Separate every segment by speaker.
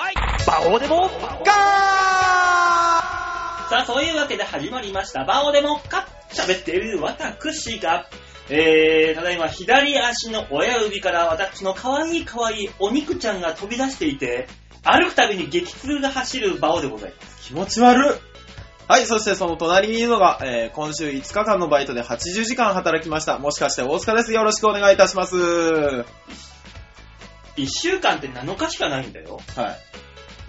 Speaker 1: バオデモッカ
Speaker 2: さあ、そういうわけで始まりました。バオでもか喋っている私が、えー、ただいま左足の親指から私の可愛い可愛いお肉ちゃんが飛び出していて、歩くたびに激痛が走るバオでございます。
Speaker 3: 気持ち悪っはい、そしてその隣にいるのが、えー、今週5日間のバイトで80時間働きました。もしかして大塚です。よろしくお願いいたします。は
Speaker 2: 1週間って7日しかないんだよ。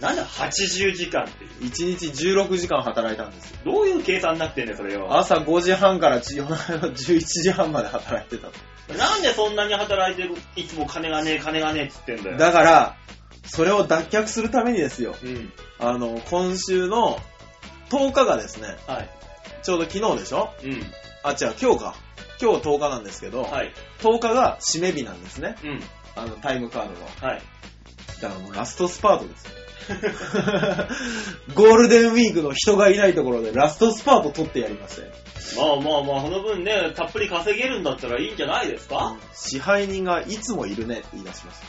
Speaker 2: なんだ80時間って。
Speaker 3: い。1日16時間働いたんですよ。
Speaker 2: どういう計算になってんだよ、それよ。
Speaker 3: 朝5時半から夜中の11時半まで働いてた
Speaker 2: なんでそんなに働いてる、いつも金がねえ、金がねえっつってんだ
Speaker 3: の。
Speaker 2: よ。
Speaker 3: だから、それを脱却するためにですよ。
Speaker 2: うん。
Speaker 3: あの、今週の10日がですね、
Speaker 2: はい。
Speaker 3: ちょうど昨日でしょ
Speaker 2: うん。
Speaker 3: あ、違う、今日か。今日10日なんですけど、
Speaker 2: はい。
Speaker 3: 10日が締め日なんですね。
Speaker 2: うん。
Speaker 3: あの、タイムカードが。
Speaker 2: はい。
Speaker 3: だからもうラストスパートですよ。 ゴールデンウィークの人がいないところでラストスパート取ってやりましたよ。
Speaker 2: まあまあまあ、その分ね、たっぷり稼げるんだったらいいんじゃないです か、
Speaker 3: 支配人がいつもいるねって言い出しまし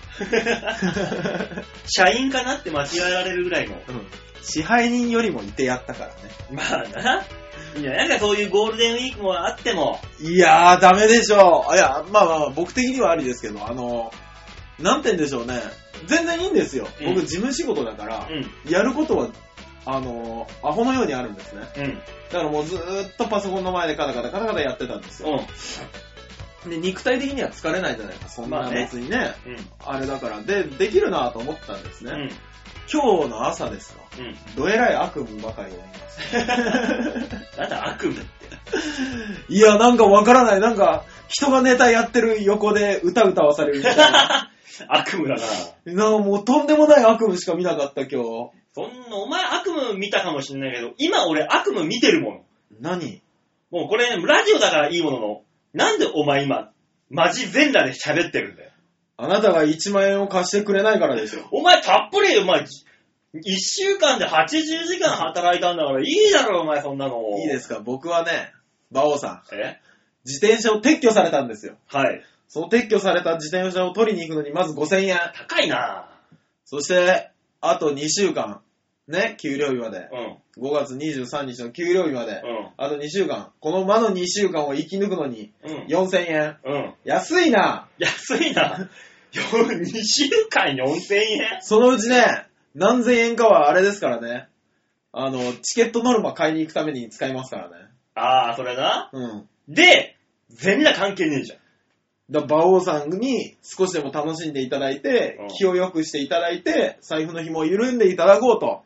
Speaker 2: 社員かなって間違えられるぐらいの。
Speaker 3: た。支配人よりもいてやったからね。
Speaker 2: まあな。いや、なんかそういうゴールデンウィークもあっても、
Speaker 3: いやー、ダメでしょう。いや、まあまあまあ、僕的にはありですけど、あの、なんて言うんでしょうね。全然いいんですよ。
Speaker 2: うん
Speaker 3: 僕、事務仕事だから
Speaker 2: う、ん。
Speaker 3: やることは、あの、アホのようにあるんですね。
Speaker 2: うん。
Speaker 3: だからもうずーっとパソコンの前でカタカタカタカタやってたんですよ。で、肉体的には疲れないじゃないか、そん
Speaker 2: ま
Speaker 3: な
Speaker 2: あね
Speaker 3: 別にね。
Speaker 2: うん。
Speaker 3: あれだから、で、できるなぁと思ったんですね。
Speaker 2: うん。
Speaker 3: 今日の朝ですよ。
Speaker 2: うん。
Speaker 3: どえらい悪夢ばかりを見ました。
Speaker 2: なんだ悪夢って。
Speaker 3: いや、なんかわからない。なんか、人がネタやってる横で歌歌わされるみた いな。
Speaker 2: 悪夢だな。
Speaker 3: なんかもうとんでもない悪夢しか見なかった今日。
Speaker 2: そんな、お前悪夢見たかもしんないけど、今俺悪夢見てるもん。
Speaker 3: 何
Speaker 2: もうこれ、ラジオだからいいものの、なんでお前今、マジ全裸で喋ってるんだよ。
Speaker 3: あなたが1万円を貸してくれないからでしょ。
Speaker 2: お前たっぷり、お前、一週間で80時間働いたんだからいいだろ、お前そんなの。。
Speaker 3: いいですすか僕はね、馬王さん、
Speaker 2: え
Speaker 3: 自転車を撤去されたんですよ。
Speaker 2: はい。
Speaker 3: その撤去された自転車を取りに行くのにまず5000円。
Speaker 2: 高いな
Speaker 3: そして、あと2週間、ね、給料日まで。
Speaker 2: うん。
Speaker 3: 5月23日の給料日まで。
Speaker 2: う
Speaker 3: あと2週間。この間の2週間を生き抜くのに、
Speaker 2: ん。うん。
Speaker 3: 4000円。
Speaker 2: うん。
Speaker 3: 安いな
Speaker 2: 安いな。よ2週間4000円
Speaker 3: そのうちね、何千円かはあれですからね。あの、チケットノルマ買いに行くために使いますからね。
Speaker 2: ああ、それな。
Speaker 3: うん。
Speaker 2: で、全裸関係ねえじゃん。
Speaker 3: だ馬王さんに少しでも楽しんでいただいて
Speaker 2: うん、
Speaker 3: 気を良くしていただいて、財布の紐を緩んでいただこうと。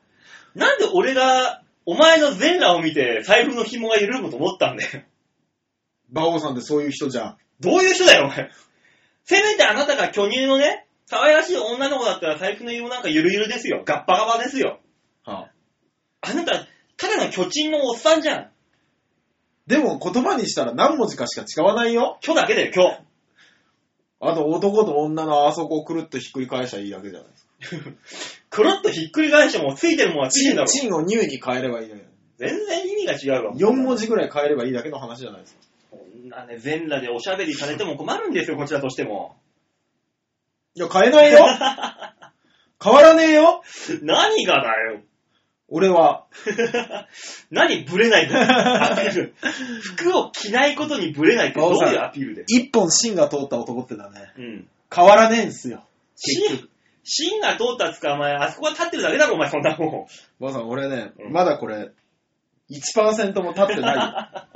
Speaker 2: なんで俺が、お前の全裸を見て財布の紐が緩むと思ったんだよ。
Speaker 3: 馬王さんってそういう人じゃん。
Speaker 2: どういう人だよ、お前。せめてあなたが巨乳のね、可愛らしい女の子だったら財布の紐なんかゆるゆるですよ。ガッパガバですよ。あなた、ただの巨人のおっさんじゃん。
Speaker 3: でも言葉にしたら何文字かしか使わないよ。
Speaker 2: 今日だけだよ、今日。
Speaker 3: あと男と女のあそこをくるっとひっくり返したらいいだけじゃないです
Speaker 2: くるっとひっくり返してもついてるもんはついてんだろ。
Speaker 3: か。チンをニューに変えればいいのよ。
Speaker 2: 全然意味が違うわ。
Speaker 3: 4文字ぐらい変えればいいだけの話じゃないですか。
Speaker 2: こんなね、全裸でおしゃべりされても困るんですよ、こちらとしても。
Speaker 3: いや、変えないよ変わらねえよ
Speaker 2: 何がだよ。
Speaker 3: 俺は。
Speaker 2: 何ブレないとアピール。服を着ないことにブレないってどういうアピールで。
Speaker 3: 一本芯が通った男ってだね。
Speaker 2: うん。
Speaker 3: 変わらねえんすよ。
Speaker 2: シン、シンが通ったっつか、お前、あそこは立ってるだけだろ、お前、そんなもん。
Speaker 3: ばあさん、俺ね、
Speaker 2: うん
Speaker 3: まだこれ、1%も経って な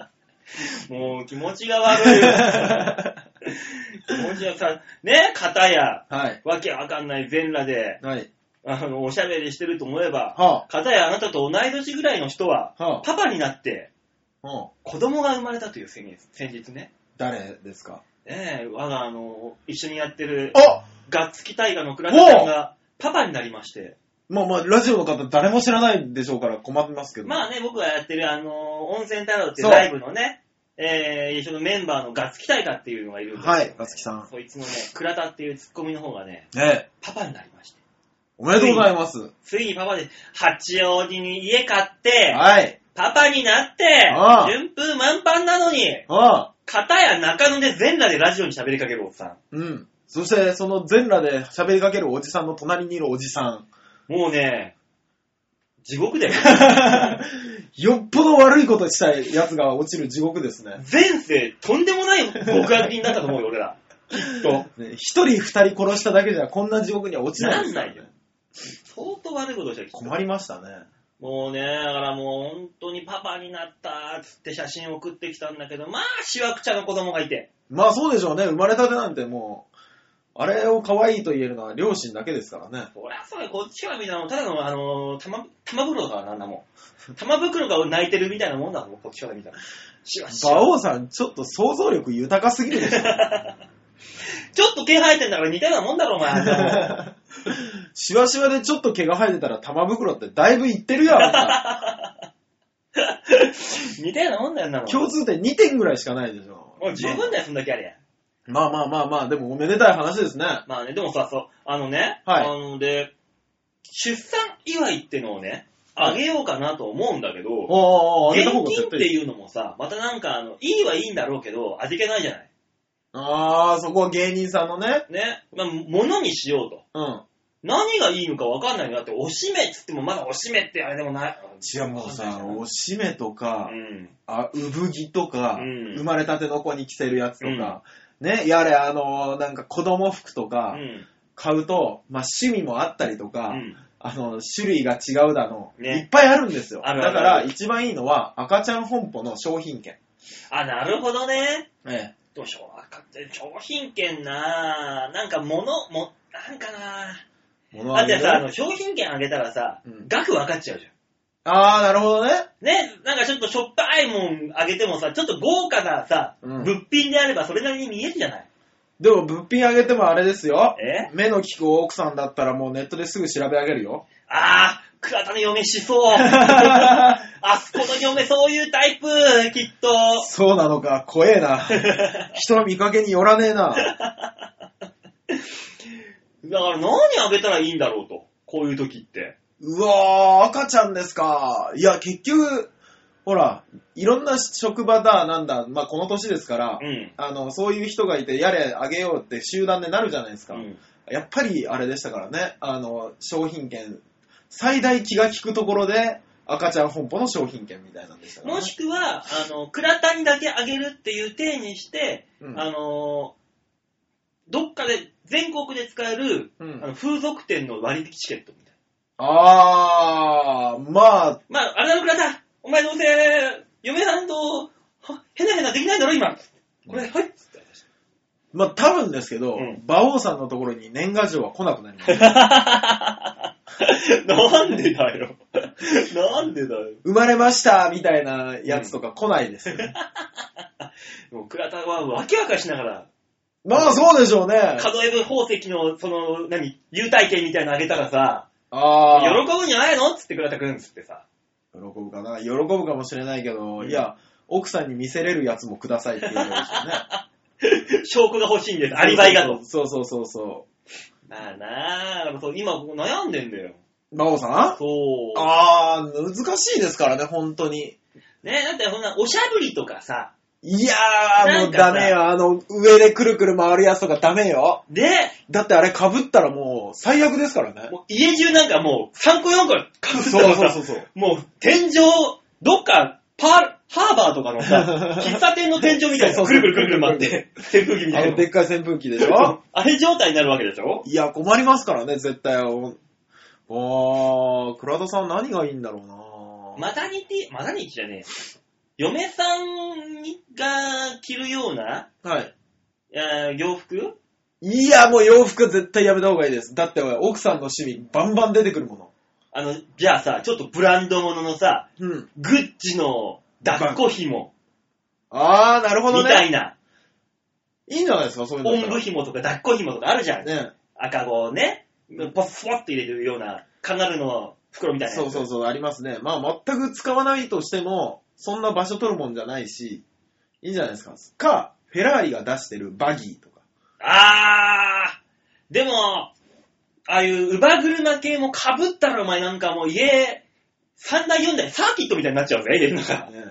Speaker 3: い
Speaker 2: もう気持ちが悪い。 気持ちがさ、ね、片や、
Speaker 3: よ。はい。
Speaker 2: わけわかんない全裸で、
Speaker 3: はい。
Speaker 2: あの、おしゃべりしてると思えば、
Speaker 3: は
Speaker 2: 片やあなたと同い年ぐらいの人は、
Speaker 3: あ、は
Speaker 2: パパになって、
Speaker 3: あ、うん。
Speaker 2: 子供が生まれたという先日先日ね。
Speaker 3: 誰ですか
Speaker 2: ねえ、我があの、一緒にやってる、
Speaker 3: あ
Speaker 2: ガッツキ大河の倉田さんが、パパになりまして。
Speaker 3: まあまあ、ラジオの方誰も知らないでしょうから困りますけど。
Speaker 2: まあね、僕がやってる、あの、温泉太郎っていう
Speaker 3: そう
Speaker 2: ライブのね、えー、一緒のメンバーのガッツキ大河っていうのがいるんですけど
Speaker 3: はいガッツキさん
Speaker 2: そいつのね、倉田っていうツッコミの方がね、
Speaker 3: ねえ
Speaker 2: パパになりまして。
Speaker 3: おめでとうございます。
Speaker 2: ついにパパで、八王子に家買って、
Speaker 3: はい。
Speaker 2: パパになって
Speaker 3: ああ、
Speaker 2: 順風満帆なのに、
Speaker 3: ああ。
Speaker 2: 片や中野で全裸でラジオに喋りかけるおっさ
Speaker 3: うん。 そして、その全裸で喋りかけるおじさんの隣にいるおじさん。
Speaker 2: ん。もうね、地獄 だよ。
Speaker 3: よっぽど悪いことしたい奴が落ちる地獄ですね。
Speaker 2: 前世、とんでもない極悪人だったと思うよ、俺ら。きっと。
Speaker 3: ね一人二人殺しただけじゃこんな地獄には落ちないですから
Speaker 2: なん
Speaker 3: ね
Speaker 2: な。相当悪いことをしたよ、きっと
Speaker 3: 困りましたね。
Speaker 2: もうね、だからもう本当にパパになったっつって写真送ってきたんだけど、まあ、しわくちゃの子供がいて。
Speaker 3: まあそうでしょうね。生まれたてなんてもう、あれを可愛いと言えるのは両親だけですからね。
Speaker 2: 俺はそうよ、こっちはみんなもうただの、あのー、玉、玉袋だからなんだもん。玉袋が泣いてるみたいなもんだもん、こっちから見たら。しわしわ
Speaker 3: 馬王さん、ちょっと想像力豊かすぎるでしょ。
Speaker 2: ちょっと毛生えてんだから似たようなもんだろ、お前。あんたも
Speaker 3: しわしわでちょっと毛が生えてたら玉袋ってだいぶいってるやんか。
Speaker 2: 似たようなもんだよ、あんなもん。
Speaker 3: 共通点2点ぐらいしかないでしょ。
Speaker 2: もう十分だよ、そんだけあれ。
Speaker 3: まあまあまあまあ、でもおめでたい話ですね。
Speaker 2: まあね、でもさ、そう、あのね、
Speaker 3: はい
Speaker 2: あので、出産祝いってのをね、あげようかなと思うんだけど、
Speaker 3: おーおーおー、あげ
Speaker 2: 現
Speaker 3: た方が
Speaker 2: 金っ
Speaker 3: 絶
Speaker 2: て
Speaker 3: 対いい。
Speaker 2: いうのもさ、またなんか、あの、いいはいいんだろうけど、味気ないじゃない。
Speaker 3: あー、そこは芸人さんのね。
Speaker 2: ね。まあ、物にしようと。
Speaker 3: うん。
Speaker 2: 何がいいのかわかんないのだって、おしめっつっても、まだおしめってあれでもない。
Speaker 3: 違う、もうさ、あのおしめとか
Speaker 2: う、ん。
Speaker 3: あ、産着とか、
Speaker 2: うん
Speaker 3: 生まれたての子に着せるやつとか、ね、やれ、あの、なんか子供服と
Speaker 2: う
Speaker 3: か
Speaker 2: ん。
Speaker 3: 買うと、まあ趣味もあったりとか、
Speaker 2: うん。
Speaker 3: あの、種類が違うだの、
Speaker 2: ね
Speaker 3: いっぱいあるんですよ。
Speaker 2: あるあ
Speaker 3: だ
Speaker 2: る
Speaker 3: から、一番いいのは、赤ちゃん本舗の商品券。
Speaker 2: あ、なるほどね。
Speaker 3: ええ。
Speaker 2: どうしよう。かって、商品券なぁ。なんか物、も、なんかな
Speaker 3: 物
Speaker 2: ぁ。
Speaker 3: は
Speaker 2: だっ
Speaker 3: ね
Speaker 2: てさ、あの、商品券あげたらさ、
Speaker 3: うん
Speaker 2: 額分かっちゃうじゃん。
Speaker 3: あー、なるほどね。
Speaker 2: ね、なんかちょっとしょっぱいもんあげてもさ、ちょっと豪華なさ、
Speaker 3: うん
Speaker 2: 物品であればそれなりに見えるじゃない。
Speaker 3: でも、物品あげてもあれですよ。
Speaker 2: え
Speaker 3: 目の利く奥さんだったらもうネットですぐ調べ上げ るよ。
Speaker 2: あー、倉田の嫁しそう。 あそこの嫁そういうタイプ、きっと。
Speaker 3: そうなのか、怖えな。人の見かけによらねえな。
Speaker 2: だから何あげたらいいんだろうと。こういう時って。
Speaker 3: うわー、赤ちゃんですか。いや、結局、ほら、いろんな職場だ、なんだ、まあ、この年ですから、
Speaker 2: うん。
Speaker 3: あの、そういう人がいて、やれ、あげようって集団でなるじゃないですか。
Speaker 2: うん
Speaker 3: やっぱりあれでしたからね、あの、商品券、最大気が利くところで、赤ちゃん本舗の商品券みたいなんでしたから、ね。
Speaker 2: もしくは、あの、倉田にだけあげるっていう体にして、
Speaker 3: うん
Speaker 2: あの、どっかで、全国で使える、あ
Speaker 3: うん、
Speaker 2: の風俗店の割引チケットみたい
Speaker 3: あー、まあ、
Speaker 2: な。まあ、あれだろ、倉田お前どうせ、嫁さんと、はへなへなできないだろ、今。これ、はいっつって。
Speaker 3: まあ多分ですけど、
Speaker 2: うん
Speaker 3: 馬王さんのところに年賀状は来なくなりま す。
Speaker 2: なんでだよ。 なんでだよ。
Speaker 3: 生まれましたみたいなやつとか来ないですよ ね。
Speaker 2: もう倉田はわけわかしながら、
Speaker 3: まあそうでしょうね。
Speaker 2: 数え部宝石の、その、何、優待券みたいなのあげたらさ、喜
Speaker 3: ああ。
Speaker 2: ぶんじゃないのっつって倉田くんっつってさ。
Speaker 3: 喜ぶかな喜ぶかもしれないけど、いや、奥さんに見せれるやつもくださいって言うでしょうね。
Speaker 2: 証拠が欲しいん です。アリバイがと。
Speaker 3: そうそうそうそ
Speaker 2: まあなあ、だからそう今ここ悩んでんだよ。
Speaker 3: う。馬王さん
Speaker 2: そう。
Speaker 3: ああ、難しいですからね、本当に。
Speaker 2: ねだってそんな、おしゃぶりとかさ、
Speaker 3: いやー、
Speaker 2: な
Speaker 3: も
Speaker 2: ん
Speaker 3: う
Speaker 2: かさ
Speaker 3: ダメよ。あの、上でくるくる回るやつとかダメよ。
Speaker 2: で、
Speaker 3: だってあれ被ったらもう最悪ですからね。
Speaker 2: もう家中なんかもう3個4個かぶってた
Speaker 3: そう
Speaker 2: らさ
Speaker 3: そうそうそう。
Speaker 2: もう天井、どっか、パー、ハーバーとかの さ、喫茶店の天井みたいな、
Speaker 3: そう
Speaker 2: く
Speaker 3: そう
Speaker 2: るくるくるくる回っ て、扇風機みた
Speaker 3: あ
Speaker 2: い
Speaker 3: の
Speaker 2: な。
Speaker 3: でっかい扇風機でしょ
Speaker 2: あれ状態になるわけでしょ
Speaker 3: いや、困りますからね、絶対。おあー、倉田さん何がいいんだろうな
Speaker 2: マタニティ、マタニティじゃねえ。嫁さんが着るような、
Speaker 3: はい。
Speaker 2: えー洋服
Speaker 3: いや、もう洋服絶対やめた方がいいです。だって奥さんの趣味バンバン出てくるもの。
Speaker 2: あの、じゃあさ、ちょっとブランド物ののさ、
Speaker 3: うん。
Speaker 2: グッチの抱っこ紐
Speaker 3: あー、なるほど
Speaker 2: みた
Speaker 3: ね。
Speaker 2: いな、
Speaker 3: いいんじゃないですか、そういうの
Speaker 2: お
Speaker 3: だっ
Speaker 2: んぶ紐とか抱っこ紐とかあるじゃん。
Speaker 3: たら。ね。
Speaker 2: 赤子をね、ポッポッと入れるような、カンガルーの袋みたいなやつ。
Speaker 3: そうそうそう、ありますね。まあ、全く使わないとしても、そんな場所取るもんじゃないし、いいんじゃないですか。か、フェラーリが出してるバギーとか。
Speaker 2: あー、でも、ああいう乳母車系も被ったらお前なんかもう家、3台4台サーキットみたいになっちゃうぜ、家の中。
Speaker 3: ね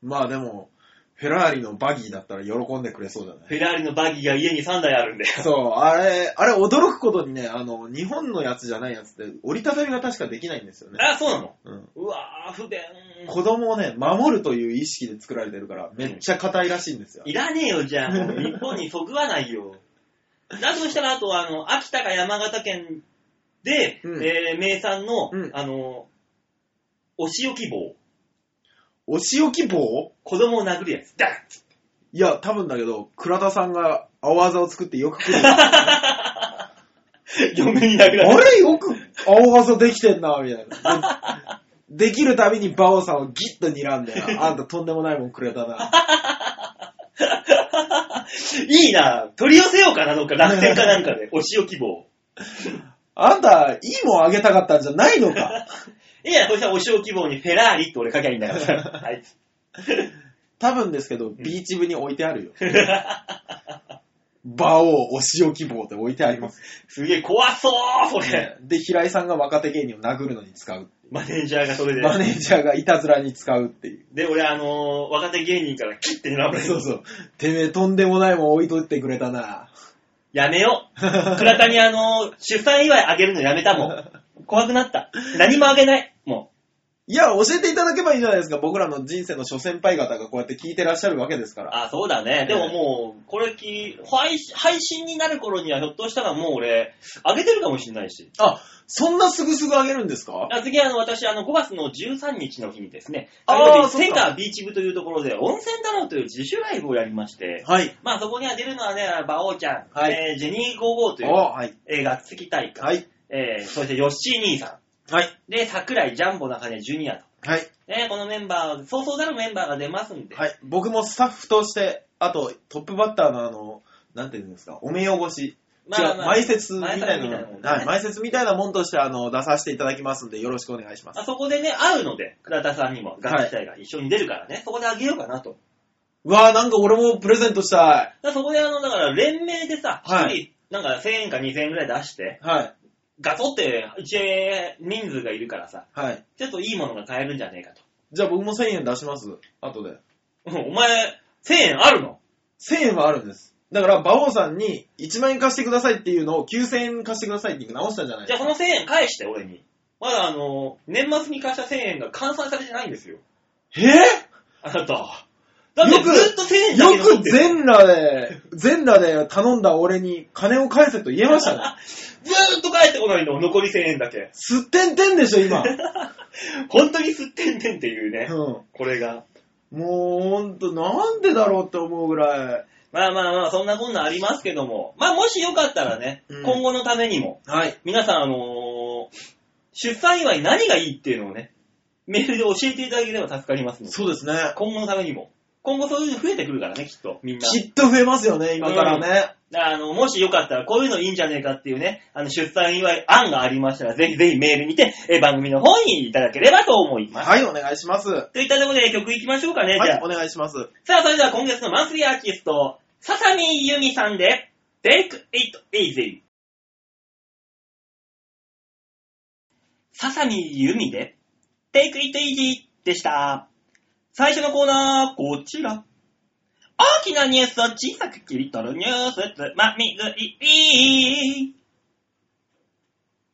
Speaker 3: まあでも、フェラーリのバギーだったら喜んでくれそうじゃない
Speaker 2: フェラーリのバギーが家に3台あるんで。
Speaker 3: そう、あれ、あれ驚くことにね、あの、日本のやつじゃないやつって、折りたたみが確かできないんですよね。
Speaker 2: あ、そうなの
Speaker 3: うん。
Speaker 2: うわぁ、不便。
Speaker 3: 子供をね、守るという意識で作られてるから、めっちゃ硬いらしいんですよ。
Speaker 2: いらねえよ、じゃあ。もう日本にそぐわない よ。だとしたら、あとは、あの、秋田か山形県で、
Speaker 3: うん
Speaker 2: えー名産の、
Speaker 3: うん
Speaker 2: あの、お仕置き棒。
Speaker 3: お仕置き棒
Speaker 2: 子供を殴るやつ。ダッ
Speaker 3: いや、多分だけど、倉田さんが青技を作ってよく来る。 あ
Speaker 2: 嫁に殴られる。
Speaker 3: れよく青技できてんな、みたいな。 でできるたびにバオさんをギッと睨んで、あんたとんでもないもんくれたな。
Speaker 2: いいな取り寄せようかな、どっか。楽天かなんかで。お仕置き棒。
Speaker 3: あんた、いいもんあげたかったんじゃないの か。
Speaker 2: いや、こしたらお仕置き棒にフェラーリって俺書きゃいいんだよ。 はい。
Speaker 3: 多分ですけど、ビーチ部に置いてある よ。バオお仕置き棒って置いてあります。
Speaker 2: すげえ怖そう、それ。
Speaker 3: で、平井さんが若手芸人を殴るのに使う。
Speaker 2: マネージャーがそれで。
Speaker 3: マネージャーがいたずらに使うっていう。
Speaker 2: で、俺、あのー若手芸人から切って狙われ
Speaker 3: そう
Speaker 2: う。
Speaker 3: そう。てめえとんでもないもん置いとってくれたな。
Speaker 2: やめよう。倉田にあのー出産祝いあげるのやめたもん。怖くなった。何もあげない。も
Speaker 3: いや、教えていただけばいいじゃないですか。僕らの人生の諸先輩方がこうやって聞いてらっしゃるわけですか
Speaker 2: う。
Speaker 3: ら。
Speaker 2: あ、そうだね。でももう、これき、配信配信になる頃にはひょっとしたらもう俺、あげてるかもしれないし。
Speaker 3: あ、そんなすぐすぐあげるんですか
Speaker 2: あ次、あの、私、あの、5月の13日の日にですね、
Speaker 3: あーそっか
Speaker 2: センカービーチ部というところで、温泉太郎という自主ライブをやりまして、
Speaker 3: はい。
Speaker 2: まあ、そこには出るのはね、馬王ちゃん、
Speaker 3: はい
Speaker 2: えージェニー55とい
Speaker 3: あ
Speaker 2: う、
Speaker 3: はい。
Speaker 2: えー、楽器大会、
Speaker 3: はい。
Speaker 2: えー、そしてヨッシー兄さ
Speaker 3: はい。
Speaker 2: ん、で、桜井ジャンボ中根ジュニアと、
Speaker 3: はい。
Speaker 2: ね、このメンバー、そうそうたるメンバーが出ますんで、
Speaker 3: はい。僕もスタッフとして、あと、トップバッターのあの、なんていうんですか、お目汚し。違う、前説みたいな
Speaker 2: 前説みたいなもんね
Speaker 3: の、はい、前説みたいなもんとして、あの、出させていただきますんで、よろしくお願いします。
Speaker 2: あそこでね、会うので、倉田さんにも、楽器大が一緒に出るからね、そこであげようかなと。
Speaker 3: うわぁ、なんか俺もプレゼントした
Speaker 2: だからそこで、あの、だから、連名でさ、一人、
Speaker 3: は
Speaker 2: なんか1000円か2000円ぐらい出して、
Speaker 3: い。はい。
Speaker 2: ガトって、うちへ人数がいるからさ、
Speaker 3: はい。
Speaker 2: ちょっといいものが買えるんじゃねえかと。
Speaker 3: じゃあ僕も1000円出します。後で。
Speaker 2: うんお前、1000円あるの
Speaker 3: 1000円はあるんです。だから、馬王さんに1万円貸してくださいっていうのを9000円貸してくださいっていう直したんじゃない
Speaker 2: じゃあその1000円返して、俺に。まだあの、年末に貸した1000円が換算されてないんですよ。
Speaker 3: え
Speaker 2: あなた。だって
Speaker 3: よく
Speaker 2: ずっと1000円
Speaker 3: ー、よ
Speaker 2: 残っ
Speaker 3: く
Speaker 2: てる
Speaker 3: 全 裸で、全裸で頼んだ俺に金を返せと言えました ね。
Speaker 2: ずーっと返ってこないの、残り1000円だけ。
Speaker 3: すってんてんでしょ、今。
Speaker 2: 本当にすってんてんっていうね、
Speaker 3: うん
Speaker 2: これが。
Speaker 3: もうほんと、なんでだろうって思うぐらい。
Speaker 2: まあまあまあ、そんなこんなありますけども。まあもしよかったらね、
Speaker 3: うん
Speaker 2: 今後のためにも、
Speaker 3: はい。
Speaker 2: 皆さん、あのー出産祝い何がいいっていうのをね、メールで教えていただければ助かりますので、
Speaker 3: そうですね。
Speaker 2: 今後のためにも。今後そういうの増えてくるからね、きっと、みんな。
Speaker 3: きっと増えますよね、今からね。
Speaker 2: あの、もしよかったら、こういうのいいんじゃねえかっていうね、あの、出産祝い案がありましたら、ぜひぜひメールにて、え番組の方にいただければと思います。
Speaker 3: はい、お願いします。は
Speaker 2: といったところで曲いきましょうかね、じゃ
Speaker 3: い
Speaker 2: あ、。
Speaker 3: お願いします。
Speaker 2: さあ、それでは今月のマンスリーアーティスト、ささみゆみさんで、Take It Easy。ささみゆみで、Take It Easy でした。最初のコーナー、こちら。大きなニュースを小さく切り取るニュースつまみ食い。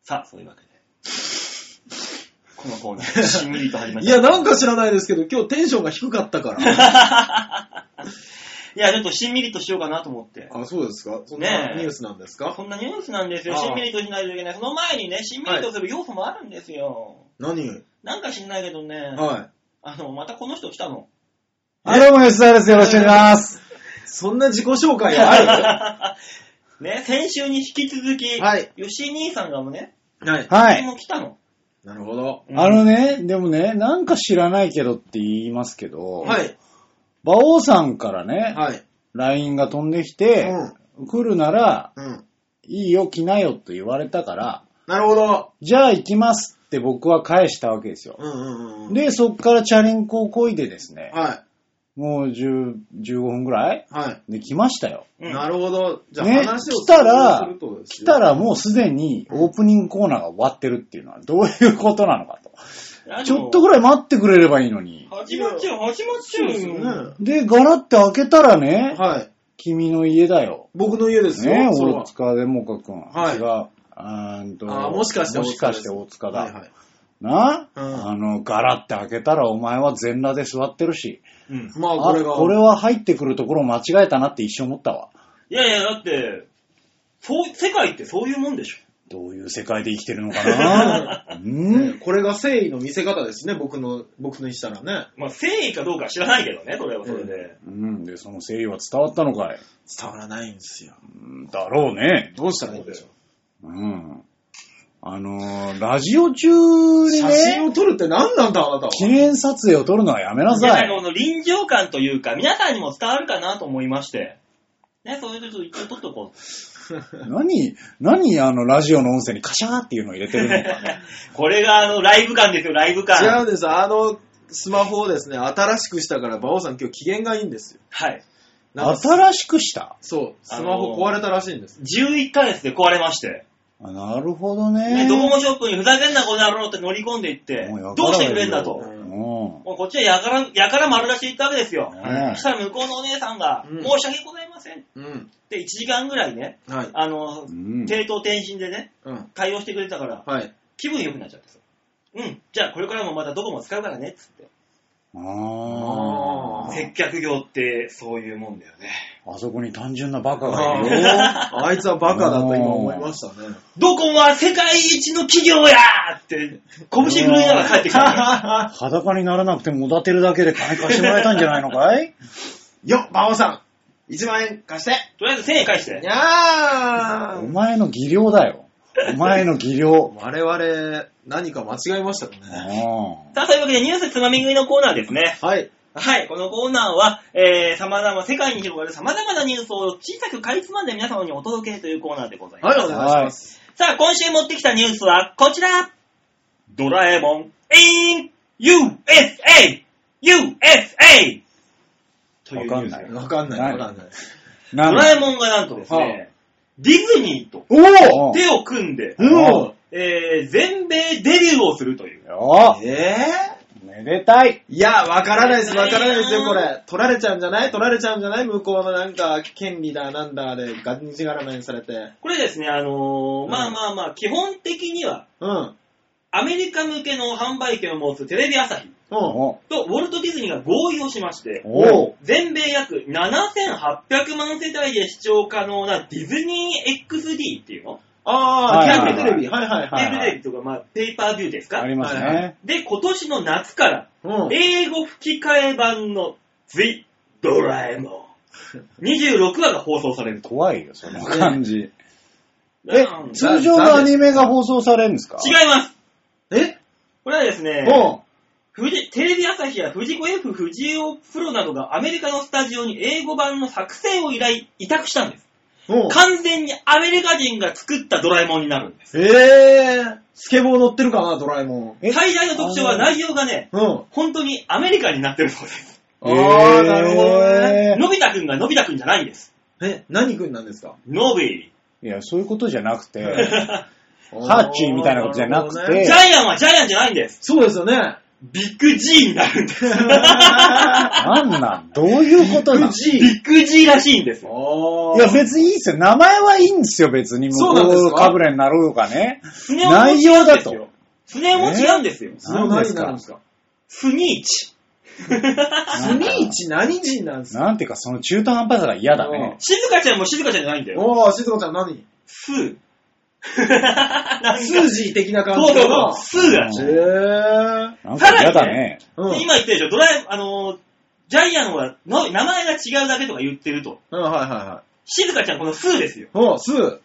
Speaker 2: さあ、そういうわけで。このコーナ ー、しんみりと始まりま
Speaker 3: い
Speaker 2: した
Speaker 3: や、なんか知らないですけど、今日テンションが低かったから。
Speaker 2: いや、ちょっとしんみりとしようかなと思って。
Speaker 3: あ、そうですかそん
Speaker 2: ね
Speaker 3: な
Speaker 2: え
Speaker 3: ニュースなんです
Speaker 2: こ
Speaker 3: か
Speaker 2: んなニュースなんですよ。
Speaker 3: ああ
Speaker 2: しんみりとしないといけない。その前にね、しんみりとする要素もあるんですよ。
Speaker 3: 何はい。
Speaker 2: なんか知んないけどね、あの、またこの人来たの。
Speaker 1: はい、どうも、吉沢です。よろしくお願いします。
Speaker 3: そんな自己紹介 あ
Speaker 2: ね、先週に引き続き、
Speaker 3: るはい。
Speaker 2: 吉井兄さんがもね、
Speaker 3: はい。
Speaker 1: は
Speaker 2: 今
Speaker 1: い。
Speaker 2: も来たの。
Speaker 3: なるほど。
Speaker 2: うん
Speaker 1: あのね、でもね、なんか知らないけどって言いますけど、
Speaker 3: はい。
Speaker 1: 馬王さんからね、
Speaker 3: はい。
Speaker 1: LINE が飛んできて、来るなら、
Speaker 3: うん。うん。
Speaker 1: いいよ、来なよと言われたから、
Speaker 3: なるほど。
Speaker 1: じゃあ行きますって僕は返したわけですよ。
Speaker 3: うんうんうん。
Speaker 1: で、そっからチャリンコをこいでですね、
Speaker 3: は
Speaker 1: もう10 15分ぐらい
Speaker 3: い。はい。
Speaker 1: で来ましたよ。
Speaker 2: うん
Speaker 3: なるほど。じゃあ
Speaker 1: ね
Speaker 3: 話を
Speaker 1: 来たら
Speaker 3: するとです
Speaker 1: 来
Speaker 3: よ
Speaker 1: たらもうすでにオープニングコーナーが終わってるっていうのはどういうことなのかと。ちょっとぐらい待ってくれればいいのに。
Speaker 2: 始まっちゃう、始まっち
Speaker 3: そう
Speaker 2: ゃう
Speaker 3: ですよ
Speaker 2: よ。
Speaker 3: ね。
Speaker 1: で、ガラって開けたらね、
Speaker 3: はい。
Speaker 1: 君の家だよ。
Speaker 3: 僕の家ですよ。
Speaker 1: ね
Speaker 3: そうは
Speaker 1: 大塚でもかくん。
Speaker 3: はい
Speaker 1: 違う。あーんと
Speaker 3: あーもしかして大
Speaker 1: も
Speaker 3: 塚です
Speaker 1: しかして大塚だ。
Speaker 3: はいはい。
Speaker 1: な、
Speaker 3: うん
Speaker 1: あの、ガラって開けたらお前は全裸で座ってるし。
Speaker 2: うん。
Speaker 3: まあ、
Speaker 1: あ、
Speaker 3: これが。
Speaker 1: これは入ってくるところ間違えたなって一瞬思ったわ。
Speaker 2: いやいや、だって、そう、世界ってそういうもんでしょ。
Speaker 1: どういう世界で生きてるのかな うん
Speaker 3: ねこれが誠意の見せ方ですね、僕の、僕にしたらね。
Speaker 2: まあ、誠意かどうかは知らないけどね、それはそれで。
Speaker 1: うん。で、その誠意は伝わったのかい
Speaker 3: 伝わらないんですよ。
Speaker 1: うんだろうね。
Speaker 3: どうしたらいいんでしょ
Speaker 1: うん。あのーラジオ中
Speaker 3: う。
Speaker 1: に
Speaker 3: 写真
Speaker 1: ね、
Speaker 3: を撮るって何なんだ、あなたは。
Speaker 1: 記念撮影を撮るのはやめな
Speaker 2: で
Speaker 1: さ
Speaker 2: なんか
Speaker 1: い。
Speaker 2: この臨場感というか、皆さんにも伝わるかなと思いまして。ね、そういうこと一応取っとこう。
Speaker 1: 何、何あの、ラジオの音声にカシャーっていうのを入れてるのか。
Speaker 2: これがあの、ライブ感ですよ、ライブ
Speaker 3: 違
Speaker 2: 感。
Speaker 3: うんです。あの、スマホをですね、新しくしたから、馬王さん今日機嫌がいいんですよ。
Speaker 2: はい。
Speaker 3: なんか
Speaker 1: 新しくした
Speaker 3: そう、スマホ壊れたらしいんです。
Speaker 2: 11ヶ月で壊れまして。
Speaker 1: あなるほどね。
Speaker 2: ね、ドコモショップにふざけんなこの野郎って乗り込んでいって
Speaker 1: もうやから、
Speaker 2: どうしてくれんだ
Speaker 1: う
Speaker 2: と。
Speaker 1: ん。
Speaker 2: もうこっちはやから、やから丸出しで言ったわけですよ。
Speaker 1: ね
Speaker 2: そしたら向こうのお姉さんが、
Speaker 3: うん
Speaker 2: 申し訳ございませんっ
Speaker 3: うん。
Speaker 2: て1時間ぐらいね、
Speaker 3: はい。
Speaker 2: あの
Speaker 1: う、ん。
Speaker 2: 低等転身でね、
Speaker 3: うん。
Speaker 2: 対応してくれたから、
Speaker 3: はい。
Speaker 2: 気分良くなっちゃってさ。うん、じゃあこれからもまたドコモ使うからね、つって。
Speaker 1: あ
Speaker 3: あー
Speaker 2: 接客業ってそういうもんだよね。
Speaker 1: あ。あそこに単純なバカがいるよ。
Speaker 3: あーあいつはバカだと今思いましたね。
Speaker 2: ドコモは世界一の企業やーって、拳振るいながら帰ってきたから。
Speaker 1: 裸にならなくてもおだてるだけで金貸してもらえたんじゃないのかい
Speaker 3: よっ、馬王さん !1 万円貸して
Speaker 2: とりあえず1000円返して
Speaker 3: に。ゃ
Speaker 1: お
Speaker 3: ー
Speaker 1: 前の技量だよ。お前の技量。
Speaker 3: 我々、何か間違えましたか
Speaker 1: う
Speaker 3: ね。
Speaker 1: ん。
Speaker 2: さあ、というわけでニュースつまみ食いのコーナーですね。
Speaker 3: はい。
Speaker 2: はい、このコーナーは、えー、様々、世界に広がる様々なニュースを小さくかいつまんで皆様にお届けというコーナーでございま
Speaker 3: はい、
Speaker 2: す。
Speaker 3: お願いします。
Speaker 2: さあ、今週持ってきたニュースはこちらドラえもん in USA! USA! というニュース
Speaker 1: わかんない
Speaker 3: わかんない、わかんない。
Speaker 1: な
Speaker 2: ド
Speaker 1: ん
Speaker 2: ラ
Speaker 1: だ
Speaker 2: えもんがなんとです
Speaker 3: はい
Speaker 2: ね、ディズニーと
Speaker 1: おお
Speaker 2: 手を組んで、
Speaker 1: お
Speaker 2: えー、全米デビューをするという。
Speaker 1: よ
Speaker 3: え
Speaker 1: めでたい
Speaker 3: ーいや、わからないです、わからないですよ、これ。取られちゃうんじゃない取られちゃうんじゃない向こうのなんか、権利だ、なんだ、で、がんじがらめにされて。
Speaker 2: これですね、あのー
Speaker 3: うん
Speaker 2: まあまあまあ、基本的には、
Speaker 3: うん。
Speaker 2: アメリカ向けの販売権を持つテレビ朝日
Speaker 3: うん。
Speaker 1: お
Speaker 2: とウォルト・ディズニーが合意をしまして、
Speaker 1: お
Speaker 2: 全米約7800万世帯で視聴可能なディズニー XD っていうの
Speaker 3: あー、
Speaker 2: はい
Speaker 3: キャンプテレビ。はいはい
Speaker 2: ケー
Speaker 3: は
Speaker 2: ブル
Speaker 3: い。
Speaker 2: テレビとか、まあ、ペーパービューですか
Speaker 1: あります
Speaker 3: はいは
Speaker 1: ね。
Speaker 2: で、今年の夏から、
Speaker 3: うん。
Speaker 2: 英語吹き替え版の The ドラ えもん26話が放送されると。
Speaker 1: 怖いよ、その感じ。え
Speaker 2: うん、違い
Speaker 1: 通常のアニメが放送されるんですか
Speaker 2: ます
Speaker 3: え
Speaker 2: これはですね、
Speaker 3: うん。
Speaker 2: 富士テレビ朝日や藤子 F 不二雄プロなどがアメリカのスタジオに英語版の作成を依頼、委託したんです。
Speaker 3: うん。
Speaker 2: 完全にアメリカ人が作ったドラえもんになるんです。
Speaker 3: えー、スケボー乗ってるかな、ドラえもん。
Speaker 1: え
Speaker 2: 最大の特徴は内容がね、
Speaker 3: うん。
Speaker 2: 本当にアメリカになってるそうです。
Speaker 3: あー、なるほどね。
Speaker 1: えー
Speaker 2: のび太くんがのび太くんじゃないんです。
Speaker 3: え、何君なんですか
Speaker 2: のび。
Speaker 1: いや、そういうことじゃなくて、ハ
Speaker 3: ハ
Speaker 1: ッチーみたいなことじゃなくてええ
Speaker 2: ジャイアンはジャイアンじゃないんです。
Speaker 3: そうですよね。
Speaker 2: ビッグ G になるんです。
Speaker 1: なんなんどういうことなんい
Speaker 3: G。
Speaker 2: ビッグ G らしいんです。
Speaker 3: あ
Speaker 1: や、別にいいっすよ。名前はいいんですよ、別に。
Speaker 3: そうなんですか
Speaker 1: 向こかぶれになろうかね。
Speaker 2: スネ夫も違うんです
Speaker 1: 内容だ
Speaker 2: よ。スネ夫も違うんですよ。
Speaker 3: その
Speaker 1: 何で
Speaker 3: 何に
Speaker 1: すか
Speaker 3: なるんですか
Speaker 2: スニーチ。
Speaker 3: スニーチ何人なんですか
Speaker 1: なんていうか、その中途半端さが嫌だね。
Speaker 2: 静香ちゃんも静香ちゃんじゃないんだよ。
Speaker 3: おー、静子ちゃん何
Speaker 2: スー。なんか
Speaker 3: スージー的な感
Speaker 2: そう
Speaker 3: じ
Speaker 2: そう
Speaker 3: の。
Speaker 2: そう。スーだし。
Speaker 1: そう
Speaker 3: へぇー。
Speaker 1: なんか嫌だね。
Speaker 3: うん。
Speaker 2: 今言ったでしょ、ドラえ、あのー、ジャイアンはの名前が違うだけとか言ってると。
Speaker 3: うん、はいはいはい。
Speaker 2: 静香ちゃんこのスーですよ。
Speaker 3: おー、スー。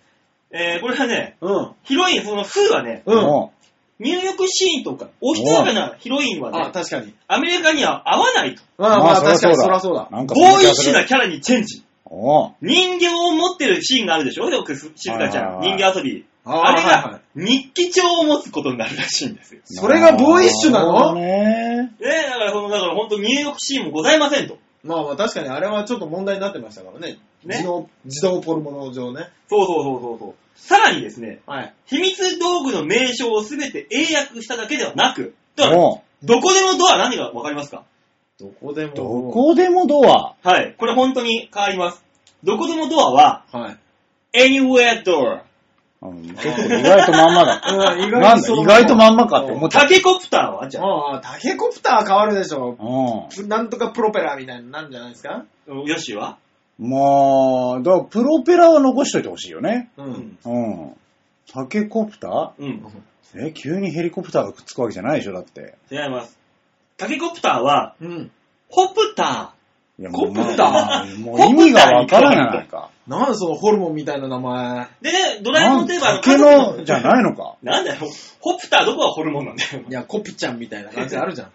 Speaker 2: えー、これはね、
Speaker 3: うん。
Speaker 2: ヒロイン、そのスーはね、
Speaker 3: うん。
Speaker 1: も
Speaker 2: 入浴シーンとか、おひつやかなヒロインは
Speaker 3: あ、
Speaker 2: ね、
Speaker 3: 確かに。
Speaker 2: アメリカには合わないと。
Speaker 3: まあまあ、確かに、そらそうだ。
Speaker 1: なんか
Speaker 2: ボーイッシュなキャラにチェンジ。
Speaker 1: おう
Speaker 2: 人形を持ってるシーンがあるでしょよくす静香ちゃん。
Speaker 1: はいはい
Speaker 2: 人
Speaker 1: はい
Speaker 2: 形遊び。
Speaker 3: あ
Speaker 2: あれ
Speaker 3: はいは
Speaker 2: が日記帳を持つことになるらしいんですよ。
Speaker 3: それがボーイッシュなの
Speaker 1: るほどね
Speaker 2: ねだからその、だから本当入浴シーンもございませんと。
Speaker 3: い。まあまあ、確かに、あれはちょっと問題になってましたからね。
Speaker 2: ね
Speaker 3: 自動、自動ポルモノ上ね。
Speaker 2: そうそうそうそうそう。さらにですね、
Speaker 3: はい。
Speaker 2: 秘密道具の名称をすべて英訳しただけではなく、だから、
Speaker 1: も
Speaker 2: どこでもドア何がわかりますか
Speaker 3: どこでも。
Speaker 1: う、どこでもドア。
Speaker 2: はい。これ本当に変わります。どこでもドアは、
Speaker 3: はい。
Speaker 2: anywhere door。
Speaker 1: うん、ちょっと意外とまんまだ。
Speaker 3: 意
Speaker 1: なんだ、意外とまんまかって思った。
Speaker 2: タケコプターはじゃあ。
Speaker 3: ああ、タケコプターは変わるでしょ。
Speaker 1: うん。
Speaker 3: なんとかプロペラみたいになるんじゃないですか
Speaker 2: ヨッシーは
Speaker 1: まあ、だからプロペラは残しといてほしいよね。
Speaker 3: う
Speaker 2: う。。
Speaker 1: うん。タケコプタ
Speaker 2: うん。
Speaker 1: ーえ、急にヘリコプターがくっつくわけじゃないでしょ、だって。
Speaker 2: 違います。タケコプターは、
Speaker 3: うん。
Speaker 2: ホプタ
Speaker 1: いや
Speaker 3: コプター
Speaker 1: ーもうもう意味がわからないか。
Speaker 3: なんそのホルモンみたいな名前。
Speaker 2: ー。でね、ドラえ
Speaker 1: な
Speaker 2: も
Speaker 1: ん
Speaker 2: んといえば、あ
Speaker 1: タケの、じゃ
Speaker 2: い
Speaker 1: ないのか。
Speaker 2: なんだよ。ホプターどこがホルモンなんだよ。
Speaker 3: いや、コピちゃんみたいな感じある じゃん。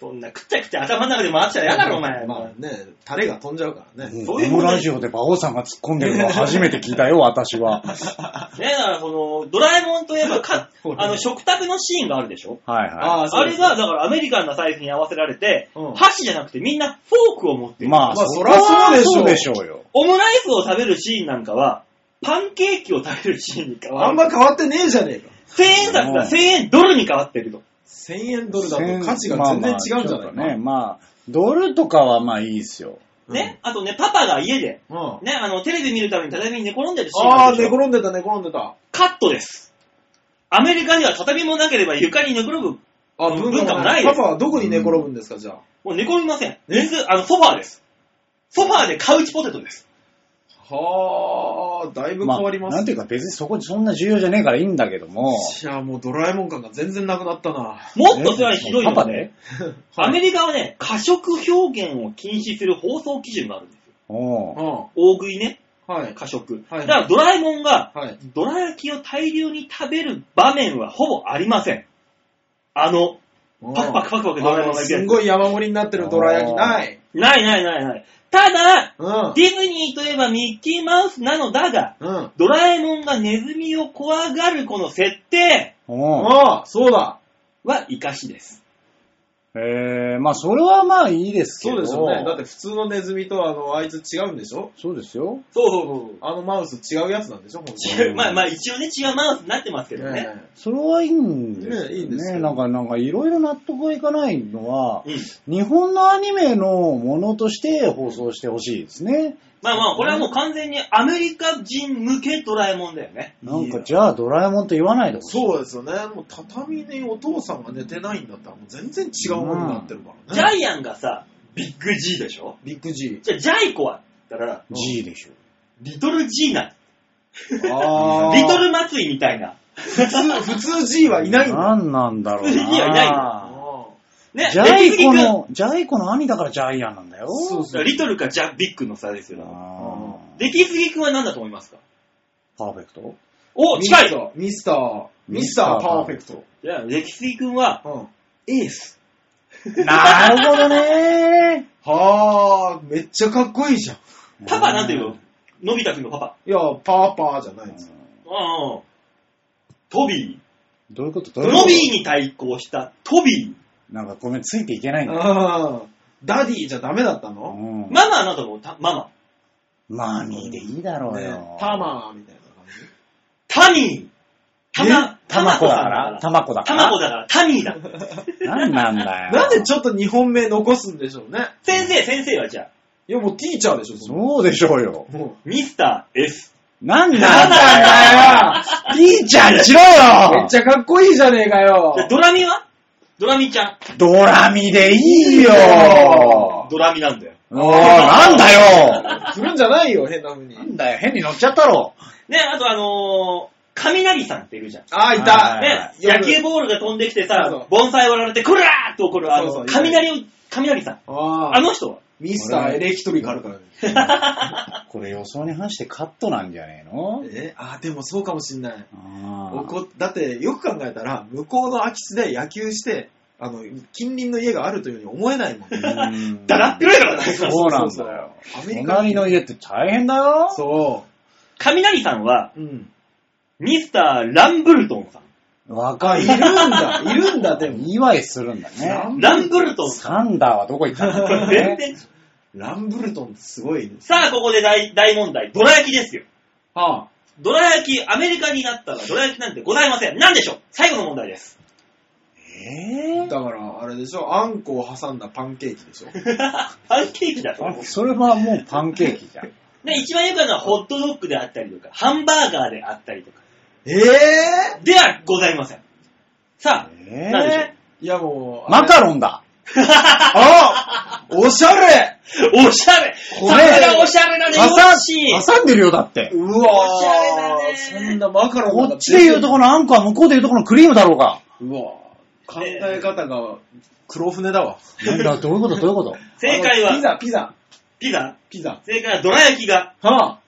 Speaker 2: そんなくっちゃくちゃ頭の中で回っちゃやだろ、お前。
Speaker 3: まあね、タレが飛んじゃうからね。
Speaker 2: そ
Speaker 1: こ
Speaker 2: ういう問題
Speaker 1: のラジオで馬王さんが突っ込んでるのは初めて聞いたよ、私 は。
Speaker 2: ねだからその、ドラえもんといえばか
Speaker 3: ほ、ら
Speaker 2: あの、食卓のシーンがあるでしょ
Speaker 1: はいは
Speaker 3: あ
Speaker 2: あれが、だからアメリカンなサイズに合わせられて、
Speaker 3: うん
Speaker 2: 箸じゃなくてみんなフォークを持って
Speaker 1: い。
Speaker 2: る。
Speaker 1: まあ、
Speaker 3: まあ
Speaker 1: そりゃそうでしょ
Speaker 3: そうら
Speaker 1: でしょうよ。
Speaker 2: オムライスを食べるシーンなんかは、パンケーキを食べるシーンに変わ
Speaker 3: あん
Speaker 2: る。
Speaker 3: ま変わってねえじゃねえか。
Speaker 2: 1000円札が1000円ドルに変わってると。
Speaker 3: 1000円ドルだと価値が全然違うんじゃないか。
Speaker 1: まあまあちょっとね、まあ、ドルとかはまあいいですよ。
Speaker 3: うん
Speaker 2: ね、あとね、パパが家で、
Speaker 3: うん。あ
Speaker 2: ね、あの、テレビ見るために畳に寝転んでるシーンがあ
Speaker 3: あ
Speaker 2: る
Speaker 3: ー、
Speaker 2: で
Speaker 3: 寝
Speaker 2: しょ
Speaker 3: 転んでた、寝転んでた。
Speaker 2: カットです。アメリカでは畳もなければ床に寝転ぶ。
Speaker 3: あ、
Speaker 2: うん
Speaker 3: 文化
Speaker 2: 文化も
Speaker 3: もない。
Speaker 2: ないです
Speaker 3: パパはどこに寝転ぶんですか、じゃあ。
Speaker 2: もう寝込みません。寝ず、あの、ソファーです。ソファーでカウチポテトです。
Speaker 3: はあ、だいぶ変
Speaker 1: まあ
Speaker 3: わりま
Speaker 1: なん
Speaker 3: す。
Speaker 1: ていうか別にそこそんな重要じゃねえからいいんだけども。
Speaker 3: いや、もうドラえもん感が全然なくなったな。
Speaker 2: もっとそれはひどいの
Speaker 1: パ
Speaker 2: が
Speaker 1: パで
Speaker 2: ね、アメリカはね、過食表現を禁止する放送基準があるんですよ。
Speaker 1: おう
Speaker 3: う
Speaker 2: 大食いね、
Speaker 3: ん。はい。
Speaker 2: 過食。
Speaker 3: は
Speaker 2: だ
Speaker 3: い
Speaker 2: からドラえもんが、
Speaker 3: はい。
Speaker 2: ドラ焼きを大量に食べる場面はほぼありません。あの、パクパクパクパクドラえもんがいけ
Speaker 3: す
Speaker 2: る
Speaker 3: んごい山盛りになってるドラ焼きない。
Speaker 2: ないないないない。ただ、
Speaker 3: うん。
Speaker 2: ディズニーといえばミッキーマウスなのだが、
Speaker 3: うん。
Speaker 2: ドラえもんがネズミを怖がるこの設定
Speaker 1: おう
Speaker 3: ああ、そうだ。
Speaker 2: は生かしです。
Speaker 1: えー、まあそれはまあいいですけ
Speaker 3: そう
Speaker 1: ど。
Speaker 3: ですよね。だって普通のネズミとあの、あいつ違うんでしょ
Speaker 1: そうですよ。
Speaker 2: そうそうそう
Speaker 3: あのマウス違うやつなんでしょ本
Speaker 2: 違 う、まあまあ一応ね違うマウスになってますけどね。
Speaker 3: ね
Speaker 1: それはいいんですよ
Speaker 3: ね
Speaker 1: ね。
Speaker 3: いいんですよ
Speaker 1: なんか、なんかいろいろ納得がいかないのは、
Speaker 2: うん。
Speaker 1: 日本のアニメのものとして放送してほしいですね。
Speaker 2: まあまあ、これはもう完全にアメリカ人向けドラえもんだよね。
Speaker 1: なんか
Speaker 3: いい
Speaker 1: じゃあドラえもんと言わないでほしい。
Speaker 3: そうですよね。もう畳にお父さんが寝てないんだったら、もう全然違うものになってるからね。
Speaker 2: ジャイアンがさ、ビッグ G でしょ
Speaker 3: ビッグ G。
Speaker 2: じゃあ、ジャイコは、だから、
Speaker 1: G でしょ。
Speaker 2: リトル G な、
Speaker 3: あ
Speaker 2: リトル祭りみたいな。
Speaker 3: 普通、普通 G はいないんだ。
Speaker 1: なんなんだろ うな。
Speaker 2: いやいないん
Speaker 3: あ
Speaker 2: だね、
Speaker 1: ジャイコ
Speaker 2: 君。
Speaker 1: の、ジャイコの兄だからジャイアンなんだよ。
Speaker 3: そうそう。
Speaker 2: リトルかジャビッグの差ですよ。だから
Speaker 1: あー
Speaker 2: 出来すぎ君は何だと思いますか
Speaker 1: パーフェクト
Speaker 2: お、近い
Speaker 3: ミスター、ミスターパーフェクト。
Speaker 2: じゃあ、出来すぎ君は、
Speaker 3: うん。
Speaker 2: エース。
Speaker 1: なるほどね。
Speaker 3: はあ、めっちゃかっこいいじゃん。
Speaker 2: パパなんて言うののび太くんのパパ。
Speaker 3: いや、パーパーじゃないです。
Speaker 2: うん。トビー。
Speaker 1: どういうことどういうこと
Speaker 2: ノビーに対抗したトビー。
Speaker 1: なんかごめん、ついていけないんだ。
Speaker 3: ああ、ダディじゃダメだった
Speaker 1: う
Speaker 3: の、
Speaker 1: ん。
Speaker 2: ママはなんだろうたママ。
Speaker 1: マミーでいいだろうよ
Speaker 3: ね。パーマーみたいな感じ。
Speaker 2: タミー。タ
Speaker 1: え
Speaker 2: マ、タ
Speaker 1: タ
Speaker 2: マ
Speaker 1: マ
Speaker 2: コ
Speaker 1: コ
Speaker 2: だ
Speaker 1: だ
Speaker 2: か
Speaker 1: から
Speaker 2: ら。
Speaker 1: タマコだか
Speaker 2: タ
Speaker 1: ら
Speaker 2: マコだから、タミーだ。
Speaker 1: なんなんだよ。
Speaker 3: なんでちょっと日本名残すんでしょうね。
Speaker 2: 先生、先生はじゃあ、
Speaker 3: いや、もうティーチャーでしょ、その
Speaker 1: そうでしょうよ。
Speaker 3: も
Speaker 2: ミスター S。
Speaker 1: なんなん
Speaker 3: う。
Speaker 1: だ
Speaker 3: なんだ
Speaker 1: よ。ピーちゃんしろ
Speaker 3: よめ
Speaker 1: よ
Speaker 3: っちゃかっこいいじゃねえかよ
Speaker 2: じゃあドラミはドラミちゃん。
Speaker 1: ドラミでいいよ
Speaker 2: ドラミなんだよ。
Speaker 1: おー、なんだよ
Speaker 3: するんじゃないよ、変な風に。
Speaker 1: なんだよ、変に乗っちゃったろ。
Speaker 2: ね、あとあのー、雷さんっているじゃん。
Speaker 3: ああ、いた
Speaker 1: は
Speaker 2: ね
Speaker 1: い、
Speaker 2: 野球ボールが飛んできて
Speaker 3: そう
Speaker 2: さ
Speaker 3: そう、
Speaker 2: 盆栽割られて、くらーって怒る、あ
Speaker 3: そ
Speaker 2: の、
Speaker 3: うそう
Speaker 2: 雷を、雷さん。
Speaker 3: あ
Speaker 2: あ
Speaker 3: あ、
Speaker 2: の人は。
Speaker 3: ミスターエレキトリカルからね。
Speaker 1: これ予想に反してカットなんじゃねえの
Speaker 3: えああ、でもそうかもしんない。
Speaker 1: あ
Speaker 3: お
Speaker 1: ー
Speaker 3: こだってよく考えたら向こうの空き地で野球してあの近隣の家があるというふうに思えないもんね
Speaker 1: うん
Speaker 2: だらっぺらいからね。
Speaker 1: そうなんだよ。
Speaker 3: アメリカ
Speaker 1: 隣の家って大変だよ。
Speaker 3: そ
Speaker 2: 雷さんは、
Speaker 3: う、うん、
Speaker 2: ミスター・ランブルトンさん。
Speaker 1: 若い
Speaker 3: いるんだいるんだでも
Speaker 1: 祝いするんだね。
Speaker 2: ランブルトンさん。
Speaker 1: サンダーはどこ行ったんだろう
Speaker 2: 全
Speaker 1: ね。
Speaker 2: 然。
Speaker 3: ランブルトンってすごいです
Speaker 2: さあ、ここで大大問題。ドラ焼きですよ。
Speaker 3: ああ
Speaker 2: ドラ焼き、アメリカになったらドラ焼きなんてございません。なんでしょう最後の問題です。
Speaker 1: え
Speaker 3: だから、あれでしょ、あんこを挟んだパンケーキでしょ。
Speaker 2: パンケーキだと思
Speaker 1: ー、
Speaker 2: う。
Speaker 1: それはもうパンケーキじゃん。
Speaker 2: で、一番よくあるのはホットドッグであったりとか、ハンバーガーであったりとか、
Speaker 3: ええ
Speaker 2: ではございません。さあ、
Speaker 1: えー
Speaker 2: なんでしょう
Speaker 3: いやもう、
Speaker 1: マカロン だ。
Speaker 3: あおしゃれ
Speaker 2: おしゃれ
Speaker 1: こ
Speaker 2: さ
Speaker 1: れ
Speaker 2: すがおしゃれだね、
Speaker 1: 挟
Speaker 2: ヨ
Speaker 1: ん
Speaker 2: ッシー
Speaker 1: 挟んでるよ、だって。
Speaker 3: うわ
Speaker 2: おしゃれだね
Speaker 3: そんなマカロン
Speaker 1: こっちで言うとこのあんこは向こうで言うとこのクリームだろうが。
Speaker 3: うわ考え方が黒船だわ。
Speaker 1: なんだ、どういうこと、どういうこと。
Speaker 2: 正解
Speaker 3: あのピ
Speaker 2: は、
Speaker 3: ザ、ピザ、
Speaker 2: ピザ。
Speaker 3: ピザ。
Speaker 2: 正解は、どら焼きが
Speaker 3: は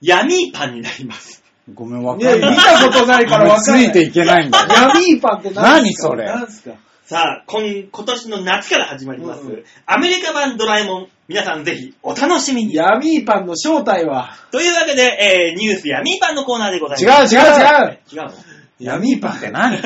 Speaker 2: 闇パンになります。
Speaker 1: ごめん、
Speaker 3: あ、
Speaker 1: わ
Speaker 3: いや
Speaker 1: かん
Speaker 3: 見
Speaker 1: ない。
Speaker 3: たことないからわ
Speaker 1: つ
Speaker 3: かんない。
Speaker 1: いていけないんだよ。
Speaker 3: 闇パンって何ですか
Speaker 1: 何それ
Speaker 3: 何すか
Speaker 2: さあ、今、今年の夏から始まります、
Speaker 3: うんうん
Speaker 2: アメリカ版ドラえもん、皆さんぜひお楽しみに。
Speaker 3: 闇パンの正体は
Speaker 2: というわけで、えー、ニュース闇パンのコーナーでござい
Speaker 1: 違う
Speaker 2: ます。
Speaker 1: 違う違う。
Speaker 2: 違う。違うの
Speaker 1: 闇パンって 何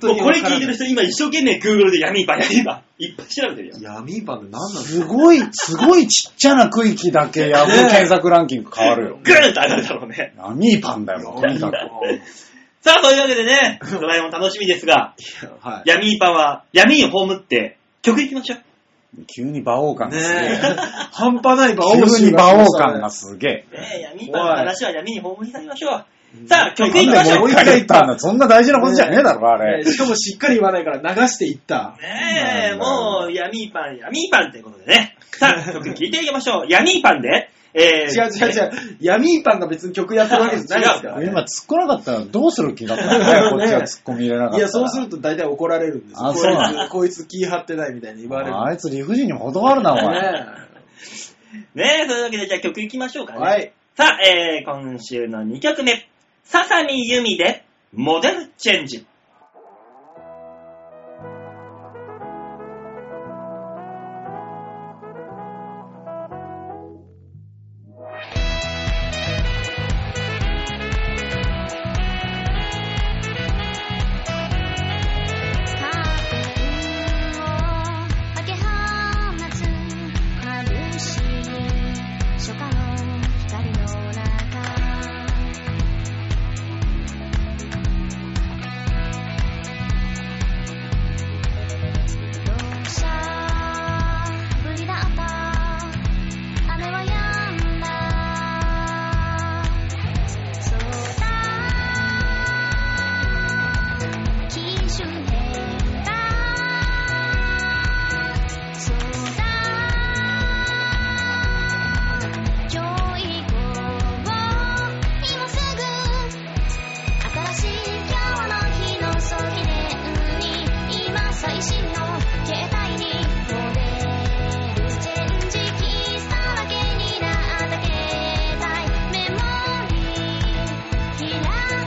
Speaker 3: 本
Speaker 2: もうこれ聞いてる人、今一生懸命 Google で闇パン、闇 パン、いっぱい調べてるよ。
Speaker 3: 闇パンって何なの
Speaker 1: すごい、すごいちっちゃな区域だけヤフー検索ランキング変わるよ。
Speaker 2: グーンと上がるだろうね。
Speaker 1: 闇パンだよ、とにかく。
Speaker 2: さあ、というわけで ね、ドラえもん楽しみですが、
Speaker 3: は
Speaker 2: 闇パンは闇を葬って曲行きましょう。
Speaker 1: 急に馬王感
Speaker 3: い。
Speaker 1: が
Speaker 3: ね
Speaker 1: すげ
Speaker 3: え
Speaker 1: え。。
Speaker 3: 半端ない馬王
Speaker 1: 急に馬王感が
Speaker 3: が。
Speaker 1: すげえ。
Speaker 2: ねえ、闇パンの話は闇に葬り去りましょう。さ
Speaker 3: さ
Speaker 2: あ、曲
Speaker 1: なん
Speaker 2: 行きまし
Speaker 1: で
Speaker 2: ょ
Speaker 1: も
Speaker 2: う
Speaker 1: う。一回言ったんだ。そんな大事なことじゃねえだろ、あ
Speaker 3: あ、ね
Speaker 1: れ
Speaker 3: え。しかもしっかり言わないから流していった。
Speaker 2: ねえ、もう闇パン、闇パンってことでね。さ あ、曲聞いていきましょう。闇パンで、え
Speaker 3: 違う
Speaker 2: ー、
Speaker 3: 違う違う。闇パンが別に曲やってるわけじゃないですからね。
Speaker 1: 今突っ込まなかったらどうする気だったの早くこっちが突っ込み入れなかったら。
Speaker 3: いや、そうすると大体怒られるんですよ。
Speaker 1: あ
Speaker 3: こ
Speaker 1: そうなん
Speaker 3: いつ、こいつ 気張ってないみたいに言われる。
Speaker 1: あいつ理不尽にも程があるな、お前。
Speaker 3: ね
Speaker 2: ねえ、というわけでじゃあ曲行きましょうか
Speaker 3: え
Speaker 2: ね。
Speaker 3: はい。
Speaker 2: さあ、えー、今週の2曲目。ささみゆみで、モデルチェンジ。
Speaker 4: カーテンを開け放つ眩しい初夏の光の中土砂降りだった雨は止んだそうだ「きしゅへんだ」「そうだ」「今日以降を今すぐ」「新しい今日の日の素記念に今最新の携帯にモデルチェンジ」「喫茶分けになった携帯メモリー開く」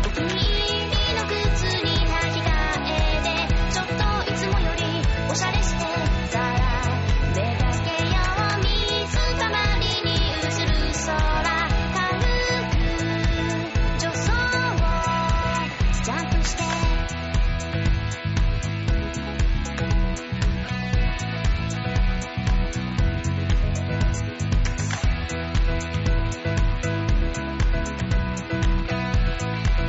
Speaker 4: お気に入りの靴に履き替えてちょっといつもよりおしゃれしてさあ出かけよう水たまりに映る空軽く助走をジャンプして雨上が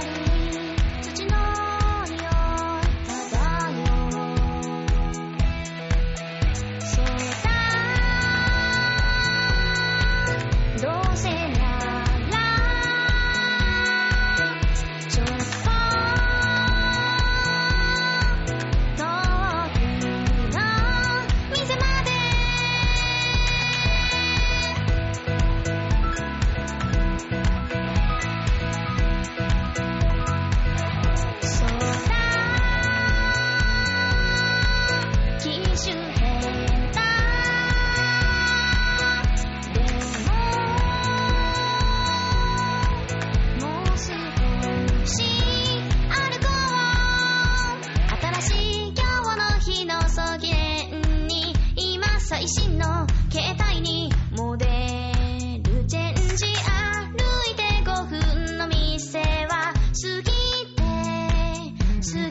Speaker 4: り土の匂い漂うそうだどうせならちょっと遠くの店まで「そうだ」「機種変だ」「でももう少し歩こう」「新しい今日の日の素記念に今最新の携帯にモデルチェンジ」「歩いて5分の店は過ぎて過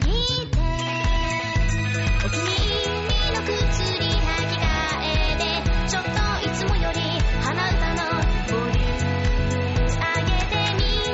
Speaker 4: ぎて」「お気に入りの靴に履き替えて」「ちょっといつもより鼻歌のボリューム上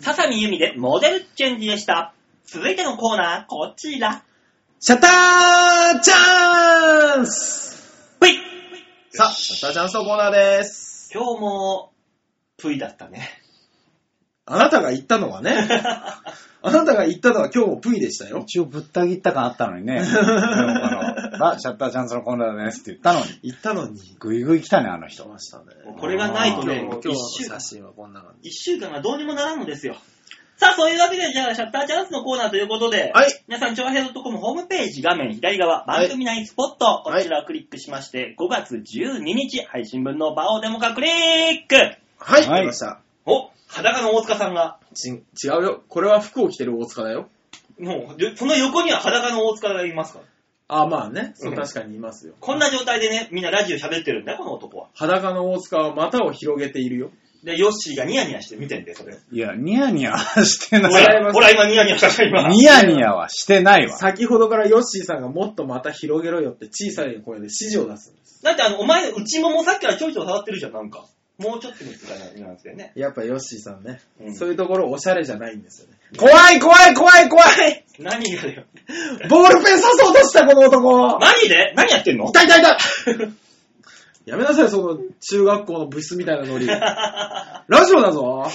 Speaker 2: 上由美でモデルチェンジでした。続いてのコーナー、こちら。
Speaker 3: シャッターチャンス
Speaker 2: ぷい
Speaker 3: さあ、シャッターチャンスのコーナーです。
Speaker 2: 今日も、ぷいだったね。
Speaker 3: あなたが言ったのは ね、あなたが言ったのは今日もプイでしたよ。
Speaker 1: 一応ぶった切った感あったの にね。なんかあのあ、シャッターチャンスのコーナーですって言ったのに。
Speaker 3: 言ったのに。
Speaker 1: ぐいぐい来たね、あの
Speaker 3: 来
Speaker 1: 人。
Speaker 3: ましたね。
Speaker 2: もうこれがないとね
Speaker 3: 今、日
Speaker 2: 一
Speaker 3: の
Speaker 2: 週間
Speaker 3: 写、真はこんな感じ。
Speaker 2: 一週間がどうにもならんのですよ。さあ、そういうわけで、じゃあ、シャッターチャンスのコーナーということで、
Speaker 3: はい。
Speaker 2: 皆さん、長平 .com ホームページ画面左側、
Speaker 3: はい
Speaker 2: 番組内スポット、こちらをクリックしまして、5月12日配信分の場をデモ化クリック
Speaker 3: はい。
Speaker 1: はい
Speaker 3: 来ました。
Speaker 2: お、裸の大塚さんが、
Speaker 3: ち違うよ。これは服を着てる大塚だよ。
Speaker 2: もう、でその横には裸の大塚がいますから。
Speaker 3: あ、まあね。そううん確かにいますよ。
Speaker 2: こんな状態でね、みんなラジオ喋ってるんだよ、この男は。
Speaker 3: 裸の大塚は股を広げているよ。
Speaker 2: で、ヨッシーがニヤニヤして見てんで、それ。
Speaker 1: いや、ニヤニヤはしてな
Speaker 2: ほ
Speaker 3: 違い
Speaker 1: い。
Speaker 2: ら、
Speaker 3: ます
Speaker 2: ほら今ニヤニヤしたじゃん、今。
Speaker 1: ニヤニヤはしてないわ。
Speaker 3: 先ほどからヨッシーさんがもっと股広げろよって小さい声で指示を出すんです。
Speaker 2: だってあの、お前、内ももさっきからちょいちょい触ってるじゃん、なんか。もうちょっと見つかないなんですよね。
Speaker 3: やっぱヨッシーさんね、
Speaker 2: うん
Speaker 3: そういうところおしゃれじゃないんですよね。怖い怖い怖い怖い
Speaker 2: 何がだよ。
Speaker 3: ボールペン刺そうとしたこの 男
Speaker 2: 何で何やってんの
Speaker 3: 痛い痛い痛いやめなさい、その中学校の部室みたいな ノリ。ラジオだぞ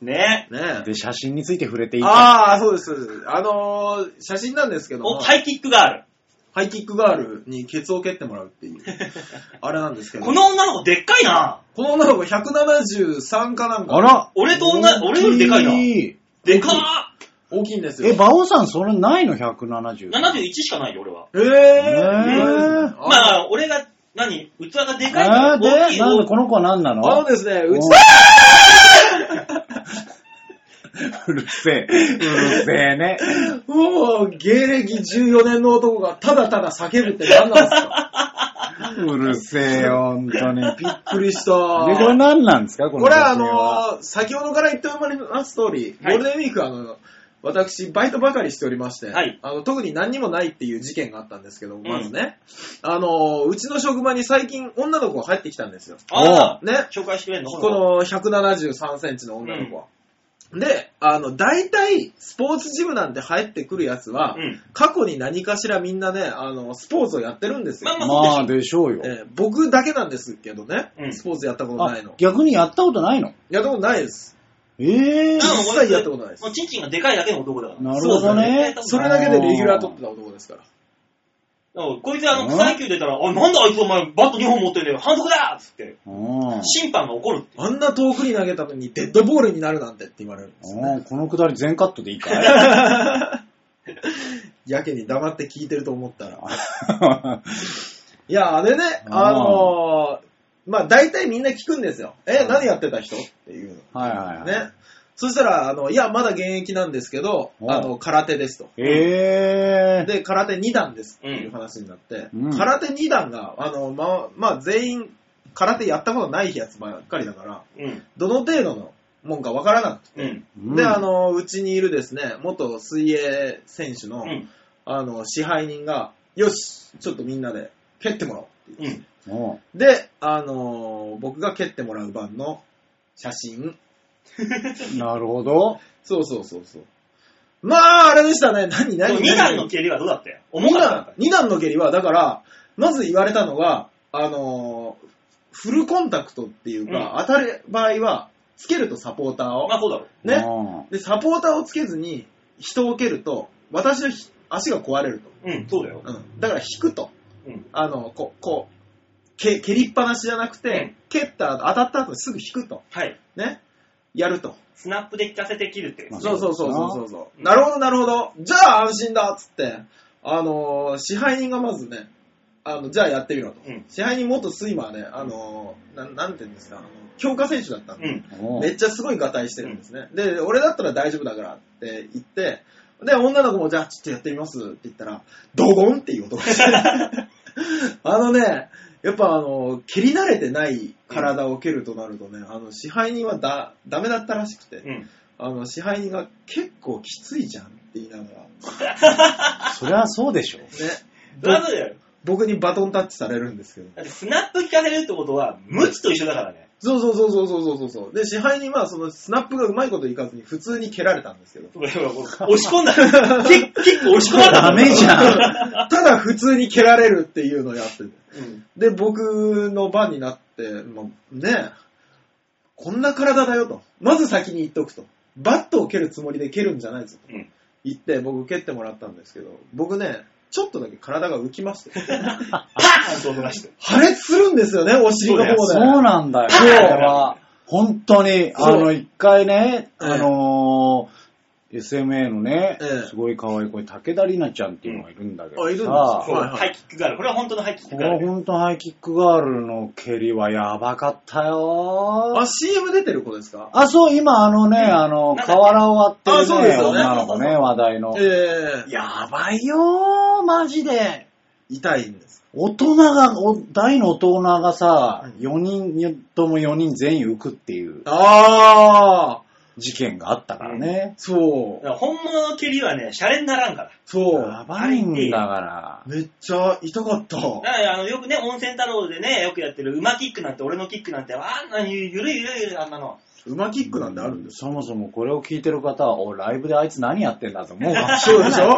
Speaker 2: ね
Speaker 3: ねえ。
Speaker 1: で、写真について触れていいか
Speaker 3: ああ、そうです、そうです。あのー、写真なんですけど
Speaker 2: お、
Speaker 3: も、
Speaker 2: ハイキックがある。
Speaker 3: ハイキックガールにケツを蹴ってもらうって いう、あれなんですけど、
Speaker 2: この女の子でっかいな。
Speaker 3: この女の子173かなんか
Speaker 1: あら
Speaker 2: 俺と女、俺よりでかいな。
Speaker 1: え、
Speaker 2: でか
Speaker 3: 大きいんですよ。
Speaker 1: 馬王さんそれないの ?170。
Speaker 2: ー !71 しかないよ、俺は。
Speaker 3: えー、
Speaker 1: ねえ
Speaker 2: まあ、俺が、何器がでかいから
Speaker 1: あー
Speaker 2: 大き
Speaker 1: で、
Speaker 2: い
Speaker 1: なんで
Speaker 2: の。
Speaker 1: この子は何なの
Speaker 3: あのですね、うち、
Speaker 1: うるせえ。うるせえね。
Speaker 3: もう、芸歴14年の男がただただ叫ぶって何なんです か
Speaker 1: うるせえよ、ほんとに。
Speaker 3: びっくりした。
Speaker 1: で、これ何なんですかこの
Speaker 3: これはあ
Speaker 1: 写真は
Speaker 3: のー先ほどから言っております通り、
Speaker 2: はい
Speaker 3: ゴールデンウィークあの、私、バイトばかりしておりまして、
Speaker 2: はい
Speaker 3: あの特に何にもないっていう事件があったんですけども、まずね、あのーうちの職場に最近女の子が入ってきたんですよ。
Speaker 2: あ
Speaker 3: ね、
Speaker 2: あ、紹介してくれんの
Speaker 3: こ、の173センチの女の子は。で、あの、大体、スポーツジムなんて入ってくるやつは、
Speaker 2: うん。
Speaker 3: 過去に何かしらみんなね、あの、スポーツをやってるんですよ。
Speaker 2: まあの
Speaker 1: まあ、でしょうよ。
Speaker 3: えー僕だけなんですけどね、
Speaker 2: うん
Speaker 3: スポーツやったことな
Speaker 1: あ
Speaker 3: いの。
Speaker 1: 逆にやったことないの
Speaker 3: やったことないです。
Speaker 1: ええ
Speaker 2: あ
Speaker 3: 一切やったことないです
Speaker 2: もう、チンチンがでかいだけの男だから。
Speaker 1: なるほどね。
Speaker 3: それだけでレギュラー取ってた男ですから。
Speaker 2: うんこいつあの、草野球出たら、あ、なんであいつお前バット2本持ってんだよ、反則だっつって、
Speaker 1: うん。
Speaker 2: 審判が怒るって。
Speaker 3: あんな遠くに投げたのにデッドボールになるなんてって言われるんですよ
Speaker 1: う
Speaker 3: ね。
Speaker 1: んこのくだり全カット でいいかい
Speaker 3: やけに黙って聞いてると思ったら。
Speaker 1: あ
Speaker 3: いや、あれね、
Speaker 1: うん
Speaker 3: あのー、まあ大体みんな聞くんですよ。え、
Speaker 1: うん
Speaker 3: 何やってた人っていう
Speaker 1: はいはい
Speaker 3: の。
Speaker 1: はい。
Speaker 3: ね。そしたら、あの、いや、まだ現役なんですけど、
Speaker 1: うん
Speaker 3: あの、空手ですと。
Speaker 1: ええ
Speaker 3: で、空手2段ですっていう話になって、
Speaker 1: うん
Speaker 3: 空手2段が、あの、ま、まあ、全員、空手やったことないやつばっかりだから、
Speaker 2: うん。
Speaker 3: どの程度のもんかわからなくて、
Speaker 2: うん。
Speaker 1: うん
Speaker 3: で、あ、の、うちにいるですね、元水泳選手の、
Speaker 2: うん。
Speaker 3: あの、支配人が、よし、ちょっとみんなで蹴ってもらおう。
Speaker 2: うん。
Speaker 1: うん
Speaker 3: で、あの、僕が蹴ってもらう番の写真。
Speaker 1: なるほど。
Speaker 3: そうそうそうそう。まあ、あれでしたね。 何、
Speaker 2: でも
Speaker 3: 何、
Speaker 2: 2段
Speaker 3: 何
Speaker 2: の蹴りはどうだったよ。重
Speaker 3: 二
Speaker 2: かった
Speaker 3: 段。二段の蹴りは、だから、まず言われたのが、あのーフルコンタクトっていうか、当たる場合は、つけるとサポーターを。
Speaker 2: まあそうだろう。
Speaker 3: ね。
Speaker 1: う
Speaker 3: で、サポーターをつけずに、人を蹴ると、私のひ足が壊れると。
Speaker 2: うん、そうだよ。
Speaker 3: うん。だから引くと。
Speaker 2: うん。
Speaker 3: あの、こう、こう、蹴蹴りっぱなしじゃなくて、蹴った後、当たった後にすぐ引くと。
Speaker 2: はい。
Speaker 3: ね。やると。
Speaker 2: スナップで効かせて切るって。
Speaker 1: まあ
Speaker 3: そうそうそうそうそう
Speaker 2: うん
Speaker 3: なるほど、なるほど。じゃあ安心だっつって、あのー支配人がまずね、あの、じゃあやってみろと。
Speaker 2: うん
Speaker 3: 支配人元スイマーね、あのーな、なんて言うんですか、あの強化選手だったん
Speaker 2: う
Speaker 3: で、
Speaker 2: ん。
Speaker 1: ん。
Speaker 3: めっちゃすごいがたいしてるんですね。で、俺だったら大丈夫だからって言って、で、女の子もじゃあちょっとやってみますって言ったら、ドゴンっていう音がして、あのね、やっぱあの、蹴り慣れてない体を蹴るとなるとね、あの、支配人はだ、ダメだったらしくて、
Speaker 2: うん。
Speaker 3: あの、支配人が結構きついじゃんって言いながら、ね、
Speaker 1: そりゃそうでしょ。
Speaker 2: だだよ。
Speaker 3: 僕にバトンタッチされるんですけど、
Speaker 2: だってスナップ効かせるってことは、無知と一緒だからね。
Speaker 3: そうそうそうそうそうそうそう。で、支配人はそのスナップがうまいこといかずに普通に蹴られたんですけど。
Speaker 2: 押し込んだ。キックキック押し込まれた。
Speaker 1: ダメじゃ ん。
Speaker 3: ただ普通に蹴られるっていうのをやってて。
Speaker 2: うん。
Speaker 3: で、僕の番になって、もうね、こんな体だよと。まず先に言っとくと。バットを蹴るつもりで蹴るんじゃないぞと
Speaker 2: うん
Speaker 3: 言って、僕蹴ってもらったんですけど、僕ね、ちょっとだけ体が浮きまして。
Speaker 2: パーンと音がして。
Speaker 3: 破裂するんですよね、お尻の方で。
Speaker 1: そうなんだよ。
Speaker 2: そう
Speaker 1: これは、本当に、
Speaker 3: そ
Speaker 1: あ
Speaker 3: う
Speaker 1: の、一回ね、
Speaker 3: ええ
Speaker 1: あのー、SMA のね、
Speaker 3: ええ
Speaker 1: すごい可愛い子、竹田里奈ちゃんっていうのがいるんだけど
Speaker 3: あ、いるんです
Speaker 1: さ
Speaker 3: か
Speaker 2: そう、ハイキックガール。これは本当のハイキッ
Speaker 1: こ
Speaker 2: クガー
Speaker 1: の
Speaker 2: ル。
Speaker 1: 本当ハイキックガールの蹴りはやばかったよ
Speaker 3: あ、CM 出てる子ですか
Speaker 1: あ、そう、今あのね、
Speaker 2: うん
Speaker 1: あ
Speaker 2: な
Speaker 1: の、
Speaker 2: んだっけ
Speaker 1: 河原を割ってる、ね、
Speaker 3: あそうですよね
Speaker 1: 女の子
Speaker 2: そうそう
Speaker 1: ね、
Speaker 2: そう
Speaker 1: 話題の。
Speaker 3: ええ
Speaker 1: やばいよー、マジで。
Speaker 3: 痛いんです。
Speaker 1: 大人が、お大の大人がさ、
Speaker 3: うん
Speaker 1: 4人とも4人全員浮くっていう
Speaker 3: ああ
Speaker 1: 事件があったからね。
Speaker 3: そう、
Speaker 2: 本物の蹴りはね、シャレにならんから。
Speaker 3: そう
Speaker 1: や。ばいんだから。
Speaker 3: めっちゃ痛かった。
Speaker 2: だからあのよくね、温泉太郎でね、よくやってる馬キックなんて、俺のキックなんて、あんなにゆるいゆるいゆるいあんなの。
Speaker 3: 馬キックなんてあるんです
Speaker 1: そもそもこれを聞いてる方は、おライブであいつ何やってんだと思うかもし
Speaker 3: そ
Speaker 1: れ
Speaker 3: う
Speaker 1: な
Speaker 3: で
Speaker 1: い
Speaker 3: しょ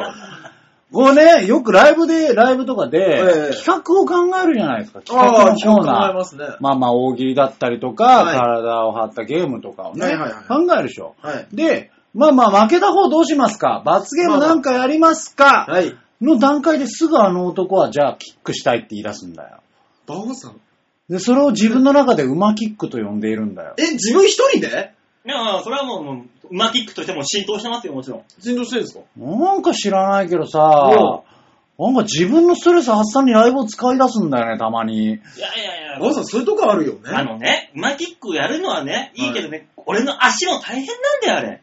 Speaker 1: これね、よくライブで、ライブとか
Speaker 3: え
Speaker 1: で
Speaker 3: え、
Speaker 1: 企画を考えるじゃないですか。企画
Speaker 3: ああ
Speaker 1: の
Speaker 3: ー、
Speaker 1: コー
Speaker 3: 考
Speaker 1: ナ
Speaker 3: え
Speaker 1: ー。
Speaker 3: ますね。
Speaker 1: まあまあ、大喜利だったりとか、
Speaker 3: はい
Speaker 1: 体を張ったゲームとかをね、
Speaker 3: はいはいはい
Speaker 1: 考えるでしょ。
Speaker 3: はい。
Speaker 1: で、まあまあ、負けた方どうしますか罰ゲームなんかやりますか、
Speaker 3: はい。
Speaker 1: の段階ですぐあの男は、じゃあ、キックしたいって言い出すんだよ。
Speaker 3: バオさん。
Speaker 1: で、それを自分の中で馬キックと呼んでいるんだよ。
Speaker 3: え、自分一人で
Speaker 2: いや、それはもうもう、馬キックとしても浸透してますよ、もちろん。
Speaker 3: 振動してるんですか
Speaker 1: なんか知らないけどさ、なんか自分のストレス発散にライブを使い出すんだよね、たまに。
Speaker 2: いやいやい
Speaker 3: バオ
Speaker 2: や。
Speaker 3: さん、そういうとこあるよね。
Speaker 2: あのね、馬キックやるのはね、いいけどね、俺の足も大変なんだよ、あれ。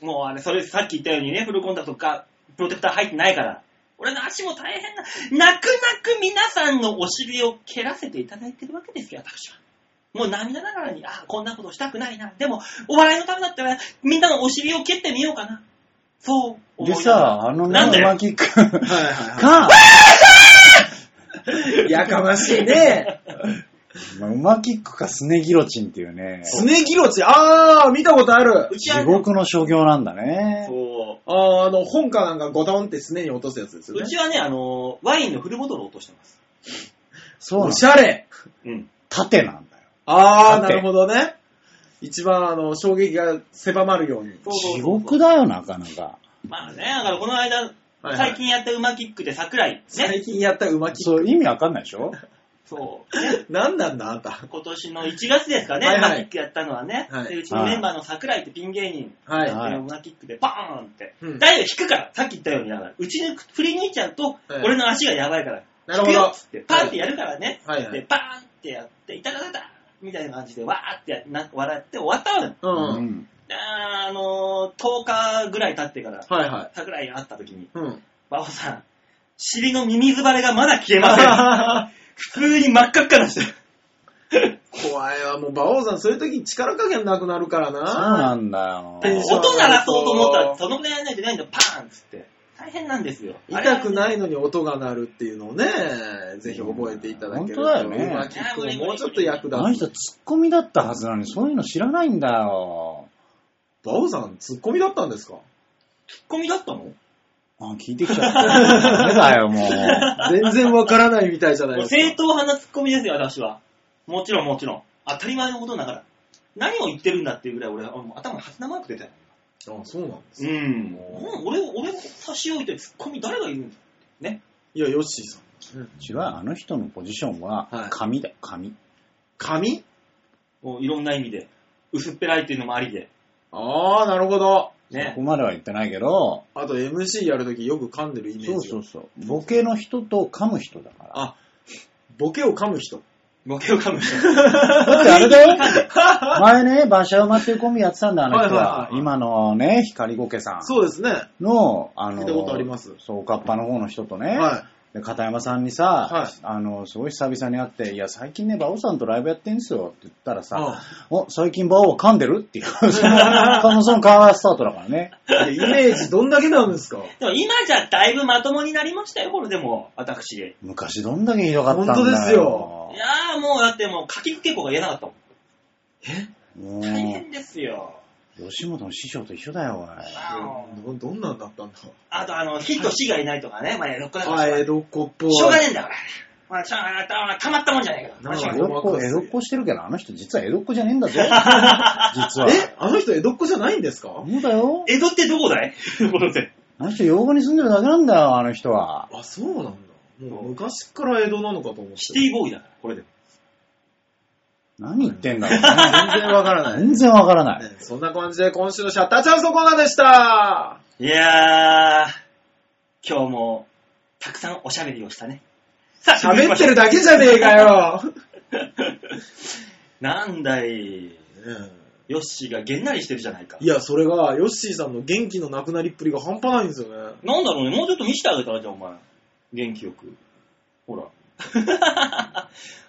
Speaker 2: もうあれ、それさっき言ったようにね、フルコンタクトか、プロテクター入ってないから。俺の足も大変な、泣く泣く皆さんのお尻を蹴らせていただいてるわけですよ、私は。もう涙ながらに、ああ、こんなことしたくないな。でも、お笑いのためだったら、みんなのお尻を蹴ってみようかな。そう思い
Speaker 1: で
Speaker 2: ながら
Speaker 1: さ、あのね
Speaker 2: なん、だ
Speaker 1: 馬
Speaker 2: よ。
Speaker 1: キック
Speaker 3: はいはい
Speaker 1: か、
Speaker 3: はい。やかましいね。
Speaker 1: まあ馬キックかスネギロチンっていうね、
Speaker 3: スネギロチ。あー、見たことある。
Speaker 2: うちは
Speaker 1: 地、獄の所業なんだね。
Speaker 2: そう。
Speaker 3: あー、あの、本かなんかゴトンってスネに落とすやつですよ
Speaker 2: う
Speaker 3: ね。
Speaker 2: ちはね、あのーワインのフルボトルを落としてます。
Speaker 1: そうなん
Speaker 3: お
Speaker 1: だ
Speaker 3: しゃれ。
Speaker 2: うん。
Speaker 1: 縦なんだよ。
Speaker 3: あー、
Speaker 1: だっ
Speaker 3: な
Speaker 1: て
Speaker 3: るほどね。一番、あの、衝撃が狭まるように。
Speaker 2: そうそうそう
Speaker 1: 地獄だよ、なかなか。
Speaker 2: まあね、だからこの間、
Speaker 3: はい
Speaker 2: 最近やった馬キックで桜井、ね、
Speaker 3: 最近やった馬キッ
Speaker 1: そう、意味わかんないでしょ
Speaker 2: そう、
Speaker 3: ク。何なんだ、あんた。
Speaker 2: 今年の1月ですかね、
Speaker 3: はいはい
Speaker 2: 馬キックやったのはね、
Speaker 3: はい
Speaker 2: でうちのメンバーの桜井ってピン芸人、
Speaker 3: はい。
Speaker 1: は
Speaker 2: で馬キックでバーンって、
Speaker 3: うん
Speaker 2: だいぶ引くから、さっき言ったように、だからうちに振りに行っちゃうと、
Speaker 3: ええ
Speaker 2: 俺の足がやばいから、
Speaker 3: な
Speaker 2: 引
Speaker 3: るほ
Speaker 2: くよ
Speaker 3: ど
Speaker 2: っつって、パーンってやるからね、
Speaker 3: はいはい
Speaker 2: で、パーンってやって、いただだだみたいな感じで、わーってやな笑って終わったのよ。
Speaker 3: うん。
Speaker 1: ん。
Speaker 2: であのー、10日ぐらい経ってから、
Speaker 3: はいはい。
Speaker 2: 桜井に会った時に、
Speaker 3: うん。
Speaker 2: バオさん、尻のミミズバレがまだ消えません。 普通に真っ赤っかなしてる。
Speaker 3: 怖いわ、もう、馬王さん、そういう時力加減なくなるから
Speaker 1: そう
Speaker 3: な。
Speaker 1: なんだ
Speaker 3: テン
Speaker 1: よ
Speaker 3: シ。ョン
Speaker 2: 音鳴らそうと思ったら、そのぐらいやらないといけないんだよ、パーンっつって。大変なんですよ。
Speaker 3: 痛く
Speaker 2: い
Speaker 3: ないのに音が鳴るっていうのをね、ぜひ覚えていただけると。
Speaker 1: 本当だよね
Speaker 3: 馬キックももうちょっと役
Speaker 1: あの
Speaker 3: 立
Speaker 1: 人
Speaker 3: つ。
Speaker 1: ツッコミだったはずなのに、そういうの知らないんだよ。
Speaker 3: 馬王さん、ツッコミだったんですか
Speaker 2: ツッコミだったの
Speaker 1: あ、聞いてきちゃ った。ダメだよ、もう。
Speaker 3: 全然わからないみたいじゃない ですか。
Speaker 2: 正当派なツッコミですよ、私は。もちろん、もちろん。当たり前のことながら。何を言ってるんだっていうぐらい俺、もう頭に初生マーク出て
Speaker 3: あ、そうなんです
Speaker 2: う
Speaker 3: ね。
Speaker 2: ん。もう俺を、俺を差し置いてツッコミ誰が言うんだ
Speaker 3: いや、ヨッシーさん。
Speaker 1: 違う、あの人のポジションは
Speaker 3: はい、
Speaker 1: 紙だよ、紙。
Speaker 3: 髪
Speaker 2: もういろんな意味で。薄っぺらいっていうのもありで。
Speaker 3: ああ、なるほど。
Speaker 1: こ
Speaker 2: ね
Speaker 1: こ。までは言ってないけど、
Speaker 3: あと MC やるときよく噛んでるイメージ。
Speaker 1: そうそうそう。ボケの人と噛む人だから。
Speaker 3: あ、ボケを噛む人。
Speaker 2: ボケを噛む人。
Speaker 1: だってあれだよ。前ね、馬車馬っていうコンビやってたんだ、あの
Speaker 3: はい
Speaker 1: 人
Speaker 3: はい
Speaker 1: は
Speaker 3: は。いはい
Speaker 1: 今のね、光ゴケさん
Speaker 3: そうですね。
Speaker 1: の、あ
Speaker 3: 聞いたことありま
Speaker 1: の、
Speaker 3: す
Speaker 1: そう、おかっぱの方の人とね、
Speaker 3: は
Speaker 1: で片山さんに
Speaker 3: はい
Speaker 1: さ、あの、すごい久々に会って、いや、最近ね、馬王さんとライブやってんすよって言ったらさ、お、最近馬王噛んでるっていう、 その、その、その会話スタートだからね。
Speaker 3: い。いやイメージどんだけなんですか
Speaker 2: でも今じゃだいぶまともになりましたよ、これでも、私。いや
Speaker 1: 昔どんだけひどかったんだよ。
Speaker 3: 本当ですよ
Speaker 2: ーもうだってもう、かきくけこが言えなかったもん。
Speaker 1: もう、
Speaker 2: 大変ですよ。
Speaker 1: 吉本の師匠と一緒だよ、おい。
Speaker 3: どどんなんだったんだ
Speaker 2: あと、あの、ヒット死がいないとかね、まあ、江戸っ子だから
Speaker 3: あ、江戸っ子っぽい。
Speaker 2: しょうがねえんだから。まあ、しょうがないたたまったもんじゃないけど。まあしょう
Speaker 1: 江
Speaker 2: が
Speaker 1: 戸
Speaker 2: ない
Speaker 1: っ子、江戸っ子してるけど、あの人実は江戸っ子じゃねえ んだぞ。実は。
Speaker 3: えあの人江戸っ子じゃないんですか
Speaker 1: そうだよ。
Speaker 2: 江戸ってどこだ いということで。
Speaker 1: あの人、洋画に住んでるだけなんだよ、あの人は。
Speaker 3: あ、そうなんだ。もう昔から江戸なのかと思って。
Speaker 2: シティボーイだから、これで。
Speaker 1: 何言って んだろ
Speaker 3: 全然わから
Speaker 1: う。
Speaker 3: ない。
Speaker 1: 全然わからない。
Speaker 3: ねそんな感じで今週のシャッターチャンスのコーナーでした
Speaker 2: いやー、今日も、たくさんおしゃべりをしたね。さあ、
Speaker 3: 喋ってるだけじゃねえかよ
Speaker 2: なんだい、ヨッシーがげんなりしてるじゃないか
Speaker 3: い。や、それが、ヨッシーさんの元気のなくなりっぷりが半端ないんですよね。
Speaker 2: なんだろうね、もうちょっと見せてあげたら、じゃあお前。元気よく。ほ ら。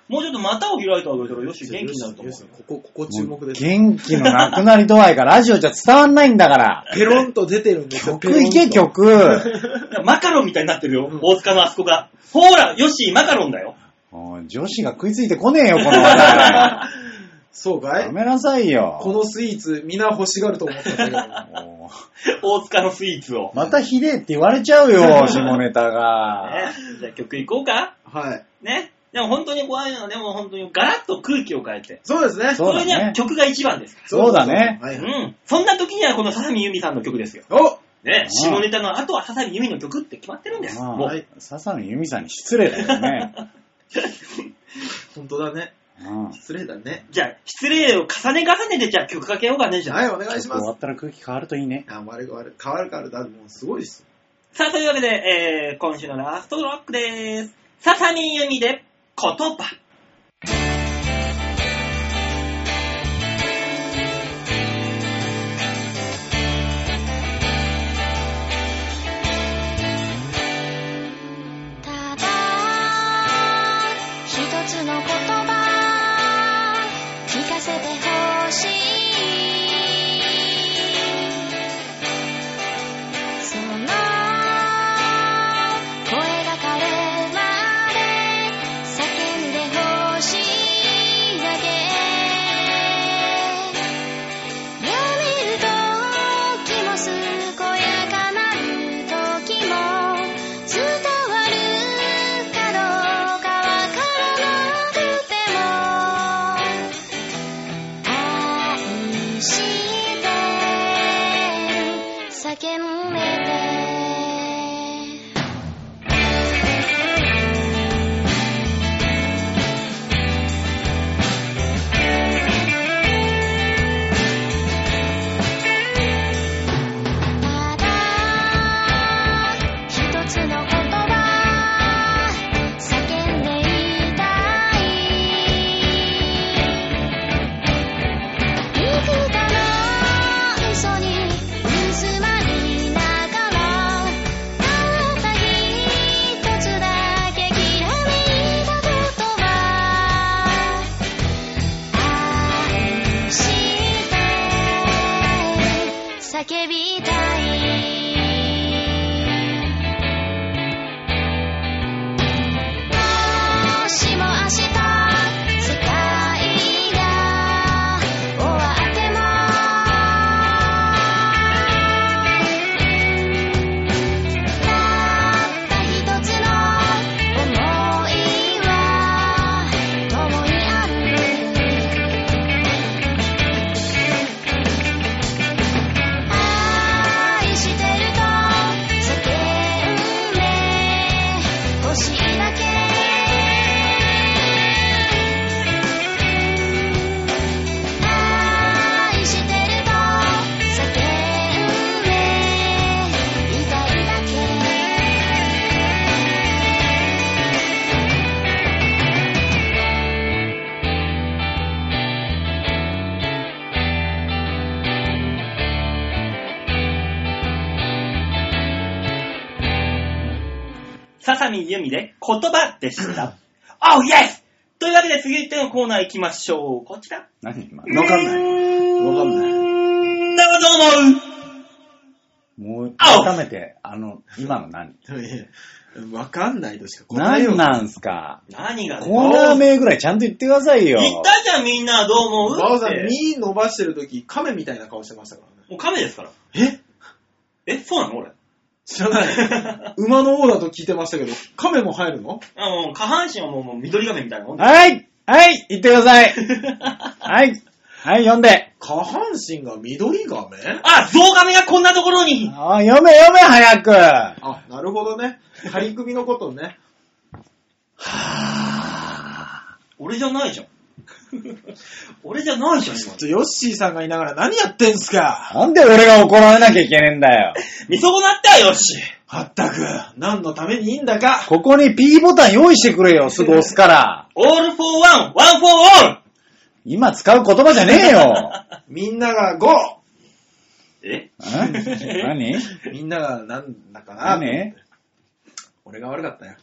Speaker 2: もうちょっと股を開いてあげたら、ヨッシー元気になると思
Speaker 3: ヨッシー
Speaker 2: う
Speaker 3: さん。ここ、ここ注目です。
Speaker 1: 元気のなくなり度合いがラジオじゃ伝わんないんだから。
Speaker 3: ペロンと出てるんですよ。
Speaker 1: 曲いけ、
Speaker 3: ペロンと。
Speaker 1: 曲。
Speaker 2: いやマカロンみたいになってるよ、
Speaker 3: うん
Speaker 2: 大塚のあそこが。ほーら、ヨッシーマカロンだよ。
Speaker 1: おい女子が食いついてこねえよ、この 話題。
Speaker 3: そうかい
Speaker 1: やめなさいよ。
Speaker 3: このスイーツ、皆欲しがると思ったんだけど。
Speaker 1: おー
Speaker 2: 大塚のスイーツを。
Speaker 1: またひでえって言われちゃう よ、下ネタが。
Speaker 2: ね、じゃあ曲いこうか。
Speaker 3: はい。
Speaker 2: ね。でも本当にこうああいうの、でも本当にガラッと空気を変えて。
Speaker 3: そうですね。
Speaker 1: そうだね
Speaker 2: れには曲が一番ですか
Speaker 1: そうだね
Speaker 3: は
Speaker 2: ら。
Speaker 3: いうはい。
Speaker 2: ん。そんな時にはこの笹見由美さんの曲ですよ。
Speaker 3: お
Speaker 2: ね
Speaker 1: ん。
Speaker 2: 下ネタの後は笹見由美の曲って決まってるんです。
Speaker 1: まあ
Speaker 2: もう。
Speaker 3: はい
Speaker 1: 笹野由美さんに失礼だよね。
Speaker 3: 本当だね。
Speaker 1: うん
Speaker 3: 失礼だね。
Speaker 2: じゃあ、失礼を重ね重ねて、じゃあ曲かけようかね、じゃあ。
Speaker 3: はい、お願いしま
Speaker 1: 終わ
Speaker 3: す。
Speaker 1: ったら空気変わるといいね。
Speaker 3: あ、悪い悪い。変わる変わる。だってもうすごいっす。
Speaker 2: さあ、というわけで、えー、今週のラストロックでーす。笹見由美で、言葉。
Speaker 4: ただ一つの言葉聞かせてほしいその声が枯れるまで叫んでほしいだけ夜見る時も健やかなる時も伝わるかどうかわからなくても愛して叫んでてただ「ひとつの言葉叫んでいたい」「幾多の嘘に盗まれながら」「たったひとつだけきらめいたことは」愛して叫びたいもしも明日世界が終わってもたった一つの想いは共にある愛してると叫んで欲しいだけ愛してると叫んでいたいだけ
Speaker 2: 笹見由美で言葉でした。Oh, yes! というわけで続いてのコーナー行きましょう。こちら。
Speaker 1: 何今わかんない。
Speaker 3: わかんない。
Speaker 2: んなこと思う
Speaker 1: もう、
Speaker 2: あお
Speaker 1: 改めて、あの、今の何
Speaker 3: わかんないとしか答えよう
Speaker 1: 何なんすか
Speaker 2: 何が
Speaker 1: コーナー名ぐらいちゃんと言ってくださいよ。
Speaker 2: 言ったじゃん、みんな、どう思う
Speaker 3: バオさん、
Speaker 2: って
Speaker 3: 2伸ばしてるとき、亀みたいな顔してましたからね。
Speaker 2: もう亀ですから。
Speaker 3: え
Speaker 2: え、そうなの俺。
Speaker 3: 知らない。 馬の王だと聞いてましたけど、亀も入るの
Speaker 2: あもう下半身はもうもう緑亀みたいなもんだ。
Speaker 1: はいはい言ってくださいはいはい、読んで
Speaker 3: 下半身が緑亀
Speaker 2: あ、ゾウガメがこんなところに
Speaker 1: あー読め読め早く
Speaker 3: あ、なるほど ね。仮首のことね。
Speaker 2: 俺じゃないじゃん。 俺じゃないじゃん、
Speaker 3: ち
Speaker 2: 今
Speaker 3: ょっ。とヨッシーさんがいながら何やってんすか
Speaker 1: なんで俺が怒られなきゃいけねえんだよ
Speaker 2: 見損なったよ、よし。
Speaker 3: はったく、何のためにいいんだか
Speaker 1: ここに P ボタン用意してくれよ、すぐ押すから。
Speaker 2: オールフォーワン、ワンフォーオール
Speaker 1: 今使う言葉じゃねえよ
Speaker 3: みんなが 5!
Speaker 2: え
Speaker 1: ん何
Speaker 3: みんながなんだかな
Speaker 1: 何ね
Speaker 3: 俺が悪かったよ。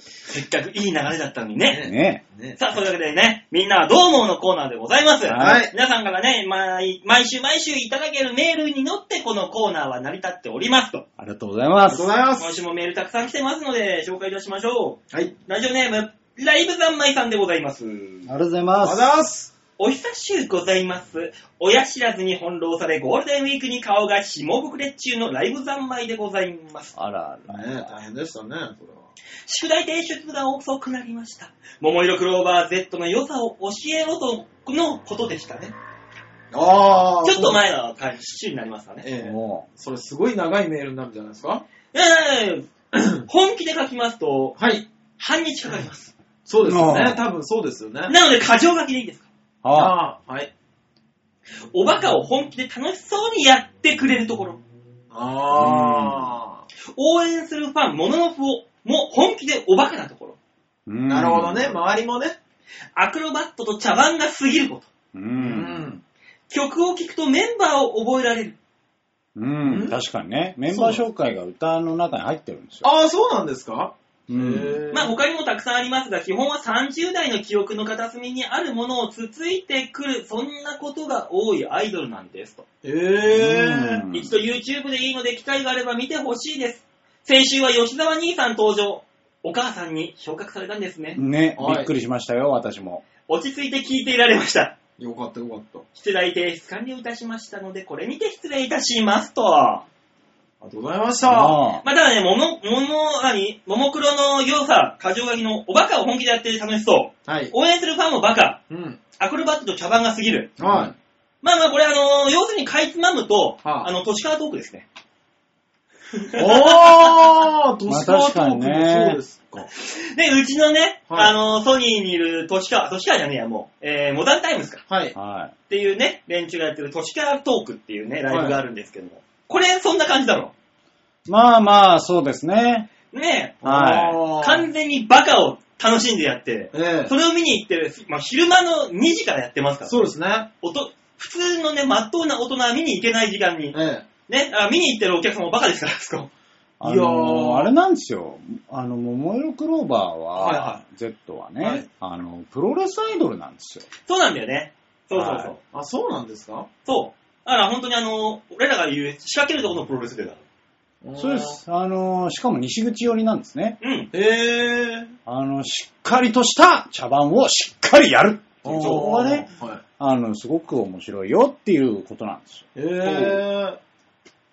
Speaker 2: せっかくいい流れだったのにね。
Speaker 1: ね
Speaker 3: ね。
Speaker 2: さあ、そういうわけでね、みんなはどう思うのコーナーでございます。
Speaker 1: はい
Speaker 2: 皆さんからね、毎毎週毎週いただけるメールに乗ってこのコーナーは成り立っておりますと。
Speaker 1: ありがとうござい
Speaker 3: あ
Speaker 1: ま
Speaker 3: りが
Speaker 1: す
Speaker 3: とう。ございま
Speaker 2: 今
Speaker 3: す。
Speaker 2: 週もメールたくさん来てますので、紹介いたしましょ
Speaker 3: はい。あり
Speaker 2: う。ラジオネーム、ライブ三昧さんでございます。
Speaker 1: ありがとうござい
Speaker 3: がと
Speaker 1: ま
Speaker 3: うご
Speaker 1: す
Speaker 3: ざ。います。
Speaker 2: お久しゅうございます。親知らずに翻弄され、ゴールデンウィークに顔がひもぶくれ中のライブ三昧でございます。
Speaker 1: あらあら。
Speaker 3: ね大変でしたね、それは。
Speaker 2: 宿題提出が遅くなりました。桃色クローバー Z の良さを教えろとのことでしたね。
Speaker 3: あー
Speaker 2: ちょっと前の感じになりますかね。
Speaker 3: ええ
Speaker 1: も
Speaker 3: それすごい長いメールになるんじゃないですか
Speaker 2: いやいやいや本気で書きますと、
Speaker 3: はい。
Speaker 2: 半日かかります。
Speaker 3: そうですよ
Speaker 1: あ
Speaker 3: ね
Speaker 1: あ。
Speaker 3: 多分そうですよね。
Speaker 2: なので、過剰書きでいいですか
Speaker 1: う、ああ、
Speaker 3: ああ、はい。
Speaker 2: おバカを本気で楽しそうにやってくれるところ。
Speaker 3: ああ、
Speaker 2: 応援するファン、モノノフを、も本気でおバカなところ。
Speaker 1: うん
Speaker 3: なるほどね。。周りもね。
Speaker 2: アクロバットと茶番が過ぎること。
Speaker 3: う
Speaker 1: う。。
Speaker 3: ん
Speaker 2: 曲を聴くとメンバーを覚えられる。
Speaker 1: うん、
Speaker 3: うん
Speaker 1: 確かにね。メンバー紹介が歌の中に入ってるんですよ。
Speaker 3: ああ、そうなんですか
Speaker 1: うん、
Speaker 2: まあ他にもたくさんありますが、基本は30代の記憶の片隅にあるものをつついてくる、そんなことが多いアイドルなんですと。
Speaker 3: ええ
Speaker 1: うん
Speaker 2: 一度 YouTube でいいので機会があれば見てほしいです。先週は吉沢兄さん登場。お母さんに昇格されたんですね。
Speaker 1: ね、
Speaker 3: はい
Speaker 1: びっくりしましたよ、私も。
Speaker 2: 落ち着いて聞いていられました。
Speaker 3: よかったよかった。
Speaker 2: 出題提出完了いたしましたので、これにて失礼いたしますと。
Speaker 3: ありがとうございまし
Speaker 1: あ
Speaker 3: た。
Speaker 1: あ
Speaker 2: まあ、ただね、もも、もも、何ももクロの良さ、過剰書きのおバカを本気でやって楽しそう。
Speaker 3: はい。
Speaker 2: 応援するファンもバカ。
Speaker 3: うん。
Speaker 2: アクロバットと茶番が過ぎる。
Speaker 3: は
Speaker 2: まあまあ、これ、あのー要するにかいつまむと、
Speaker 3: はあ
Speaker 2: あの、都市川トークですね。
Speaker 3: い。おー、都市川トークも
Speaker 1: まあ確かにね
Speaker 3: そうですか。
Speaker 2: で、うちのね、
Speaker 3: はい
Speaker 2: あのーソニーにいる都市川、都市川じゃねえや、もう、えー、モダンタイムズか。
Speaker 3: はい。
Speaker 1: は
Speaker 2: っ
Speaker 1: い。
Speaker 2: ていうね、連中がやってる都市川トークっていうね、ライブがあるんですけども。これ、そんな感じだろ。
Speaker 1: まあまあ、そうですね。
Speaker 2: ねえ、
Speaker 1: はい。
Speaker 3: あー
Speaker 2: 完全にバカを楽しんでやって、
Speaker 3: ええ
Speaker 2: それを見に行ってる、まあ、昼間の2時からやってますから。
Speaker 3: そうですね。
Speaker 2: おと普通のね、まっとうな大人は見に行けない時間に、
Speaker 3: え
Speaker 2: ね、あ見に行ってるお客様もバカですから、あそこ。
Speaker 1: あ
Speaker 3: いや
Speaker 1: の
Speaker 3: ー
Speaker 1: あれなんですよ。あの、桃色クローバーは、
Speaker 3: はいは
Speaker 1: Z はね、
Speaker 3: はい
Speaker 1: あの、プロレスアイドルなんですよ。
Speaker 2: そうなんだよね。そうそうそう
Speaker 1: は。
Speaker 3: えあ、そうなんですか
Speaker 2: そう。だから本当にあの、俺らが言う、仕掛けるところのプロレスでだ。
Speaker 1: そうで。す。あの、しかも西口寄りなんですね。
Speaker 2: うん。
Speaker 3: ええ
Speaker 1: あの、しっかりとした茶番をしっかりやるっていう。そこがね、
Speaker 3: おー。はい。
Speaker 1: あの、すごく面白いよっていうことなんですよ。
Speaker 3: ええ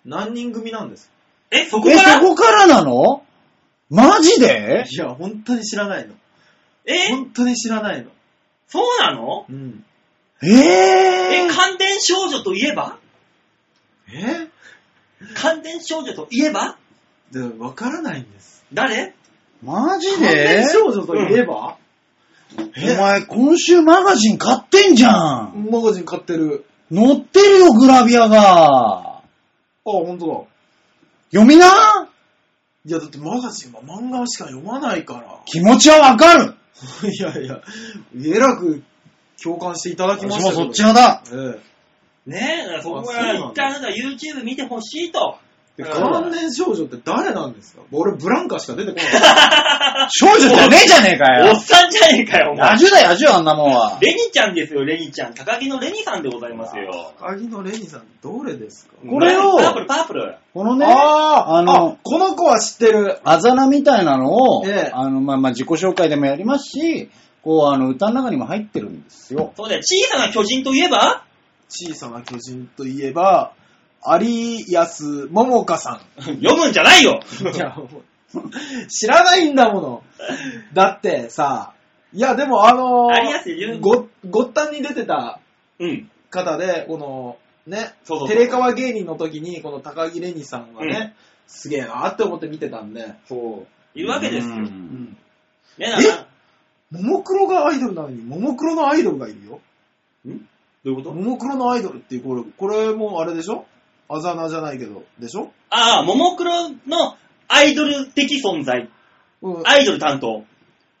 Speaker 3: 何人組なんですか
Speaker 2: え、そこ
Speaker 1: え、
Speaker 2: から
Speaker 1: そこからなのマジで
Speaker 3: いや、本当に知らないの。
Speaker 2: え、
Speaker 3: 本当に知らないの。
Speaker 2: そうなの
Speaker 3: うん。
Speaker 1: え
Speaker 2: え、
Speaker 1: え
Speaker 2: 感電少女といえば
Speaker 3: え
Speaker 2: 感電少女といえば
Speaker 3: で、わからないんです。
Speaker 2: 誰
Speaker 1: マジ
Speaker 3: 完
Speaker 1: で
Speaker 3: 全少女といえば、
Speaker 1: お前今週マガジン買ってんじゃん
Speaker 3: マガジン買ってる。
Speaker 1: 載ってるよ、グラビアが
Speaker 3: あ、本当だ。
Speaker 1: 読みない
Speaker 3: や、だってマガジンは漫画しか読まないから。
Speaker 1: 気持ちはわかる
Speaker 3: いやいや、えらく共感していただきま
Speaker 1: 私
Speaker 3: した
Speaker 1: も
Speaker 3: けど。
Speaker 1: そっち派だ
Speaker 3: ええ
Speaker 2: ねえ、だからそこから
Speaker 3: あそうなんだ
Speaker 2: 一回あなたは YouTube 見てほしいと。
Speaker 1: で
Speaker 2: うん
Speaker 3: 関連少女って誰なんですか俺ブランカしか出てこない。
Speaker 1: 少女じゃねえじゃねえか
Speaker 2: お
Speaker 1: よ
Speaker 2: っ。さんじゃねえかよ、お前
Speaker 1: 野。獣だよ、野獣、あんなもんは。
Speaker 2: レニちゃんですよ、レニちゃん。高木のレニさんでございますよ。
Speaker 3: 高木のレニさん、どれですか
Speaker 1: これを
Speaker 2: パープル、パープル。
Speaker 1: このね、
Speaker 3: あー
Speaker 1: あの
Speaker 3: あ、この子は知ってる。
Speaker 1: あざなみたいなのを、
Speaker 3: ええ
Speaker 1: あの、まあ、まあ、自己紹介でもやりますし、こう、あの、歌の中にも入ってるんですよ。
Speaker 2: そうだよ、小さな巨人といえば
Speaker 3: 小さな巨人といえば、有安桃香さ
Speaker 2: 読むんじゃないよ
Speaker 3: ん。 いや、もう知らないんだもの。だってさ、いや、でもあの
Speaker 2: 有安有
Speaker 3: ご、ごったんに出てた
Speaker 2: うん。
Speaker 3: 方で、この、ね、
Speaker 2: そうそうそう
Speaker 3: テレカワ芸人の時に、この高木レニさんがね、すげえなって思って見てたんで、
Speaker 2: そう。いるわけですよ。
Speaker 1: う
Speaker 2: ね、
Speaker 1: ん
Speaker 2: なんか
Speaker 3: ももクロがアイドルなのに、ももクロのアイドルがいるよ。
Speaker 2: どういうこ
Speaker 3: も
Speaker 2: と
Speaker 3: もクロのアイドルっていう、これ、これもあれでしょあざなじゃないけど、でしょ
Speaker 2: ああ、ももクロのアイドル的存在。
Speaker 3: うん。
Speaker 2: アイドル担当。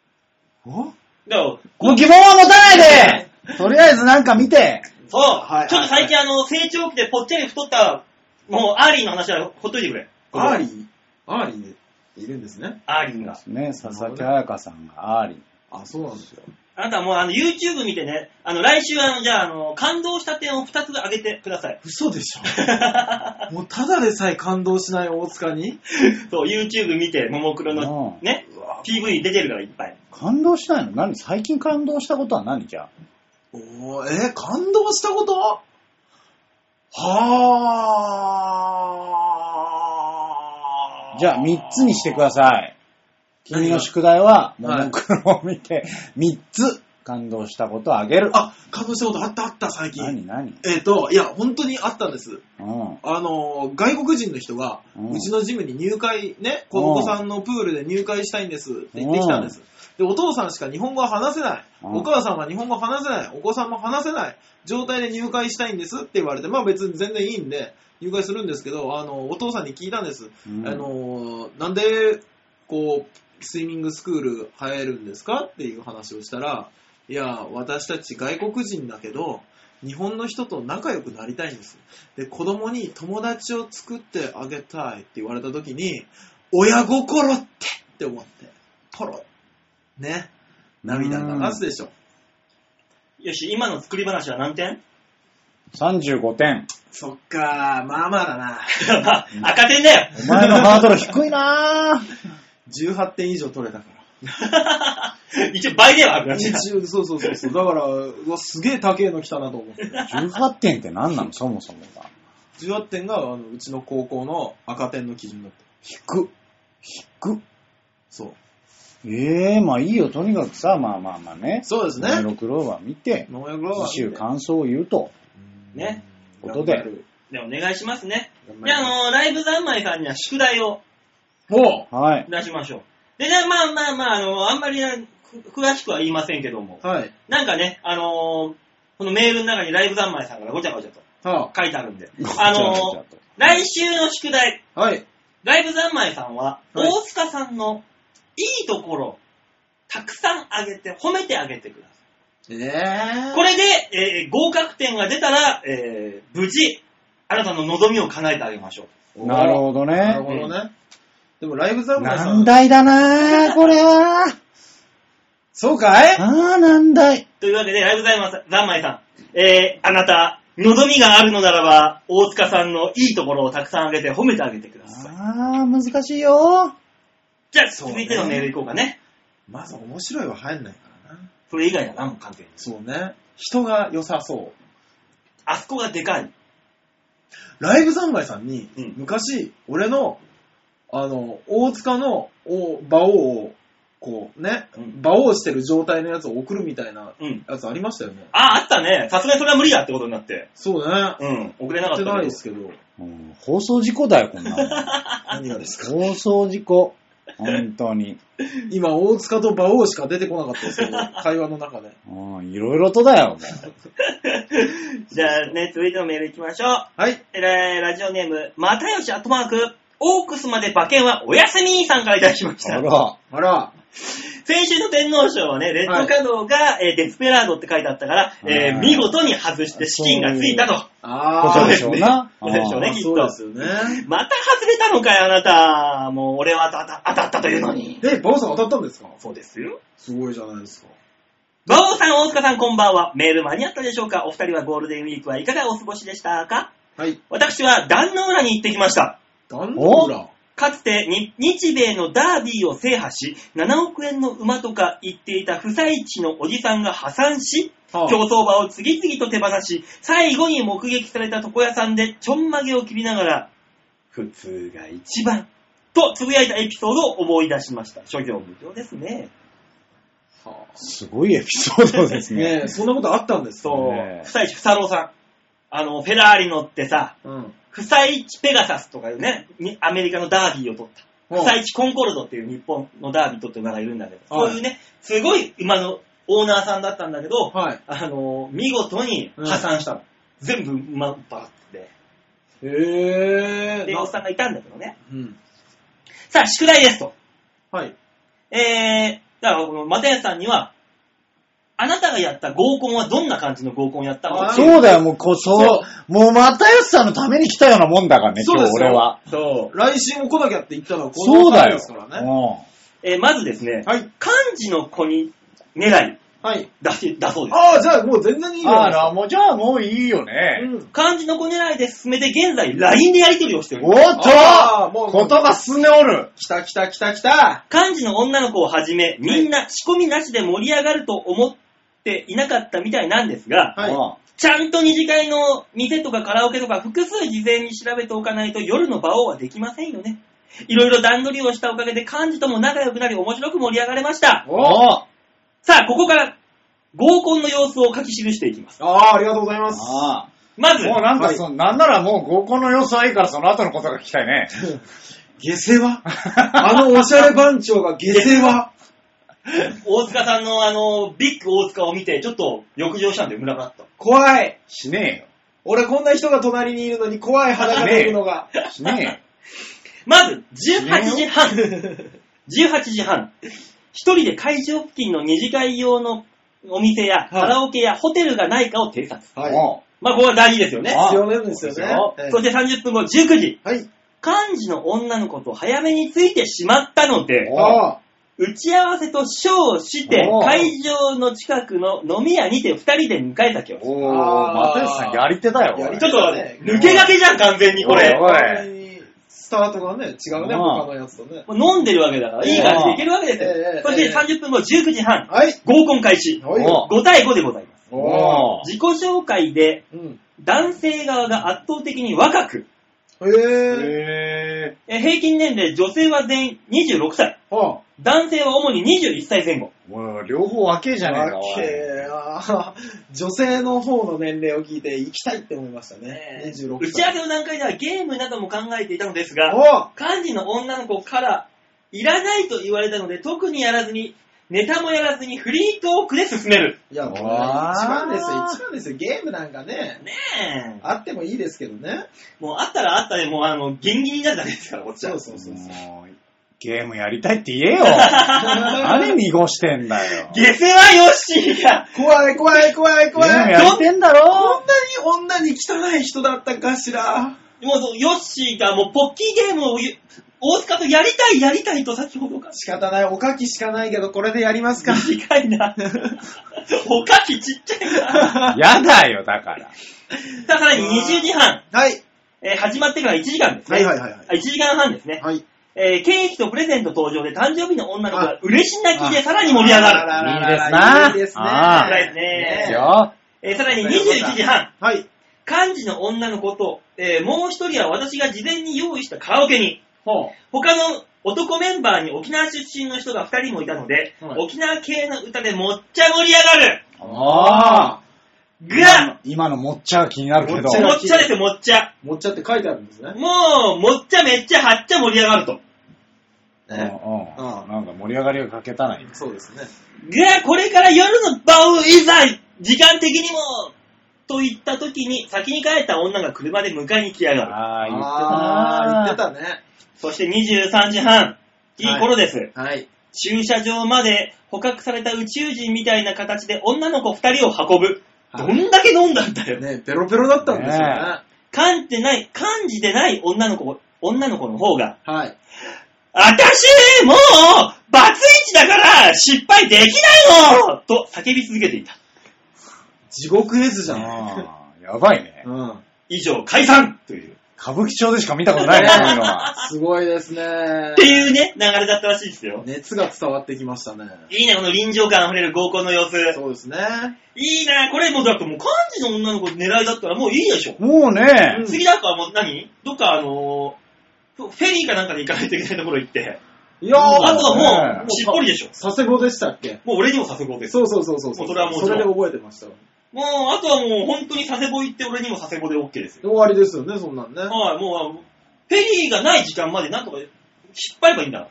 Speaker 2: だから、
Speaker 3: あ
Speaker 1: もう疑問は持た ないでとりあえずなんか見て、
Speaker 2: そう、
Speaker 3: はい
Speaker 2: ちょっと最近あの、成長期でぽっちゃり太った、もうアーリンの話はほっといてくれ。
Speaker 3: アーリーアーリーいるんですね。
Speaker 2: アーリンが。
Speaker 1: ね、佐々木彩香さんがアーリン。
Speaker 3: あ、そうなんですよ。
Speaker 2: あなたはもうあの、YouTube 見てね、あの、来週あの、じゃああの、感動した点を2つ上げてください。
Speaker 3: 嘘でしょもうただでさえ感動しない大塚に
Speaker 2: そう、YouTube 見て、ももクロの
Speaker 1: うん
Speaker 2: ね、
Speaker 3: うわ
Speaker 2: PV 出てるからいっぱい。
Speaker 1: 感動しないの何最近感動したことは何じゃあ
Speaker 3: おーえー感動したことはあ
Speaker 1: じゃあ3つにしてください。君の宿題は、ももクロを見て、3つ感動したことをあげる。
Speaker 3: あ、感動したことあったあった最近。
Speaker 1: 何何
Speaker 3: えっ、と、いや、本当にあったんです。
Speaker 1: うん。
Speaker 3: あの、外国人の人が、
Speaker 1: うん
Speaker 3: うちのジムに入会、ね、子供さんのプールで入会したいんですって言ってきたんです。で、お父さんしか日本語は話せない。
Speaker 1: うん
Speaker 3: お母さんは日本語話せない。お子さんも話せない。状態で入会したいんですって言われて、まあ別に全然いいんで、入会するんですけど、あの、お父さんに聞いたんです。
Speaker 1: うん
Speaker 3: あの、なんで、こう、スイミングスクール入るんですかっていう話をしたら、いや、私たち外国人だけど、日本の人と仲良くなりたいんです。で、子供に友達を作ってあげたいって言われた時に、親心ってって思って、ポロッ、ね、涙流すでしょ。
Speaker 2: よし、今の作り話は何点
Speaker 1: 35点。
Speaker 3: そっかまあまあだな。
Speaker 2: まあ赤点だよ
Speaker 1: お前のハードル低いなぁ。
Speaker 3: 18点以上取れたから。
Speaker 2: 一応倍ではあるな。
Speaker 3: 一応、そうそうそうそう。だから、うわ、すげえ高えの来たなと思って。
Speaker 1: 18点って何なのそもそもが。
Speaker 3: 18点があのうちの高校の赤点の基準だった。
Speaker 1: 低。低。
Speaker 3: そう。
Speaker 1: ええまあいいよ。とにかくさ、まあまあまあね。
Speaker 3: そうです
Speaker 1: モ
Speaker 3: ね。
Speaker 1: ロクローバー見て、
Speaker 3: 桃屋グローバー
Speaker 1: 次週感想を言うと。
Speaker 2: ね。
Speaker 1: ことで
Speaker 2: で、お願いしますね。
Speaker 3: 頑張
Speaker 2: で、
Speaker 3: る
Speaker 2: あの、ライブ三昧さんには宿題を
Speaker 3: も
Speaker 1: はい。
Speaker 2: 出しましょう。でね、まあまあまあ、あの、あんまりねく詳しくは言いませんけども
Speaker 3: う、はい。
Speaker 2: なんかね、あのーこのメールの中にライブ三昧さんからごちゃごちゃと
Speaker 3: は
Speaker 2: 書いてある んで、あのー来週の宿題、
Speaker 3: あ、はい。
Speaker 2: ライブ三昧さんは、
Speaker 3: はい
Speaker 2: 大塚さんのいいところ、たくさんあげて、褒めてあげてくださ
Speaker 3: えー
Speaker 2: い。これで、えー合格点が出たら、えー無事、あなたの望みを叶えてあげましょう。
Speaker 1: なるほど
Speaker 3: なる
Speaker 1: ね。
Speaker 3: ほどね。でもライブ侍さん。
Speaker 1: 難題だなぁ、これは。
Speaker 3: そうかい
Speaker 1: ああ、難題。
Speaker 2: というわけで、ライブざいます。ざんまいさん。えー、あなた、望みがあるのならば、大塚さんのいいところをたくさんあげて褒めてあげてください。
Speaker 1: ああ、難しいよ。
Speaker 2: じゃあ、
Speaker 3: そう
Speaker 2: 続
Speaker 3: ね
Speaker 2: いてのメールいこうかね。
Speaker 3: まず面白いは入んないからな。
Speaker 2: それ以外は何も関係ない。
Speaker 3: そうね。人が良さそう。
Speaker 2: あそこがでかい。
Speaker 3: ライブ三昧さんに、
Speaker 2: うん
Speaker 3: 昔、俺の、あの、大塚の、お、馬王を、こう、ね、
Speaker 2: うん
Speaker 3: 馬王してる状態のやつを送るみたいな
Speaker 2: うん。
Speaker 3: やつありましたよね。
Speaker 2: あ、あったね。さすがにそれは無理だってことになって。
Speaker 3: そうね。や
Speaker 2: うん。送れなかっけ
Speaker 3: ったて
Speaker 2: ど
Speaker 3: ないですけど、
Speaker 1: うん放送事故だよ、こんなの。
Speaker 3: 何がですか
Speaker 1: 放送事故。本当に。
Speaker 3: 今、大塚と馬王しか出てこなかったですけど、会話の中で。
Speaker 1: うん、いろいろとだよ、もう。
Speaker 2: じゃあね、続いてのメールいきましょう。
Speaker 3: はい。
Speaker 2: えーラジオネーム、またよしアットマーク、オークスまで馬券はお休みさんからいただきました。
Speaker 1: あら、
Speaker 3: あら、
Speaker 2: 先週の天皇賞はね、レッドカードが、えーデスペラードって書いてあったから、えー
Speaker 1: はい
Speaker 2: 見事に外して資金がついたと。
Speaker 3: あ
Speaker 1: こと
Speaker 2: ー
Speaker 1: でしょうな。
Speaker 2: そうでしょうね
Speaker 1: あー
Speaker 2: きっと
Speaker 3: そうですよね。
Speaker 2: また外れたのかよ、あなた。もう俺は当た当たったというのに。
Speaker 3: で、バオさん当たったんですか
Speaker 2: そうですよ。
Speaker 3: すごいじゃないですか。
Speaker 2: 馬王さん、大塚さん、こんばんは。メール間に合ったでしょうかお二人はゴールデンウィークはいかがお過ごしでしたか
Speaker 3: はい。
Speaker 2: 私は壇ノ浦に行ってきました。
Speaker 3: ダンドーラ。
Speaker 2: かつてに日米のダービーを制覇し、7億円の馬とか言っていた不採地のおじさんが破産し、
Speaker 3: はあ
Speaker 2: 競走馬を次々と手放し、最後に目撃された床屋さんでちょんまげを切りながら、普通が一番。とつぶやいたエピソードを思い出しました。諸行無常ですね。
Speaker 3: はあ
Speaker 1: すごいエピソードです
Speaker 3: ね
Speaker 1: ね
Speaker 3: え、。そんなことあったんですか
Speaker 2: そう
Speaker 1: ね、
Speaker 2: 不採地不太郎さん。あの、フェラーリ乗ってさ、
Speaker 3: うん。
Speaker 2: 不採地ペガサスとかいうね、にアメリカのダービーを取った。
Speaker 3: うん
Speaker 2: 不採地コンコルドっていう日本のダービー取った馬がいるんだけど、
Speaker 3: は
Speaker 2: そ
Speaker 3: いう
Speaker 2: いうね、すごい馬のオーナーさんだったんだけど、
Speaker 3: はい。
Speaker 2: あのー、見事に破産したの。全部馬ばらってて。
Speaker 3: へ
Speaker 2: で、おっさんがいたんだけどね。
Speaker 3: うん。
Speaker 2: さあ、宿題ですと。
Speaker 3: はい。
Speaker 2: えー、だからこの、マテヤさんには、あなたがやった合コンはどんな感じの合コンやったの
Speaker 3: あー
Speaker 2: う。
Speaker 1: そうだよ、もうこそ、
Speaker 3: そう
Speaker 1: もうまたよしさんのために来たようなもんだからね、
Speaker 3: そう
Speaker 1: 今
Speaker 3: で
Speaker 1: 日
Speaker 3: すよ
Speaker 1: 俺は。
Speaker 2: そう。
Speaker 3: 来週も来なきゃって言ったのはこ
Speaker 1: そ
Speaker 3: の
Speaker 1: うだ
Speaker 3: 方で
Speaker 1: よ
Speaker 3: すから。ね。
Speaker 1: う
Speaker 2: えーまずですね、
Speaker 3: はい。
Speaker 2: 漢字の子に狙い
Speaker 3: はい。
Speaker 2: だし、だそうです。
Speaker 3: ああ、じゃあもう全然いい
Speaker 1: ん
Speaker 3: じゃない
Speaker 1: あ
Speaker 3: です
Speaker 1: ら、もうじゃあもういいよね。
Speaker 3: か。
Speaker 2: 漢字の子狙いで進めて現在 LINE でやり取りをしており
Speaker 1: お
Speaker 2: ます。
Speaker 1: っと
Speaker 3: あーもう
Speaker 1: 言葉進んでおる。
Speaker 3: 来た来た来た来た
Speaker 2: 漢字の女の子をはじめ、みんな仕込みなしで盛り上がると思っていなかったみたいなんですが、
Speaker 3: はい
Speaker 1: うん
Speaker 2: ちゃんと二次会の店とかカラオケとか複数事前に調べておかないと夜の場をはできませんよね。いろいろ段取りをしたおかげで漢字とも仲良くなり面白く盛り上がれました。
Speaker 3: お
Speaker 1: お
Speaker 2: さあ、ここから合コンの様子を書き記していきます。
Speaker 3: ああ、ありがとうございます。
Speaker 1: あ
Speaker 2: ま
Speaker 1: あ
Speaker 2: ず、
Speaker 1: もうなんか
Speaker 3: はい
Speaker 1: そ、なんならもう合コンの様子はいいから、その後のことが聞きたいね。
Speaker 3: 下世 話あのおしゃれ番長が下世話
Speaker 2: 大塚さんのあの、ビッグ大塚を見て、ちょっと浴場したんで群がった。
Speaker 3: 怖い
Speaker 1: しね
Speaker 3: 俺こんな人が隣にいるのに怖い裸でいるのが。
Speaker 1: えよ。しね
Speaker 2: まず、18時 半。18時半。一人で会場付近の二次会用のお店や、カラオケやホテルがないかを偵察。
Speaker 1: えよ。
Speaker 3: はい
Speaker 1: お
Speaker 2: まあ、ここは大事ですよね。
Speaker 1: あ
Speaker 3: 必要なんですよ
Speaker 1: そ
Speaker 3: ね
Speaker 1: うですよ。
Speaker 3: ええ
Speaker 2: そして30分後、19時。
Speaker 3: はい。
Speaker 2: 漢字の女の子と早めに着いてしまったので、
Speaker 1: お
Speaker 3: あ
Speaker 2: 打ち合わせと称して、
Speaker 1: お
Speaker 2: 会場の近くの飲み屋にて二人で迎えた今日。ちょ
Speaker 1: おー、
Speaker 3: あー
Speaker 1: 又吉さんやり手だよ。
Speaker 3: やり
Speaker 2: っ
Speaker 3: 手
Speaker 2: と、
Speaker 3: ね
Speaker 2: 抜け駆けじゃん、完全にこれ。
Speaker 1: おい
Speaker 3: あ。スタートがね、違うね、
Speaker 1: うん
Speaker 3: 他のやつとね。
Speaker 2: もう飲んでるわけだから、いい感じでいけるわけですよ。
Speaker 3: ええ
Speaker 2: そして30分後、19時半、
Speaker 3: はい。
Speaker 2: 合コン開始。
Speaker 3: はい
Speaker 1: お
Speaker 2: 5対5でございます。
Speaker 1: おー。
Speaker 2: 自己紹介で
Speaker 3: うん。
Speaker 2: 男性側が圧倒的に若く、
Speaker 3: へえ。
Speaker 1: へ
Speaker 2: え平均年齢女性は全員26歳、
Speaker 3: は
Speaker 2: 男性は主に21歳前後。
Speaker 1: ー。もう両方若えじ
Speaker 3: あ。
Speaker 1: ゃねえか。
Speaker 3: わけえな 女性の方の年齢を聞いて行きたいって思いましたね。26歳。
Speaker 2: 打ち合わせの段階ではゲームなども考えていたのですが、
Speaker 3: お
Speaker 2: 漢字の女の子からいらないと言われたので特にやらずに、ネタもやらずにフリートークで進める。
Speaker 3: いや、もうね
Speaker 1: うわー
Speaker 3: 一番ですよ、一番ですよ。ゲームなんかね、
Speaker 2: ねえ。
Speaker 3: あってもいいですけどね。
Speaker 2: もうあったらあったで、もうあの、ギンギンになるだけですから、こっち
Speaker 3: そ
Speaker 2: は
Speaker 3: う。そうそうそう。
Speaker 1: もうゲームやりたいって 言えよ。何濁してんだよ。
Speaker 2: 下世話よしが、
Speaker 3: 怖い怖い怖い
Speaker 1: ゲー
Speaker 3: 怖
Speaker 1: ム
Speaker 3: い。
Speaker 1: やってんだろ
Speaker 3: こんなに女に汚い人だったかしら。
Speaker 2: もうそうヨッシーがもうポッキーゲームをゆ大塚とやりたいやりたいと先ほどから。
Speaker 3: 仕方ない、おかきしかないけど、これでやりますか。
Speaker 2: 短いな。おかきちっち ゃいな。
Speaker 1: やだよ、だから。
Speaker 2: さあ、さらに20時半、
Speaker 3: はい。
Speaker 2: えー始まってから1時間ですね。
Speaker 3: はいはいはいはい
Speaker 2: あ1時間半ですね。
Speaker 3: はい。
Speaker 2: えーケーキとプレゼント登場で誕生日の女の子が嬉し泣きでさらに盛り上がる。
Speaker 1: いい
Speaker 3: いい
Speaker 1: で
Speaker 3: ですす
Speaker 1: な
Speaker 3: ね。
Speaker 1: あ
Speaker 2: ーいいですね
Speaker 1: いいよ。
Speaker 2: えーさらに21時半、
Speaker 3: はい。
Speaker 2: 漢字の女の子と、えーもう一人は私が事前に用意したカラオケに、
Speaker 3: ほ
Speaker 2: 他の男メンバーに沖縄出身の人が2人もいたので、
Speaker 3: はい
Speaker 2: 沖縄系の歌でもっちゃ盛り上がる
Speaker 1: ああ。
Speaker 2: が、
Speaker 1: 今の今のもっちゃが気になるけど
Speaker 3: も。ちゃ
Speaker 2: もっちゃですよ、もっちゃ。
Speaker 3: 持っちゃって書いてあるんですね。
Speaker 2: もう、もっちゃめっちゃはっちゃ盛り上がると。が、
Speaker 1: うん
Speaker 3: ね。
Speaker 1: う
Speaker 3: うんん
Speaker 1: なんか盛り上がりが欠けたない。
Speaker 3: そうですね。
Speaker 2: これから夜の場をいざ、時間的にも、と言った時に、先に帰った女が車で迎えに来やがる。
Speaker 1: あ
Speaker 3: あ
Speaker 1: あ、言ってたな。
Speaker 3: ー言ってたね。
Speaker 2: そして23時半、いい頃です。
Speaker 3: はい。
Speaker 2: 駐車場まで捕獲された宇宙人みたいな形で女の子2人を運ぶ。どんだけ飲んだんだよ。
Speaker 3: ね、ペロペロだったんですよね。
Speaker 1: ね
Speaker 2: 感じてない、感じてない女の子、女の子の方が、
Speaker 3: はい。
Speaker 2: 私、もう、バツイチだから、失敗できないのと叫び続けていた。
Speaker 3: 地獄絵図じゃん。
Speaker 1: あーやばいね。
Speaker 3: うん。
Speaker 2: 以上、解散という。
Speaker 1: 歌舞伎町でしか見たことないね、そういうのは。
Speaker 3: すごいですね
Speaker 2: って。いうね、流れだったらしいですよ。
Speaker 3: 熱が伝わってきましたね。
Speaker 2: いいね、この臨場感溢れる合コンの様子。
Speaker 3: そうですね。
Speaker 2: いいな、これもうだってもう漢字の女の子狙いだったらもういいでしょ。
Speaker 1: もうね、
Speaker 2: 次だからもう何どっかあのーフェリーかなんかで行かないといけないところ行って。
Speaker 3: いやー、
Speaker 2: あと
Speaker 1: ね
Speaker 2: はもう、しっぽりでしょ。
Speaker 3: 佐世保でしたっけ
Speaker 2: もう俺にも佐世保です。
Speaker 3: そうそうそうそう。
Speaker 2: もうそれはもう
Speaker 3: それで覚えてました。
Speaker 2: もう、あとはもう本当に佐世保行って俺にも佐世保で OK ですよ。
Speaker 3: 終わりですよね、そんなんね。
Speaker 2: はい、もう、フェリーがない時間までなんとか引っ張ればいいんだ。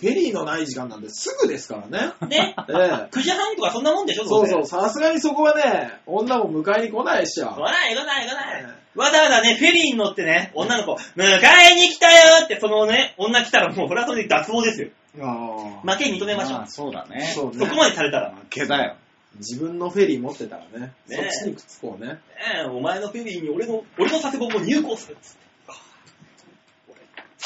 Speaker 3: フェリーのない時間なんですぐですからね。。
Speaker 2: ね
Speaker 3: ええ。
Speaker 2: 9時半とかそんなもんでしょ
Speaker 3: そうそ
Speaker 2: ど
Speaker 3: う、
Speaker 2: せ
Speaker 3: さすがにそこはね、女も迎えに来ないっしょ。
Speaker 2: 来ない来ない来ない。
Speaker 3: ね
Speaker 2: わざわざね、フェリーに乗ってね、女の子、迎えに来たよって、そのね、女来たらもう、それはそれで脱帽ですよ。
Speaker 3: ああ。
Speaker 2: 負け認めましょう。
Speaker 1: まあそうだね。
Speaker 3: そう
Speaker 2: そ
Speaker 3: ね
Speaker 2: こ。までされたら、ね
Speaker 1: 負けだよ。
Speaker 3: 自分のフェリー持ってたらね、
Speaker 2: ね
Speaker 3: そっちにくっつこうね。
Speaker 2: え、お前のフェリーに俺の、俺の佐世保も入港するっつって。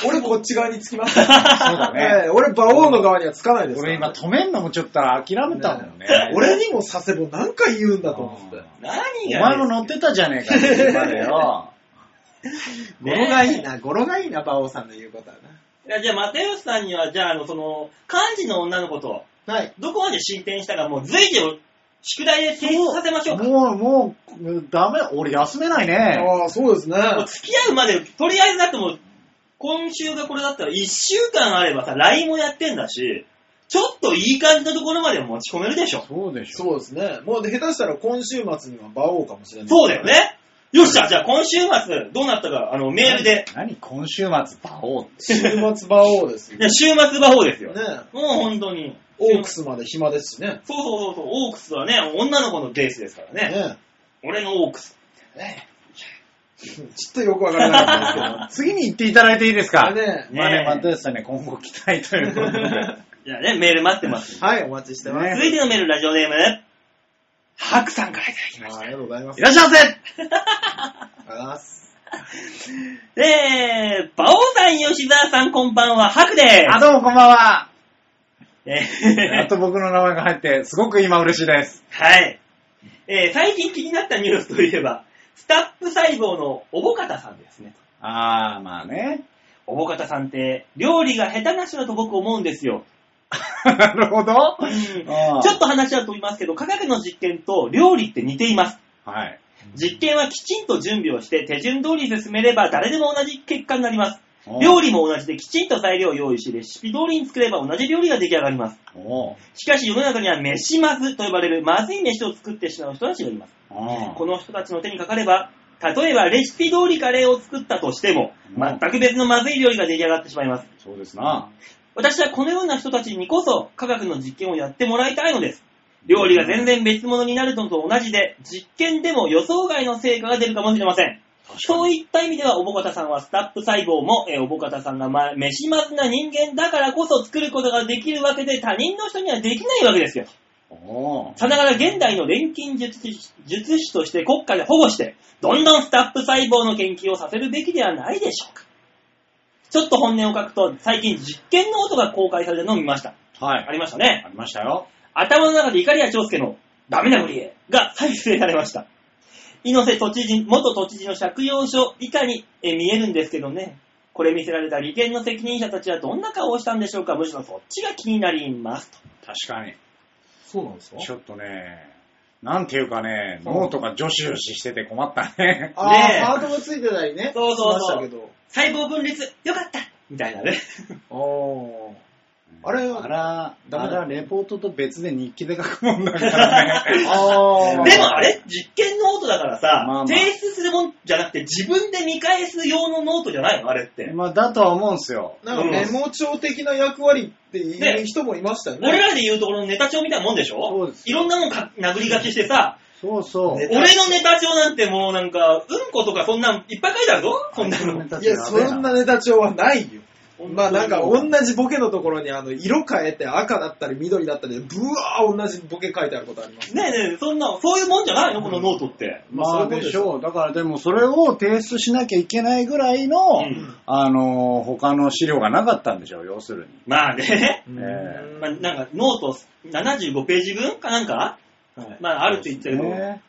Speaker 3: 俺こっち側につきますから。
Speaker 1: そうだね。
Speaker 3: ええ俺、馬王の側にはつかないですから
Speaker 1: 俺今止めんのもちょっと諦めたもんね。
Speaker 3: 俺にも佐世保何回言うんだと思って。
Speaker 1: お
Speaker 2: 何がね
Speaker 1: 前も乗ってたじゃねえか、今でよ。
Speaker 3: 語呂がいいな、語呂がいいな、馬王さんの言うことはね。
Speaker 2: いやじゃあ、又吉さんには、じゃあ、あの、その、漢字の女の子と、
Speaker 3: はい。
Speaker 2: どこまで進展したか、もう随時、宿題で提出させましょうか。も
Speaker 1: もう、もう、ダメ、俺休めないね。
Speaker 3: ああ、そうですね。
Speaker 2: う付き合うまで、とりあえずだってもう、今週がこれだったら、1週間あればさ、LINE もやってんだし、ちょっといい感じのところまで持ち込めるでしょ。
Speaker 1: そうでしょ。
Speaker 3: そうですね。もうで下手したら今週末には馬王かもしれない。
Speaker 2: そうだよね。よっしゃ、じゃあ今週末、どうなったか、あの、メールで。
Speaker 1: 何今週末、馬王って。
Speaker 3: 週末馬王です よ。
Speaker 2: いや、週末魔法ですよ。
Speaker 3: ね。
Speaker 2: もう本当に。
Speaker 3: オークスまで暇ですしね。
Speaker 2: そうそうそうそう、オークスはね、女の子のベースですからね。
Speaker 3: ね
Speaker 2: 俺のオークス。
Speaker 3: ね ちょっとよくわからなかったんです
Speaker 1: 次に行っていただいていいです
Speaker 3: けど。
Speaker 1: か
Speaker 3: ね
Speaker 1: まあね、またですね、今後期待ということで。
Speaker 2: じゃあね、メール待ってます。
Speaker 3: はい、お待ちしてます。
Speaker 1: ね
Speaker 2: 続いてのメール、ラジオネーム、ハクさんからいただきま
Speaker 3: あ
Speaker 2: し
Speaker 3: ーありがとうございます。
Speaker 1: いらっしゃいませ
Speaker 3: ありがとうございます。
Speaker 2: た。えー、バオさん、吉沢さん、こんばんは、ハクで
Speaker 1: あ、どうもこんばんは。
Speaker 2: す。え
Speaker 1: やっ
Speaker 2: ー
Speaker 1: と僕の名前が入って、すごく今嬉しいです。
Speaker 2: はい。えー、最近気になったニュースといえば、スタップ細胞のおぼかたさんですね。
Speaker 1: あー、まあね。
Speaker 2: おぼかたさんって、料理が下手な人だと僕思うんですよ。
Speaker 1: なるほど。あー
Speaker 2: ちょっと話は飛びますけど、科学の実験と料理って似ています。
Speaker 1: はい。
Speaker 2: 実験はきちんと準備をして、手順通り進めれば誰でも同じ結果になります。料
Speaker 1: 理
Speaker 2: 理も同じで、きちんと材料を用意し、レシピ通りに作れば同じ料理が出来上がります。
Speaker 1: おー
Speaker 2: しかし世の中には飯まずと呼ばれるまずい飯を作ってしまう人たちがいます。
Speaker 1: あ
Speaker 2: この人たちの手にかかれば、例えばレシピ通りカレーを作ったとしても、
Speaker 1: う
Speaker 2: 全
Speaker 1: ん
Speaker 2: く別のまずい料理が出来上がってしまいます。
Speaker 1: ーそうですな。
Speaker 2: 私はこのような人たちにこそ科学の実験をやってもらいたいのです。料理が全然別物になるのと同じで、実験でも予想外の成果が出るかもしれません。そういった意味では、おぼかたさんはスタップ細胞も、えーおぼかたさんが、ま、飯まずな人間だからこそ作ることができるわけで、他人の人にはできないわけですよ。
Speaker 1: おー
Speaker 2: さながら現代の錬金術師術師として国家で保護して、どんどんスタップ細胞の研究をさせるべきではないでしょうか。ちょっと本音を書くと、最近実験ノートが公開されたのを見ました。
Speaker 1: は
Speaker 2: あ
Speaker 1: い。
Speaker 2: りましたね。
Speaker 1: ありましたよ。
Speaker 2: 頭の中で怒りや長介のダメな無理へが再生されました。猪瀬都知事、元都知事の借用書以下にえ見えるんですけどね。これ見せられた利権の責任者たちはどんな顔をしたんでしょうかむしろそっちが気になります。
Speaker 1: 確かに。
Speaker 3: そうなんですか
Speaker 1: ちょっとね、なんていうかね、
Speaker 3: うん
Speaker 1: 脳とか女子女子してて困ったね。
Speaker 3: あ
Speaker 2: ねえ
Speaker 3: あ、ハートがついてたりね。
Speaker 2: そうそうそう
Speaker 3: しましたけど。
Speaker 2: 細胞分裂、よかったみたいなね。
Speaker 3: ああ。あれ
Speaker 1: あら、
Speaker 3: ダメ
Speaker 1: あ
Speaker 3: だ
Speaker 1: ら、レポートと別で日記で書くもんだからね。
Speaker 3: ああ。
Speaker 2: でもあれ実験ノートだからさ、
Speaker 1: まあまあ
Speaker 2: 提出するもんじゃなくて自分で見返す用のノートじゃないのあれって。
Speaker 1: まあ、だとは思うんすよ。
Speaker 3: なんかメモ帳的な役割って言う人もいましたよ
Speaker 2: 俺
Speaker 3: ね。
Speaker 2: らで言うところのネタ帳みたいなもんでしょ
Speaker 1: そうです
Speaker 2: いろんなのか殴り書きしてさ、
Speaker 1: そうそう。
Speaker 3: ね
Speaker 2: 俺のネタ帳なんてもうなんか、うんことかそんなんいっぱい書いてあるぞそんなの。
Speaker 1: ネタ
Speaker 3: い
Speaker 1: 帳
Speaker 3: や、
Speaker 1: やべえ
Speaker 3: そんなネタ帳はないよ。まあなんか同じボケのところにあの色変えて赤だったり緑だったりでブワー同じボケ書いてあることあります。
Speaker 2: ねえねえ、そんな、そういうもんじゃないのこのノートって。
Speaker 1: まあ
Speaker 3: そういうこと
Speaker 1: で
Speaker 3: です
Speaker 1: しょう。だからでもそれを提出しなきゃいけないぐらいの、
Speaker 2: うん
Speaker 1: あのー、他の資料がなかったんでしょう、要するに。
Speaker 2: まあね。
Speaker 1: ん
Speaker 3: うん
Speaker 2: まあ、なんか、ノート75ページ分かなんか、
Speaker 3: はい
Speaker 2: まあ、あるって言ってるけど、
Speaker 1: そうで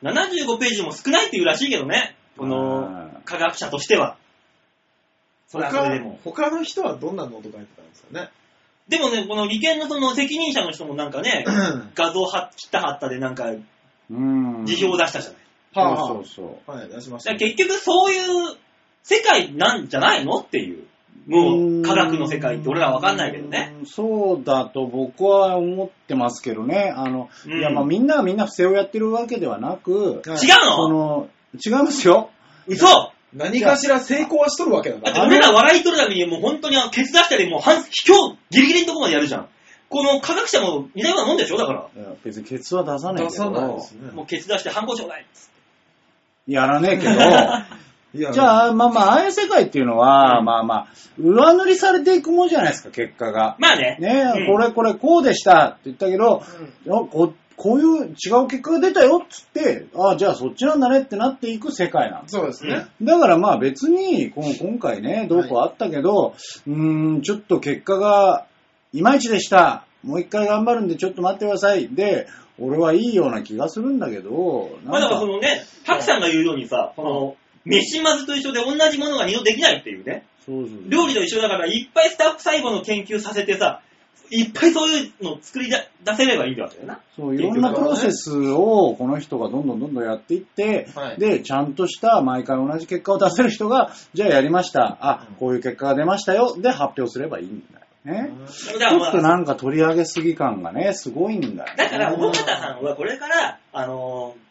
Speaker 1: すね
Speaker 2: 75ページも少ないっていうらしいけどね。こ
Speaker 1: は
Speaker 2: の、
Speaker 1: い
Speaker 2: 科学者としては。それはそれで
Speaker 3: 他
Speaker 2: も。
Speaker 3: 他の人はどんなノート書いてたんですかね。
Speaker 2: でもね、この利権のその責任者の人もなんかね、画像は切ったはったでなんか、
Speaker 1: うん。
Speaker 2: 辞表を出したじゃない。
Speaker 1: そ
Speaker 3: はあ
Speaker 1: うそ
Speaker 3: は
Speaker 1: うそう。
Speaker 3: あ。はい、出しまし
Speaker 2: だか
Speaker 3: た
Speaker 2: ら。結局そういう世界なんじゃないのっていう。もう、科学の世界って俺らわかんないけどね。
Speaker 1: うん。そうだと僕は思ってますけどね。あの、
Speaker 2: うん
Speaker 1: いやまあみんながみんな不正をやってるわけではなく、
Speaker 2: 違
Speaker 3: はい
Speaker 2: うの
Speaker 1: その、違いますよ。
Speaker 2: 嘘
Speaker 3: 何かしら成功はしとるわけだ
Speaker 2: だ
Speaker 3: か
Speaker 2: って
Speaker 3: ら。
Speaker 2: 俺ら笑い取るためにもう本当にあのケツ出したりもう半卑怯ギリギリのところまでやるじゃん。この科学者も似たようなもんでしょだか
Speaker 1: いや別にケツは出さない
Speaker 3: 出
Speaker 1: け
Speaker 3: さ
Speaker 1: ど、
Speaker 3: ないですね
Speaker 2: ら。。もうケツ出して反抗しょうがない。
Speaker 1: やらねえ けど、
Speaker 3: いや
Speaker 1: じゃ
Speaker 3: あ、
Speaker 1: あ、まあまあ、ああいう世界っていうのは、
Speaker 2: うん
Speaker 1: まあまあ、上塗りされていくもんじゃないですか、結果が。
Speaker 2: まあね。
Speaker 1: ねえ、
Speaker 2: うん
Speaker 1: これこれこうでしたって言ったけど、いやここういう違う結果が出たよっつって、ああ、じゃあそっちなんだねってなっていく世界なんです。
Speaker 3: そうですね。
Speaker 1: だからまあ別に、この今回ね、どうこうあったけど、うーん、ちょっと結果がいまいちでした。もう一回頑張るんでちょっと待ってください。で、俺はいいような気がするんだけど、
Speaker 2: まあだから
Speaker 1: な
Speaker 2: そ
Speaker 1: んか、
Speaker 2: のね、白さんが言うようにさ、この、飯まずと一緒で同じものが二度できないっていうね。
Speaker 1: そうそう
Speaker 2: 料理と一緒だから、いっぱいスタッフ最後の研究させてさ、いっぱいそういうの作りだ出せればいいってわけだよな。
Speaker 1: そういろんなプロセスをこの人がどんどんどんどんやっていって、
Speaker 3: はい
Speaker 1: で、ちゃんとした毎回同じ結果を出せる人が、じゃあやりました。あ
Speaker 3: うん、
Speaker 1: こういう結果が出ましたよ。で、発表すればいいんだよね。
Speaker 2: だ
Speaker 1: ち
Speaker 2: から、
Speaker 1: ょ
Speaker 2: ま
Speaker 1: っと
Speaker 2: あ、
Speaker 1: なんか取り上げすぎ感がね、すごいんだよね。
Speaker 2: だから、大方さんはこれから、あのー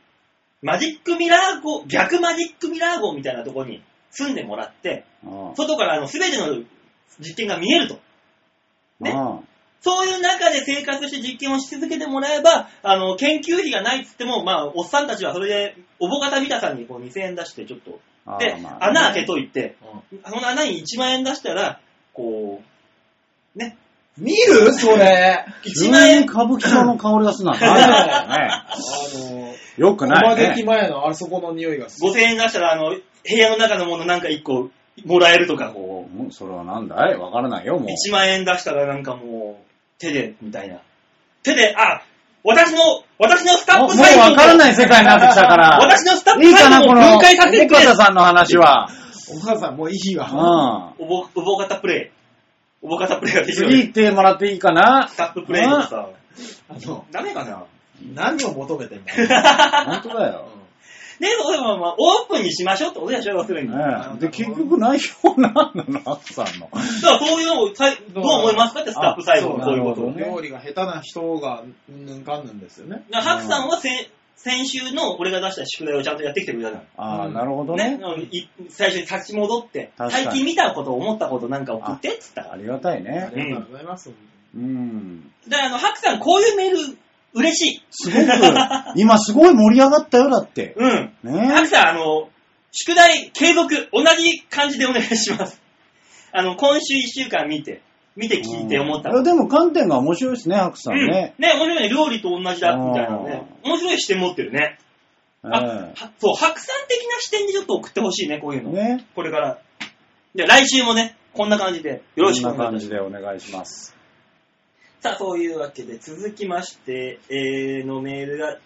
Speaker 2: マジックミラー号、逆マジックミラー号みたいなところに住んでもらって、
Speaker 1: うん
Speaker 2: 外からあの全ての実験が見えると。ね
Speaker 1: うん
Speaker 2: そういう中で生活して実験をし続けてもらえば、あの、研究費がないっつっても、まあ、おっさんたちはそれで、おぼかたみたさんにこう2000円出して、ちょっと。
Speaker 1: あー
Speaker 2: で、
Speaker 1: まあ
Speaker 2: 穴開けといて、その穴に1万円出したら、こう、ね、
Speaker 3: 見るそれ。
Speaker 2: 1万
Speaker 1: 急に
Speaker 2: 円、
Speaker 1: 歌舞伎町の香りがするなんてあれだ
Speaker 3: あ
Speaker 1: よね。
Speaker 3: の、
Speaker 1: よくな
Speaker 3: ま
Speaker 1: い、
Speaker 3: 劇
Speaker 1: ね。
Speaker 3: 前のあそこの匂いがする。
Speaker 2: 5000円出したら、あの、部屋の中のものなんか1個もらえるとか、こ
Speaker 1: うんそれはなんだいわからないよ、も
Speaker 2: う、
Speaker 1: う。
Speaker 2: 1万円出したらなんかもう、手で、みたいな。手で、あ、私の、私のスタ
Speaker 1: あも
Speaker 2: ッ
Speaker 1: う
Speaker 2: フ
Speaker 1: わ
Speaker 2: サイト
Speaker 1: からない世界になってきたから。
Speaker 2: 私のスタッ
Speaker 1: い
Speaker 2: フ
Speaker 1: いか
Speaker 2: サイ
Speaker 1: な、
Speaker 2: ト
Speaker 1: こ
Speaker 2: も
Speaker 1: の、
Speaker 2: 分解させて
Speaker 1: 猫
Speaker 2: くれ
Speaker 1: 田さんの話は。
Speaker 3: お母さんもういいわ。
Speaker 1: う
Speaker 2: おぼ、おぼかたプレイ。おぼかたプレイが
Speaker 1: ん。
Speaker 2: できるよう
Speaker 1: 次
Speaker 2: に。
Speaker 1: 行ってもらっていいか な
Speaker 2: スタッフプレイのさ、
Speaker 3: あの、
Speaker 2: ダメかな
Speaker 3: 何を求めてんだ
Speaker 1: 本当だよ。
Speaker 2: で、そうでもまあ、オープンにしましょうってことでしょ、要するに。だか
Speaker 1: ねえで、結局内容なんなの、アツさんの。
Speaker 2: らそういうのをさいどう思いますかってスタッフ最後の
Speaker 3: あ
Speaker 2: こ
Speaker 3: そうう
Speaker 2: いうこと
Speaker 1: な
Speaker 2: を
Speaker 1: るほど。ね
Speaker 3: 料理が下手な人がぬんかんぬんですよね。
Speaker 2: だからハクさんは先先週の俺が出した宿題をちゃんとやってきてくれたじゃん。
Speaker 1: ああ、
Speaker 3: うん
Speaker 1: なるほど
Speaker 2: ね
Speaker 1: ね。、
Speaker 2: い最初に立ち戻って、
Speaker 1: 確かに
Speaker 2: 最近見たこと、思ったことなんか送ってって言ったか
Speaker 1: あ
Speaker 2: ら。
Speaker 1: りがたい
Speaker 3: あ
Speaker 1: ね。
Speaker 3: りがとうございます。
Speaker 1: うん。
Speaker 2: で、あの、ハクさん、こういうメール、嬉しい。
Speaker 1: すごく、 今すごい盛り上がったよ、だって。
Speaker 2: うん。ハク
Speaker 1: ね
Speaker 2: さん、あの、宿題継続、同じ感じでお願いします。あの、今週1週間見て、見て聞いて思った
Speaker 1: うんいやでも観点が面白いですね、ハクさん
Speaker 2: うん。
Speaker 1: ね
Speaker 2: ね。、面白いね。料理と同じだ、みたいなね。面白い視点持ってるね。あ、
Speaker 1: え
Speaker 2: はそう、白山的な視点にちょっと送ってほしいね、こういう
Speaker 1: え
Speaker 2: の。
Speaker 1: ね。
Speaker 2: これから。で、来週もね、こんな感じで、よろしくお
Speaker 1: こんな
Speaker 2: 願いいたし
Speaker 1: 感じ
Speaker 2: ます。
Speaker 1: でお願いします。
Speaker 2: さあ、そういうわけで、続きまして、えー、のメールが、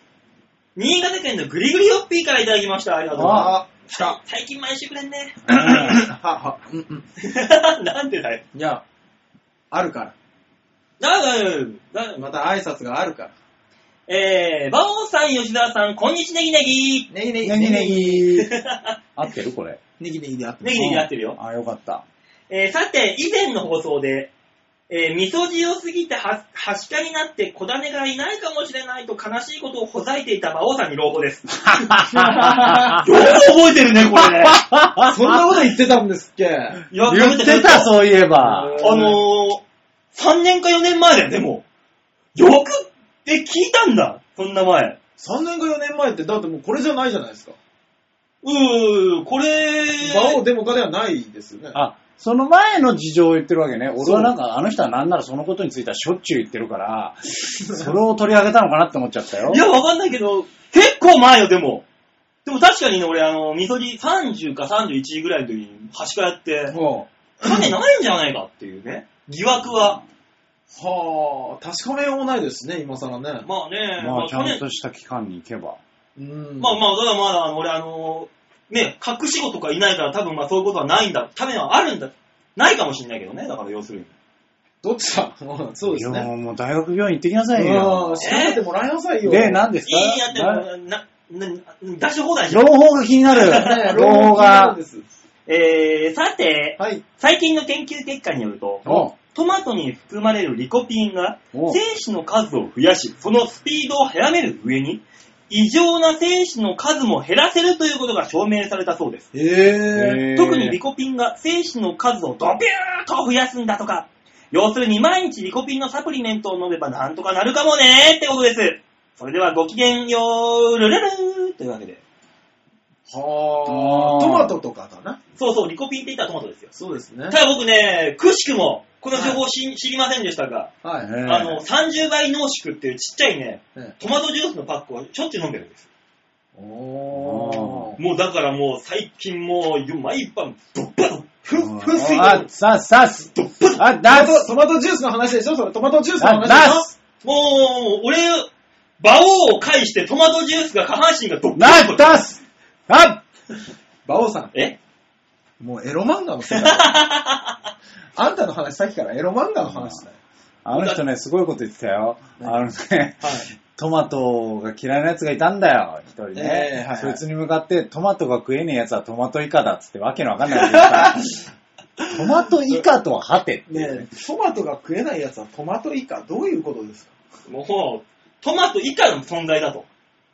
Speaker 2: 新潟県のぐりぐりよっぴーからいただきました。ありがとうございま
Speaker 1: あ
Speaker 3: あ、来た。
Speaker 2: す。最近毎週くれんね。
Speaker 3: はは、うんうん。
Speaker 2: なんでだよ。
Speaker 3: いや、あるから。
Speaker 2: なんだよ。
Speaker 3: また挨拶があるから。
Speaker 2: えー、馬王さん、吉沢さん、こんにちネギネギ。
Speaker 3: ネギネ
Speaker 1: ネ
Speaker 3: ギ。
Speaker 1: ギネ
Speaker 3: ギ。
Speaker 1: ギ。 合ってるこれ。
Speaker 3: ネギネギであって
Speaker 2: ネギネギ合ってるよ。
Speaker 1: あ、よかった。
Speaker 2: えーさて、以前の放送で、えー、味噌汁を過ぎては、はしかになって小種がいないかもしれないと悲しいことをほざいていた馬王さんに朗報です。
Speaker 3: ます。
Speaker 2: よく覚えてるね、これ ね。
Speaker 3: そんなこと言ってたんですっけ
Speaker 2: いや
Speaker 1: 言ってた、
Speaker 2: う。
Speaker 1: そういえば。
Speaker 2: あのー、3年か4年前だよね、もう。よく、え、聞いたんだ、そんな前。
Speaker 3: ?3 年か4年前って、だってもうこれじゃないじゃないですか。
Speaker 2: うー、これ、
Speaker 3: 馬王デモカではないですよね。
Speaker 1: あ、その前の事情を言ってるわけね。俺はなんか、あの人はなんならそのことについてはしょっちゅう言ってるから、それを取り上げたのかなって思っちゃったよ。
Speaker 2: いや、わかんないけど、結構前よ、でも。でも確かにね、俺、あの、みそぎ30か31ぐらいの時に、端からやって、
Speaker 3: は
Speaker 2: 金ないんじゃないかっていうね、疑惑は。
Speaker 3: あ、はあ、確かめようもないですね、今更ね。
Speaker 2: まあね、
Speaker 1: まあ、ちゃん
Speaker 2: 金
Speaker 1: とした期間に行けば。
Speaker 3: うん。
Speaker 2: まあまあ、ただまだ、あの俺、あの、ね、隠し子とかいないから、多分まあそういうことはないんだ、多分はあるんだ、ないかもしれないけどね、だから要するに。
Speaker 3: どっちだそうです
Speaker 1: いや
Speaker 3: ね。
Speaker 1: もう大学病院行ってきなさい
Speaker 3: あ
Speaker 1: よ
Speaker 3: あ、。調べてもらいなさいよ。
Speaker 1: で、何です
Speaker 2: い
Speaker 1: か
Speaker 2: いやって
Speaker 1: な、
Speaker 2: な、な、な出し放題じゃ
Speaker 1: 朗
Speaker 2: ん。
Speaker 1: 報が気にな
Speaker 3: ね
Speaker 1: る。朗報が。
Speaker 2: えー、さて、
Speaker 3: はい。
Speaker 2: 最近の研究結果によると、
Speaker 1: お
Speaker 2: トマトに含まれるリコピンが
Speaker 1: お
Speaker 2: 精子の数を増やし、そのスピードを早める上に、異常な精子の数も減らせるということが証明されたそうです。
Speaker 3: ええ
Speaker 1: えー
Speaker 2: 特にリコピンが精子の数をドビューッと増やすんだとか、要するに毎日リコピンのサプリメントを飲めばなんとかなるかもねーってことです。それではごきげんよう、ルルルーというわけで。
Speaker 3: はあ、トマトとかだな。
Speaker 2: そうそう、リコピンって言ったらトマトですよ。
Speaker 3: そうですね
Speaker 2: た。だ僕ね、くしくも、この情報し知りませんでしたが、
Speaker 3: はい。
Speaker 1: ね
Speaker 2: あの、30倍濃縮っていうちっちゃいね、
Speaker 3: え
Speaker 2: トマトジュースのパックをしょっちゅう飲んでるんです。
Speaker 3: おー。
Speaker 2: もうだからもう最近もう毎晩、ドッパドッ、ふん、ふんすいて
Speaker 1: あ、
Speaker 2: る。
Speaker 1: さっさっす。
Speaker 2: ドッパ
Speaker 1: あ、
Speaker 3: トマ
Speaker 1: だ
Speaker 3: トトマトジュースの話でしょそれトマトジュースの話で
Speaker 1: な
Speaker 3: し
Speaker 1: な
Speaker 3: ょ
Speaker 2: もう、俺、馬王を介してトマトジュースが下半身がドッパド
Speaker 1: な、
Speaker 2: ッ。
Speaker 1: だっすあ
Speaker 3: バオさん、
Speaker 2: え
Speaker 3: もうエロ漫画の世 界だあんたの話さっきからエロ漫画の話だよ。
Speaker 1: あの人ね、すごいこと言ってたよ。
Speaker 3: 何
Speaker 1: あのね、
Speaker 3: はい。
Speaker 1: トマトが嫌いな奴がいたんだよ、一人
Speaker 3: ええ
Speaker 1: ね
Speaker 3: はい。
Speaker 1: そいつに向かって、トマトが食えねえ奴はトマト以下だっつってわけのわかんないこと言 った。トマト以下とは果てっていうね
Speaker 3: ねえ、トマトが食えないやつはトマト以下、どういうことですか
Speaker 2: もう、トマト以下の存在だと。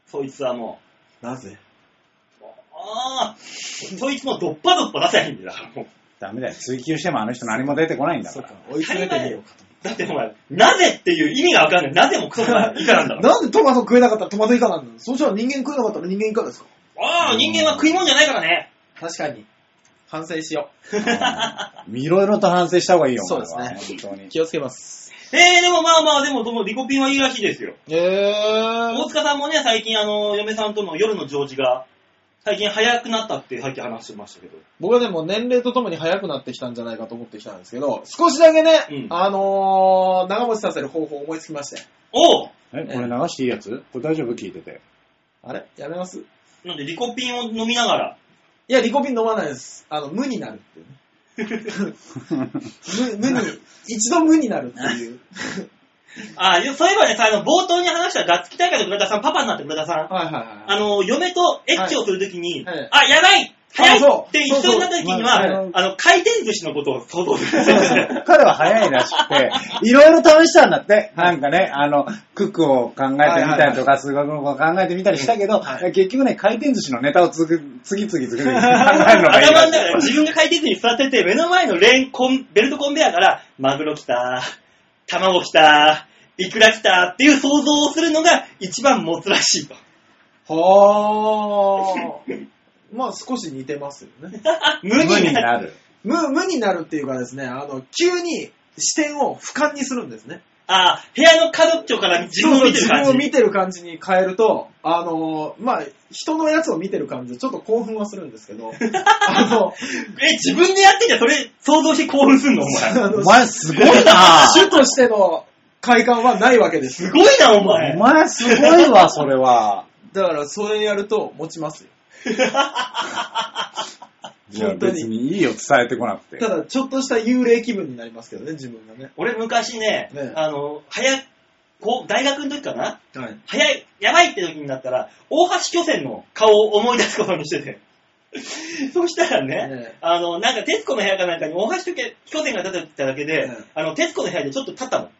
Speaker 2: そいつはも
Speaker 3: なぜ
Speaker 2: う、ああ、そいつもドッパドッパ出せないいんだからもう。
Speaker 1: ダメだよ。追求してもあの人何も出てこないんだ
Speaker 3: そう
Speaker 1: から
Speaker 3: か。、追い詰めてみようか
Speaker 2: だってお前、なぜっていう意味がわかんない。なぜもクソが以下なんだ
Speaker 3: と。
Speaker 2: から。
Speaker 3: なんでトマト食えなかったらトマト以下なんだそしたら人間食えなかったら人間以下ですか
Speaker 2: ああ、人間は食い物じゃないからね。
Speaker 3: 確かに。反省しよ
Speaker 1: いろいろと反省した方がいいよ、
Speaker 3: そうですね
Speaker 1: お前は本当に。
Speaker 3: 気をつけます。
Speaker 2: えー、でもまあまあ、でも、でもリコピンはいいらしいですよ。
Speaker 3: えー
Speaker 2: 大。塚さんもね、最近、あの、嫁さんとの夜の常時が、最近早くなったって、さっき話してましたけど。
Speaker 3: 僕はでも年齢とともに早くなってきたんじゃないかと思ってきたんですけど、少しだけね、
Speaker 2: うん
Speaker 3: あのー、長持ちさせる方法を思いつきまして。
Speaker 2: おう
Speaker 1: え、これ流していいやつこれ大丈夫聞いてて。
Speaker 3: あれやめます
Speaker 2: なんで、リコピンを飲みながら。
Speaker 3: いや、リコピン飲まないです。あの、無になるっていうね。無無 に、一度無になるっていう。
Speaker 2: あー、そういえばね、さあの、冒頭に話したガッツキ大会の倉田さん、パパになって倉田さん。
Speaker 3: はいはい
Speaker 2: あの、嫁とエッチをするときに、
Speaker 3: はいはい
Speaker 2: あ、やばい早い
Speaker 3: あそう
Speaker 2: って一緒になったときには、
Speaker 1: そうそう
Speaker 2: あの、回転寿司のことを想像する。
Speaker 1: 彼は早いらし くて、いろいろ試したんだって。なんかね、あの、クックを考えてみたりとか、数学のことを考えてみたりしたけど、
Speaker 3: は
Speaker 1: 結局ね、回転寿司のネタをつぐ次々次々考えるのがいい
Speaker 2: 頭
Speaker 1: ら
Speaker 2: の中で
Speaker 1: しい。
Speaker 2: 自分が回転寿司に座ってて、目の前のレーンコン、ベルトコンベアから、マグロ来た、卵来た、イクラ来たっていう想像をするのが一番モつらしいと。
Speaker 3: はー。まあ少し似てますよ ね。
Speaker 2: 無
Speaker 1: 無
Speaker 2: に
Speaker 1: に
Speaker 2: なる。
Speaker 1: なる。
Speaker 3: 無、無になるっていうかですね、あの、急に視点を俯瞰にするんですね。
Speaker 2: あー、部屋の角っちょから自分を見てる感
Speaker 3: そうそう自分を
Speaker 2: じ。
Speaker 3: 見てる感じに変えると、あのー、まあ、人のやつを見てる感じでちょっと興奮はするんですけ ど、あの、
Speaker 2: え、自分でやってんじゃんそれ想像して興奮すんのお前。
Speaker 3: あ
Speaker 1: お
Speaker 3: の
Speaker 1: 前すごいな
Speaker 3: 主としての快感はないわけです
Speaker 2: すごいな、お前
Speaker 1: お。前すごいわ、それは。
Speaker 3: だから、それやると、持ちますよ。
Speaker 1: いや
Speaker 3: 本当に
Speaker 1: 別にいいよ、伝えてこなくて。
Speaker 3: ただ、ちょっとした幽霊気分になりますけどね、自分がね。
Speaker 2: 俺昔ね、
Speaker 3: ね
Speaker 2: あの、早い、こう、大学の時かな
Speaker 3: はい。
Speaker 2: 早い、やばいって時になったら、大橋巨船の顔を思い出すことにして て。そしたらね、
Speaker 3: ねえ
Speaker 2: あの、なんか、徹子の部屋かなんかに大橋巨船が出てただけで、
Speaker 3: ねえ
Speaker 2: あの、徹子の部屋でちょっと立 ったもん。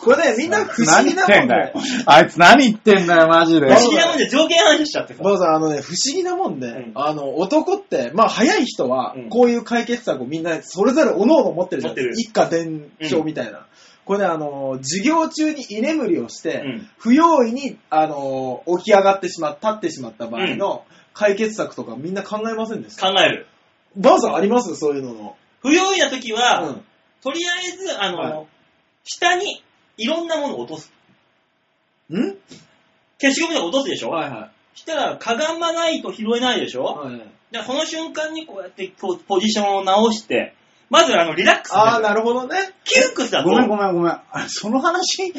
Speaker 3: これね、みんな不思議な
Speaker 1: 何言って
Speaker 3: もん
Speaker 1: んだよ
Speaker 3: で。。
Speaker 1: あいつ何言ってんだよ、マジで。
Speaker 2: 不思議なもんで条件反射しちゃってさ。
Speaker 3: バオさん、あのね、不思議なもんで、
Speaker 2: うん
Speaker 3: あの、男って、まあ、早い人は
Speaker 2: うん、
Speaker 3: こういう解決策をみんな、それぞれ各々持ってるじゃないですか。一家伝承みたいな。これね、あの、授業中に居眠りをして、
Speaker 2: うん
Speaker 3: 不用意に、あの、起き上がってしまった、立ってしまった場合の解決策とかみんな考えませんでした
Speaker 2: 考える。
Speaker 3: バーさんありますそういうのの。
Speaker 2: 不用意な時は、
Speaker 3: うん
Speaker 2: とりあえず、あの、
Speaker 3: は
Speaker 2: 下にいろんなものを落とす。
Speaker 3: ん
Speaker 2: 消しゴムで落とすでしょ、
Speaker 3: はいは
Speaker 2: したら、かがまないと拾えないでしょ、
Speaker 3: い。はいはい
Speaker 2: だからこの瞬間にこうやってこうポジションを直して、まずあのリラックスする
Speaker 3: ああ、なるほどね。
Speaker 2: 窮屈だと。
Speaker 1: ごめんごめんごめん。あその話、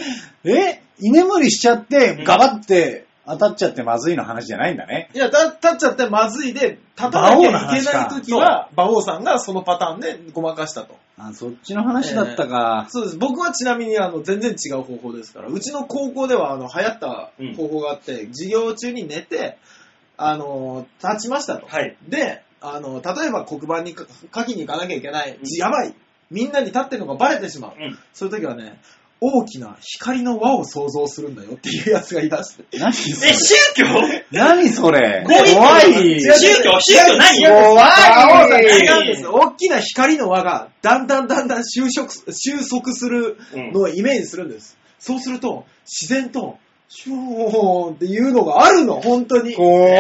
Speaker 1: え居眠りしちゃって、ガバって当たっちゃってまずいの話じゃないんだね。
Speaker 3: いや、た立っちゃってまずいで、立たなきゃいけない時は、馬王さんがそのパターンでごまかしたと。
Speaker 1: あ、そっちの話だったか。
Speaker 3: そうです。僕はちなみにあの全然違う方法ですから、うちの高校ではあの流行った方法があって、授業中に寝て、あの、立ちましたと。
Speaker 2: はい。
Speaker 3: で、あの、例えば黒板にか書きに行かなきゃいけない、
Speaker 2: うん
Speaker 3: やばい、みんなに立ってるのがバレてしまう。
Speaker 2: うん。
Speaker 3: そういう時はね、大きな光の輪を想像するんだよっていうやつがいだして。
Speaker 1: 何そ
Speaker 2: え、
Speaker 1: れ
Speaker 2: 宗教
Speaker 1: 何それ
Speaker 2: ゴリ
Speaker 1: 怖
Speaker 2: 違う
Speaker 1: い。
Speaker 2: 宗教宗教何
Speaker 3: 違う違う
Speaker 1: 怖い
Speaker 3: 違うんです。大きな光の輪が、だんだんだんだん収束す、収束するのをイメージするんです。そうすると、自然と、シューンっていうのがあるの、本当に。い
Speaker 1: 怖い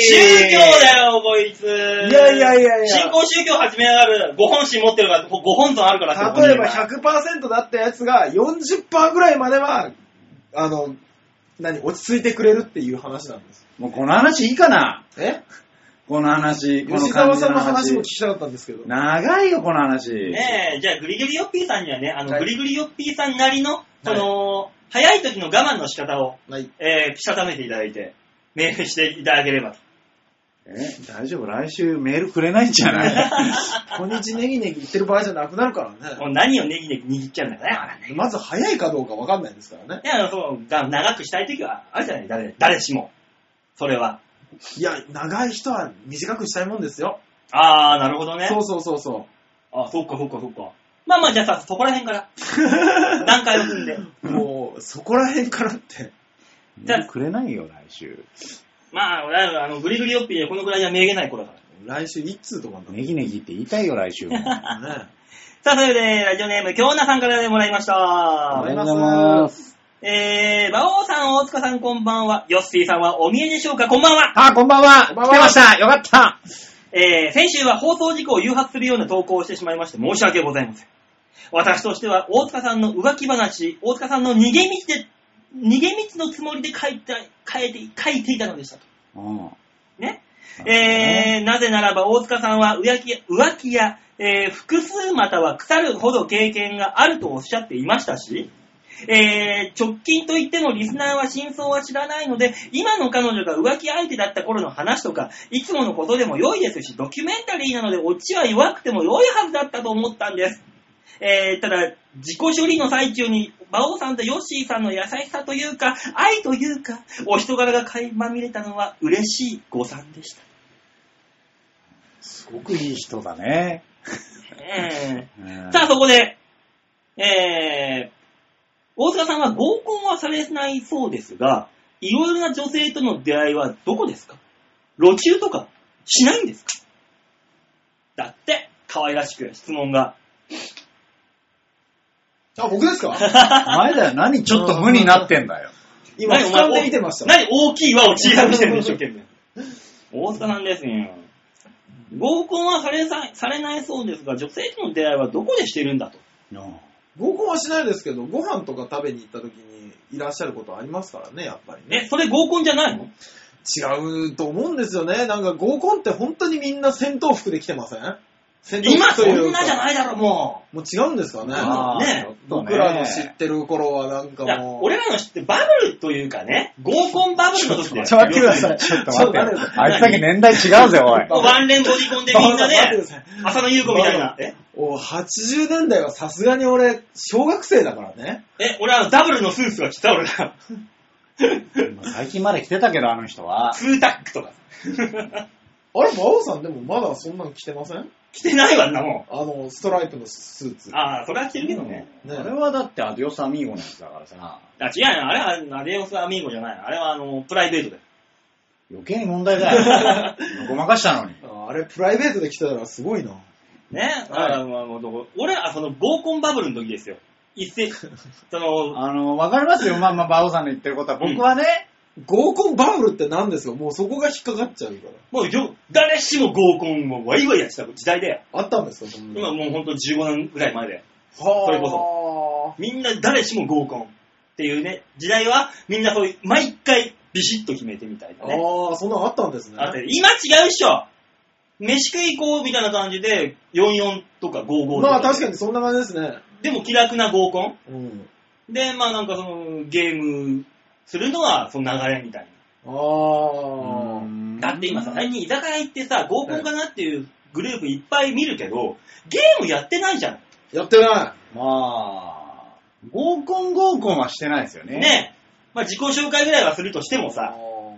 Speaker 2: 宗教だよ、こいつ。い
Speaker 3: やいやいやいや
Speaker 2: 信。仰宗教始めやがる。ご本心持ってるから、ごご本尊あるから、そこに
Speaker 3: 例えば100%だったやつが40%ぐらいまでは、あの、何、落ち着いてくれるっていう話なんです。
Speaker 1: もうこの話いいかな
Speaker 3: え
Speaker 1: この話。この
Speaker 3: 吉沢さんの
Speaker 1: 感
Speaker 3: 話
Speaker 1: じ
Speaker 3: も聞きたかったんですけど。
Speaker 1: 長いよ、この話。
Speaker 2: ねえ、じゃあ、グリグリヨッピーさんにはね、あの、
Speaker 3: はい
Speaker 2: グリグリヨッピーさんなりの、その、早い時の我慢の仕方を、
Speaker 3: はい。
Speaker 2: えー、したためていただいて、メールしていただければと。
Speaker 1: え、大丈夫来週メールくれないんじ ゃない
Speaker 3: 今日ネギネギ言ってる場合じゃなくなるからね。
Speaker 2: もう何をネギネギ握っちゃうんだからね。
Speaker 3: まず早いかどうかわかんないですからね。
Speaker 2: いや、そう、が長くしたい時はあるじゃない、誰、誰しも。それは。
Speaker 3: いや、長い人は短くしたいもんですよ。
Speaker 2: あー、なるほどね。
Speaker 3: そうそうそう そ
Speaker 2: あ、そっかそっかそっか。まあまあ、じゃあさ、そこら辺 から。段階を踏んで。
Speaker 3: う。もう、そこら辺からって。
Speaker 1: メールくれないよ、来週。
Speaker 2: まあ、俺はあの、グリグリヨッピーでこのぐらいじゃめげない子だから。
Speaker 3: 来週一通とかにな
Speaker 1: ネギネギって言いたいよ、来週 も。あ
Speaker 3: るからね。
Speaker 2: さあ、それで、ラジオネーム、京奈さんからでもらいました。
Speaker 3: は
Speaker 1: りがとうございます。
Speaker 2: えー、馬王さん、大塚さん、こんばんは。ヨッシーさんはお見えでしょうかこんばんは。
Speaker 1: あ、こんばんは。
Speaker 3: こんばんは
Speaker 1: 来てました。よかった。
Speaker 2: えー、先週は放送事故を誘発するような投稿をしてしまいまして、申し訳ございません。私としては、大塚さんの浮気話、大塚さんの逃げ道で、逃げ道のつもりで書いて、書いて、書いていたのでしたと。
Speaker 1: うん
Speaker 2: ね。
Speaker 1: ね
Speaker 2: えー、なぜならば大塚さんは浮気浮気や、えー複数または腐るほど経験があるとおっしゃっていましたし、えー直近といってもリスナーは真相は知らないので、今の彼女が浮気相手だった頃の話とか、いつものことでも良いですし、ドキュメンタリーなのでオチは弱くても良いはずだったと思ったんです。えーただ、自己処理の最中に、馬王さんとヨッシーさんの優しさというか、愛というか、お人柄が垣間見れたのは嬉しい誤算でした。
Speaker 1: すごくいい人だね。
Speaker 2: え
Speaker 1: うん
Speaker 2: ーさあ、そこで、えー、大塚さんは合コンはされないそうですが、いろいろな女性との出会いはどこですか路中とかしないんですかだって、可愛らしく質問が。
Speaker 3: あ、僕ですか
Speaker 1: 前だよ。何ちょっと無になってんだよ。
Speaker 3: 今、
Speaker 2: 何
Speaker 3: 俯瞰で見てました。
Speaker 2: 何大きい輪を小さくしてるの一生懸命。大塚さんですね。合コンはされさされないそうですが、女性との出会いはどこでしてるんだと。
Speaker 1: うん
Speaker 3: 合コンはしないですけど、ご飯とか食べに行った時にいらっしゃることありますからね、やっぱりね。
Speaker 2: え、それ合コンじゃないの
Speaker 3: 違うと思うんですよね。なんか合コンって本当にみんな戦闘服で来てません戦闘
Speaker 2: 今
Speaker 3: 服
Speaker 2: そ
Speaker 3: というん
Speaker 2: なじゃないだろ、もう。
Speaker 3: もう違うんですかね。
Speaker 2: あーね
Speaker 3: 僕らの知ってる頃はなんか
Speaker 2: いや
Speaker 3: もう。
Speaker 2: 俺らの知ってバブルというかね、合コンバブルの時だよ。
Speaker 1: ちょっと待ってください。ちょっと待ってよ
Speaker 3: ちょっと待って
Speaker 1: あいつだけ年代違う ぜ、おい。
Speaker 2: もうワンレンボディコンでみんな
Speaker 3: 待ってく
Speaker 2: ね
Speaker 3: だ、さい
Speaker 2: 浅野ゆう子みたいな。え、
Speaker 3: お80年代はさすがに俺、小学生だからね。
Speaker 2: え俺はダブルのスーツが着てた、俺ら。
Speaker 1: 最近まで来てたけど、あの人は。
Speaker 2: ツータックとか。
Speaker 3: あれ、馬王さんでもまだそんなの着てません
Speaker 2: 着てないわ、あんなも
Speaker 3: あの、ストライプのスーツ。
Speaker 2: ん。ああ、それは着てるけどね。
Speaker 3: ね
Speaker 1: あれはだってアディオスアミーゴのやつだからさ、
Speaker 2: あ違うよ、あれはアディオスアミーゴじゃない。あれはあの、プライベートだよ。
Speaker 1: 余計に問題 だよ。ごまかしたのに。
Speaker 3: あれ、プライベートで着てたらすごいな。
Speaker 2: ね、だから、まあもう俺はその合コンバブルの時ですよ。一斉、その、
Speaker 1: あの、わかりますよ。まあまあ、馬王さんの言ってることは。僕はね、
Speaker 3: 合コンバブルって何ですかもうそこが引っかかっちゃうから。
Speaker 2: もうよ、誰しも合コンをワイワイやってた時代だよ。
Speaker 3: あったんですかそんな。
Speaker 2: 今もうほんと15年ぐらい前で。
Speaker 3: は
Speaker 2: それこみんな誰しも合コンっていうね、時代はみんなそういう、毎回ビシッと決めてみたいなね。
Speaker 3: ああ、そんなのあったんですね。
Speaker 2: あって今違うっしょ飯食い行こうみたいな感じで、44とか55とか。
Speaker 3: まあ確かにそんな感じですね。
Speaker 2: でも気楽な合コン
Speaker 3: うん。
Speaker 2: で、まあなんかその、ゲームするのはその流れみたい
Speaker 3: ああ。
Speaker 1: うん
Speaker 2: な。だって今さ、最近居酒屋行ってさ、合コンかなっていうグループいっぱい見るけど、ゲームやってないじゃん。
Speaker 3: やってな
Speaker 1: まあ、合コン合コンはしてないですよね。
Speaker 2: ねえ。まあ自己紹介ぐらいはするとしても
Speaker 3: い。あ
Speaker 2: さ、
Speaker 3: ー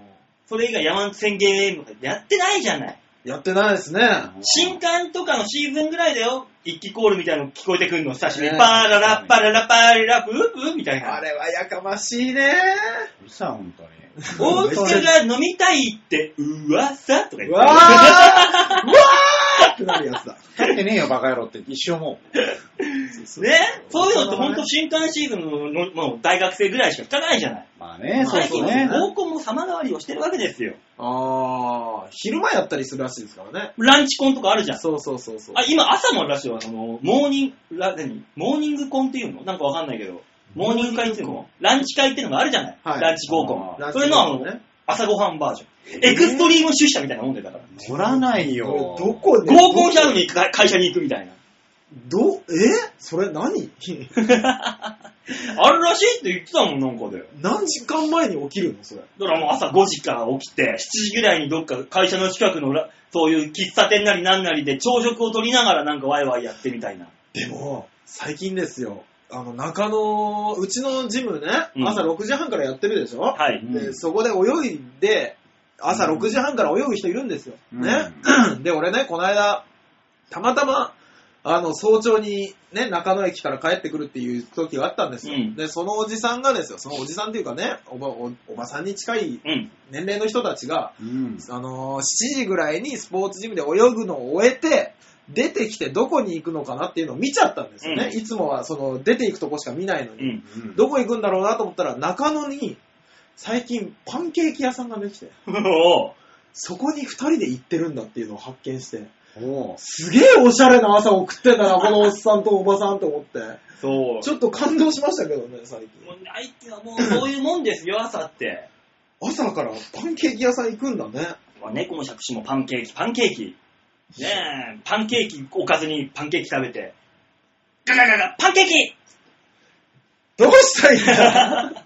Speaker 2: それ以外山手線ゲームやってないじゃない。
Speaker 3: やってないですね。
Speaker 2: 新刊とかのシーズンぐらいだよ。一気コールみたいなの聞こえてくるの久しぶりに。
Speaker 3: ね
Speaker 2: パララッパララパララプープーみたい
Speaker 3: あ
Speaker 2: な。
Speaker 3: れはやかましいね。
Speaker 1: うるさい、本当に。
Speaker 2: 大塚が飲みたいって噂とか言
Speaker 3: う
Speaker 2: って。
Speaker 3: わーうわーってなるやつだ。
Speaker 1: 立ってねえよ、バカ野郎って一生もう。
Speaker 2: ねそういうのって本当新刊シーズンののもう大学生ぐらいしか聞かないじゃない。
Speaker 1: まあね、そう
Speaker 2: 最
Speaker 1: そ
Speaker 2: 近
Speaker 1: うね。
Speaker 2: 合コンも様変わりをしてるわけですよ。
Speaker 3: ああ、昼間やったりするらしいですからね。
Speaker 2: ランチコンとかあるじゃん。
Speaker 3: そうそうそうそう。
Speaker 2: あ、今朝もらしいわ、その、モーニング、ら、何モーニングコンっていうのなんかわかんないけど、モーニング会っていうのランチ会っていうのがあるじゃない、
Speaker 3: はい
Speaker 2: ランチ合コ
Speaker 3: ラ
Speaker 2: ン。
Speaker 3: ンチ
Speaker 2: それのあ
Speaker 3: 合コン
Speaker 2: の
Speaker 3: ね、
Speaker 2: 朝ごはんバージョン。エクストリーム出社みたいなもんでだから。
Speaker 1: 乗らないよ。
Speaker 3: どこで
Speaker 2: 合コンした後に会会社に行くみたいな。
Speaker 3: ど、えそれ何
Speaker 2: あるらしいって言ってたもん、なんかで。
Speaker 3: 何時間前に起きるのそれ。
Speaker 2: だからもう朝5時から起きて、7時ぐらいにどっか会社の近くのら、そういう喫茶店なりなんなりで朝食を取りながらなんかワイワイやってみたいな。
Speaker 3: でも、最近ですよ。あの、中野、うちのジムね
Speaker 2: う、ん
Speaker 3: 朝6時半からやってるでしょ、
Speaker 2: はい。
Speaker 1: うん
Speaker 3: で、そこで泳いで、朝6時半から泳ぐ人いるんですよ。
Speaker 1: うん
Speaker 3: ね。で、俺ね、この間、たまたま、あの、早朝にね、中野駅から帰ってくるっていう時があったんですよ。
Speaker 2: うん
Speaker 3: で、そのおじさんがですよ、そのおじさんっていうかね、おば、おおばさんに近い
Speaker 2: うん。
Speaker 3: 年齢の人たちが、
Speaker 1: うん。
Speaker 3: あのー7時ぐらいにスポーツジムで泳ぐのを終えて、出てきてどこに行くのかなっていうのを見ちゃったんですよね。
Speaker 2: うん
Speaker 3: いつもはその出て行くとこしか見ないの
Speaker 2: う
Speaker 3: に。
Speaker 2: ん。
Speaker 3: どこ行くんだろうなと思ったら中野に最近パンケーキ屋さんができて、
Speaker 2: おう
Speaker 3: そこに2人で行ってるんだっていうのを発見して、
Speaker 1: おう
Speaker 3: すげえおしゃれな朝を食ってんだ な、このおっさんとおばさんと思って。
Speaker 2: そう。
Speaker 3: ちょっと感動しましたけどね、最
Speaker 2: も
Speaker 3: 近。
Speaker 2: うないっていうのはもうそういうもんですよ、朝って。
Speaker 3: 朝からパンケーキ屋さん行くんだね。
Speaker 2: まあ猫も杓子もパンケーキ、パンケーキ。ねえ、パンケーキおかずにパンケーキ食べて。ガガガガ、パンケーキ
Speaker 3: どうしたらいいんだ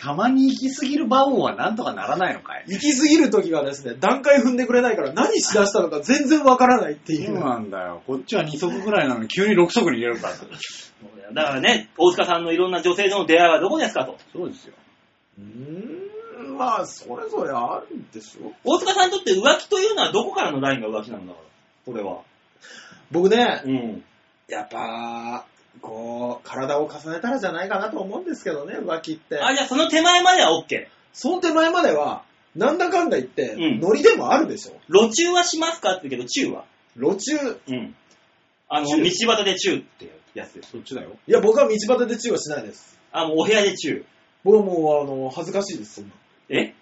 Speaker 1: たまに行き過ぎる馬王はなんとかならないのかい
Speaker 3: 行き過ぎる時がですね、段階踏んでくれないから何しだしたのか全然わからないってい
Speaker 1: そう
Speaker 3: う。
Speaker 1: なんだよ。こっちは2足ぐらいなのに急に6足に入れるから。
Speaker 2: だからね、大塚さんのいろんな女性との出会いはどこですかと。
Speaker 1: そうですよ。
Speaker 3: うーん、まあ、それぞれあるんでしょ
Speaker 2: 大塚さんにとって浮気というのはどこからのラインが浮気なのだから。これは。
Speaker 3: 僕ね、
Speaker 2: うん。
Speaker 3: やっぱ、こう、体を重ねたらじゃないかなと思うんですけどね、浮気って。
Speaker 2: あ、じゃあその手前までは OK。
Speaker 3: その手前までは、なんだかんだ言って、
Speaker 2: うん
Speaker 3: ノリでもあるでしょ。
Speaker 2: 路中はしますかって言うけど、中は。
Speaker 3: 路中。
Speaker 2: うん。あの、道
Speaker 3: 中
Speaker 2: 端で中っていうやつです。
Speaker 1: そっちだよ。
Speaker 3: いや、僕は道端で中はしないです。
Speaker 2: あ、もうお部屋で中。
Speaker 3: 僕はもう、あの、恥ずかしいです、そんな。
Speaker 2: え